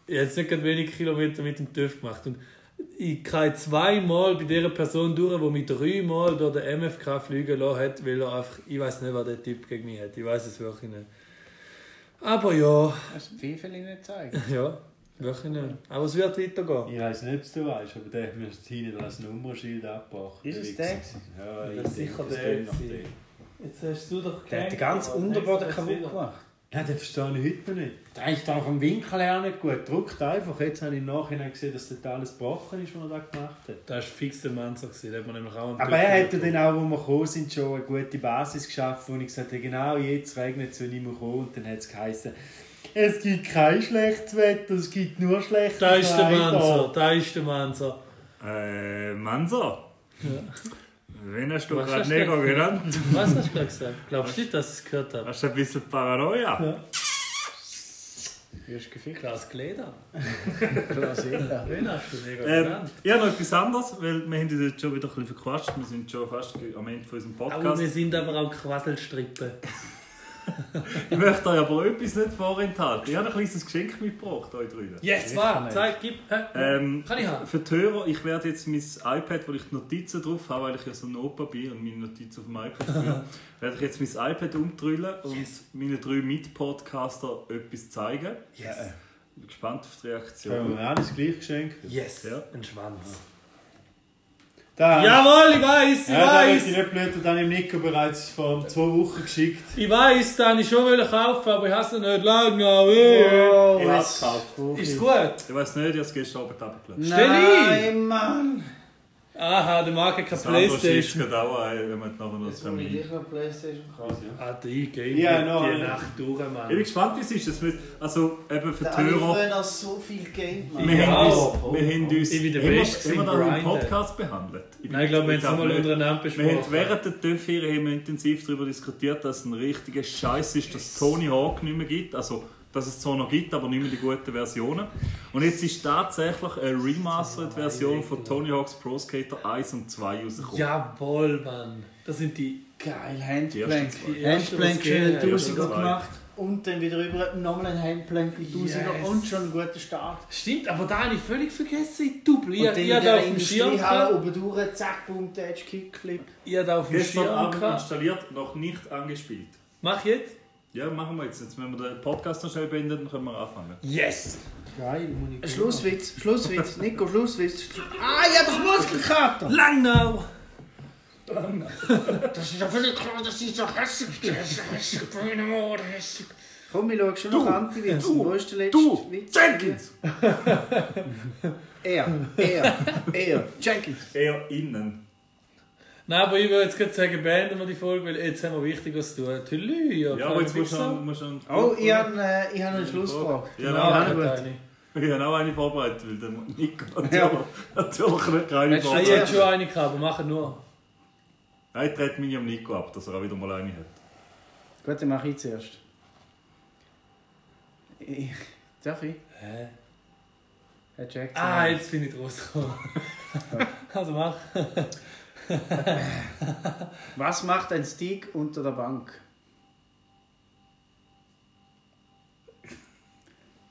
[SPEAKER 2] ich habe jetzt nicht gerade wenige Kilometer mit dem TÜV gemacht. Und ich kann zweimal bei dieser Person durch, die mich dreimal durch den MFK fliegen lassen hat, weil er einfach, ich weiß nicht, was der Typ gegen mich hat. Ich weiß es wirklich nicht. Aber ja,
[SPEAKER 3] Hast du die Pfeifel nicht zeigen?
[SPEAKER 2] ja, wirklich nicht. Aber es wird weitergehen.
[SPEAKER 6] Ich weiß nicht, ob du weißt, aber der hat mir hinten das Nummernschild abgebrochen.
[SPEAKER 3] Ist es der?
[SPEAKER 6] Ja,
[SPEAKER 2] Das ist
[SPEAKER 6] ich denke,
[SPEAKER 2] sicher
[SPEAKER 6] es
[SPEAKER 2] der
[SPEAKER 6] klingt nach
[SPEAKER 2] gewesen.
[SPEAKER 6] dem.
[SPEAKER 2] Jetzt hast du doch
[SPEAKER 3] Der hat den ganzen Unterboden kaputt gemacht.
[SPEAKER 5] Nein, den verstehe ich heute noch nicht. Der ist auch vom Winkel her nicht gut. Drückt einfach. Jetzt habe ich im Nachhinein gesehen, dass dort alles gebrochen ist, was er da gemacht hat.
[SPEAKER 2] Das war fix der Mann so. gewesen, Da hat man nämlich auch einen
[SPEAKER 5] Aber
[SPEAKER 2] Töpfchen
[SPEAKER 5] er hätte
[SPEAKER 2] bekommen.
[SPEAKER 5] dann auch, wo wir gekommen sind, schon eine gute Basis geschaffen, wo ich gesagt habe, genau jetzt regnet es, wenn ich komme. Und dann hat es geheißen, es gibt kein schlechtes Wetter, es gibt nur schlechtes
[SPEAKER 2] Da ist der Manser, da ist der Manser.
[SPEAKER 4] Äh, Mansa. Wen hast du
[SPEAKER 2] Was
[SPEAKER 4] gerade
[SPEAKER 2] hast du
[SPEAKER 4] Neger
[SPEAKER 2] gerade
[SPEAKER 4] genannt?
[SPEAKER 2] Was hast du gerade gesagt? Glaubst du nicht, dass ich es gehört habe?
[SPEAKER 4] Hast du ein bisschen Paranoia?
[SPEAKER 2] Du hast gefickt. Klaus Gleder.
[SPEAKER 3] Klausel.
[SPEAKER 2] Wen hast du mega
[SPEAKER 4] Ähm,
[SPEAKER 2] genannt?
[SPEAKER 4] ja, noch etwas anderes, weil wir haben uns jetzt schon wieder ein bisschen verquatscht. Wir sind schon fast am Ende von unserem
[SPEAKER 2] Aber wir
[SPEAKER 4] Podcast.
[SPEAKER 2] sind aber auch Quasselstrippe.
[SPEAKER 4] Ich möchte euch aber etwas nicht vorenthalten. Ich habe ein kleines Geschenk mitgebracht, euch drüben.
[SPEAKER 2] Yes, war! Zeig, gib! Hä?
[SPEAKER 4] Ähm,
[SPEAKER 2] Kann ich haben?
[SPEAKER 4] für die Hörer, ich werde jetzt mein iPad, wo ich die Notizen drauf habe, weil ich ja so ein Opa bin und meine Notizen auf dem iPad führe, werde ich jetzt mein iPad umdrüllen und meinen drei Mitpodcaster etwas zeigen.
[SPEAKER 5] Yes.
[SPEAKER 4] Ich bin gespannt auf die
[SPEAKER 5] Da haben
[SPEAKER 4] Reaktion.
[SPEAKER 5] wir alles gleich geschenkt.
[SPEAKER 2] Yes!
[SPEAKER 4] Ja.
[SPEAKER 2] Ein Schwanz.
[SPEAKER 5] Da,
[SPEAKER 2] Jawohl, ich weiß, ich
[SPEAKER 5] ja, da möchte ich
[SPEAKER 2] weiß!
[SPEAKER 5] nicht blöd, dann im Nico bereits vor um zwei Wochen geschickt.
[SPEAKER 2] Ich weiß, den ich schon wollte kaufen, aber ich habe es nicht lange. Oh.
[SPEAKER 3] Oh,
[SPEAKER 4] Ich hab's
[SPEAKER 3] es
[SPEAKER 4] gekauft.
[SPEAKER 2] Ist gut?
[SPEAKER 4] Ich weiß nicht, ich habe es gestern Abend abgeladen.
[SPEAKER 3] Nein, Mann!
[SPEAKER 2] Aha, der mag keine
[SPEAKER 4] Sandro schießt
[SPEAKER 2] Playstation.
[SPEAKER 4] gerade auch ein, wenn man nachher noch einen
[SPEAKER 3] Jetzt muss ich
[SPEAKER 4] Termin
[SPEAKER 3] gleich noch Playstation kaufen.
[SPEAKER 4] Ah,
[SPEAKER 2] Alter, ich gehe
[SPEAKER 5] Ja,
[SPEAKER 2] die
[SPEAKER 5] noch eine.
[SPEAKER 2] Nacht durch,
[SPEAKER 4] Ich bin
[SPEAKER 2] Mann.
[SPEAKER 4] gespannt, wie es ist. Das wird, also eben für die
[SPEAKER 3] Da habe ich
[SPEAKER 4] Hörer,
[SPEAKER 3] früher noch so viel Game gemacht.
[SPEAKER 4] wir haben
[SPEAKER 2] auch.
[SPEAKER 4] uns, wir haben uns
[SPEAKER 2] Ich bin der
[SPEAKER 4] haben wir-
[SPEAKER 2] Beste
[SPEAKER 4] haben wir
[SPEAKER 2] im
[SPEAKER 4] das im
[SPEAKER 2] Grinden.
[SPEAKER 4] Podcast behandelt. bin-
[SPEAKER 2] Nein, ich glaube, wir haben es
[SPEAKER 4] glaub
[SPEAKER 2] nochmal
[SPEAKER 4] nicht.
[SPEAKER 2] untereinander
[SPEAKER 4] Wir haben
[SPEAKER 2] besprochen.
[SPEAKER 4] während der Töpfere haben wir intensiv darüber diskutiert, dass es ein richtiger Scheiß ist, dass es Tony Hawk nicht mehr gibt. Also, dass es zwar noch gibt, aber nicht mehr die guten Versionen. Und jetzt ist tatsächlich eine remastered Version von Tony Hawk's Pro Skater 1 und 2 rausgekommen.
[SPEAKER 2] Jawohl, Mann. Das sind die.
[SPEAKER 3] Geil,
[SPEAKER 4] Die ersten
[SPEAKER 3] Handplank.
[SPEAKER 4] zwei.
[SPEAKER 2] Die ersten,
[SPEAKER 3] Handplank
[SPEAKER 2] was geht,
[SPEAKER 3] schon
[SPEAKER 2] ja,
[SPEAKER 3] einen
[SPEAKER 2] die
[SPEAKER 4] ersten
[SPEAKER 3] Tausiger
[SPEAKER 4] zwei.
[SPEAKER 3] gemacht und dann wieder über nochmal einen Handplank mit Tausiger
[SPEAKER 2] Yes.
[SPEAKER 3] und schon einen guten Start.
[SPEAKER 2] Stimmt, aber da habe ich völlig vergessen, ich double. Ich
[SPEAKER 3] Und dann
[SPEAKER 2] ich
[SPEAKER 3] in
[SPEAKER 2] hatte auf
[SPEAKER 3] der
[SPEAKER 2] dem Schirm.
[SPEAKER 3] Industriehalle
[SPEAKER 2] gehabt-
[SPEAKER 3] oben durch, zack, boom, Edge, Kickflip.
[SPEAKER 2] Ich hatte auf dem
[SPEAKER 4] Gestern
[SPEAKER 2] Schirm.
[SPEAKER 4] Abend
[SPEAKER 2] gehabt.
[SPEAKER 4] installiert, noch nicht angespielt.
[SPEAKER 2] Mach jetzt?
[SPEAKER 4] Ja, machen wir jetzt. Jetzt müssen wir den Podcast noch schnell beenden, dann können wir anfangen.
[SPEAKER 2] Yes!
[SPEAKER 5] Geil, muss ich
[SPEAKER 3] Schlusswitz, Schlusswitz, Nico, Schlusswitz. Ah, ja, doch Muskelkater!
[SPEAKER 2] Lang now!
[SPEAKER 3] Das ist ja völlig klar, das ist ja hässlich. Das ist hässlich von meinem Ohr, hässlich. Komm, ich schau schon noch Antivirus. Wo ist der letzte Witz?
[SPEAKER 4] Jenkins!
[SPEAKER 3] Er, er, er. Jenkins.
[SPEAKER 4] Eher innen.
[SPEAKER 2] Nein, aber ich würde jetzt gerade sagen, beenden wir die Folge, weil jetzt haben wir Wichtiges zu tun. Tülü,
[SPEAKER 4] Ja, aber jetzt musst du
[SPEAKER 2] schon.
[SPEAKER 4] noch- musst du noch...
[SPEAKER 3] Oh, ich habe äh, ich hab eine Schlussfrage. Genau.
[SPEAKER 4] Ja,
[SPEAKER 2] Ja,
[SPEAKER 4] nein,
[SPEAKER 3] Ja, gut.
[SPEAKER 2] keine.
[SPEAKER 4] ich habe auch eine vorbereitet, weil der Nico
[SPEAKER 3] Ja.
[SPEAKER 4] natürlich nicht keine
[SPEAKER 3] Hast du-
[SPEAKER 2] Ah,
[SPEAKER 4] vorbereitet
[SPEAKER 2] ich hätte schon eine gehabt, aber machen
[SPEAKER 4] Genau.
[SPEAKER 2] nur.
[SPEAKER 4] Nein, ich trete mich am Nico ab, dass er auch wieder mal eine hat.
[SPEAKER 3] Gut, dann mache ich zuerst. Ich, darf ich?
[SPEAKER 2] Hä?
[SPEAKER 3] Herr Jackson.
[SPEAKER 2] Ah, jetzt bin ich rausgekommen. also mach.
[SPEAKER 3] Was macht ein Stick unter der Bank?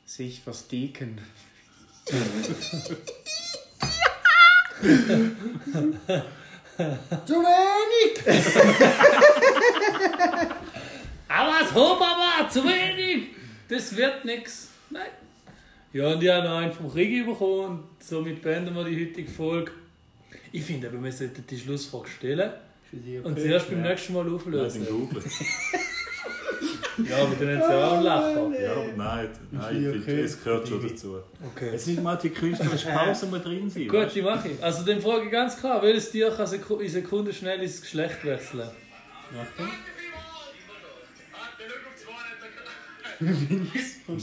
[SPEAKER 3] Sich versticken. Zu wenig!
[SPEAKER 2] Aber das Hobama, zu wenig! Das wird nix. Nein. Ja, und ich habe noch einen vom Rigi bekommen und somit beenden wir die heutige Folge. Ich finde aber, wir sollten die Schlussfrage stellen und zuerst beim nächsten Mal
[SPEAKER 4] Das sind
[SPEAKER 2] auflösen.
[SPEAKER 4] Double.
[SPEAKER 2] Ja, aber dann haben sie auch einen Lacher.
[SPEAKER 4] Ja, aber nein, nein
[SPEAKER 5] die
[SPEAKER 4] ich
[SPEAKER 5] okay?
[SPEAKER 4] finde, es gehört schon dazu.
[SPEAKER 2] Okay.
[SPEAKER 4] Es ist mal die künstlerische Pause mal drin sein.
[SPEAKER 2] Gut, die mache ich. Also dann frage ich ganz klar, welches Tier kann Seku- in Sekunden schnell ins Geschlecht wechseln?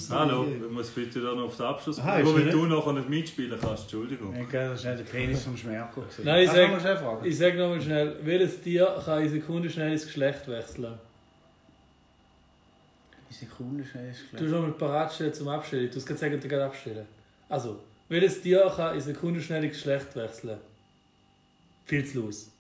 [SPEAKER 4] Hallo, ich muss bitte dann auf den Abschluss
[SPEAKER 5] Aha,
[SPEAKER 4] kommen,
[SPEAKER 5] ist
[SPEAKER 4] womit
[SPEAKER 5] nicht-
[SPEAKER 4] du nachher nicht mitspielen kannst. Entschuldigung.
[SPEAKER 3] Ich glaube, das war der Penis vom Schmerko.
[SPEAKER 2] Nein, ich
[SPEAKER 3] das kann man schon
[SPEAKER 2] sage
[SPEAKER 3] fragen.
[SPEAKER 2] ich sag nochmal schnell, welches Tier kann in Sekunden schnell ins Geschlecht wechseln?
[SPEAKER 3] Ist eine Kunde schnell ist
[SPEAKER 2] Du
[SPEAKER 3] schlecht.
[SPEAKER 2] schon mal parat stellen zum Abstellen. Du hast gerade sagen, du kannst abstellen. Also, welches Tier kann in Sekunden schnell ins Geschlecht wechseln? Viel zu los.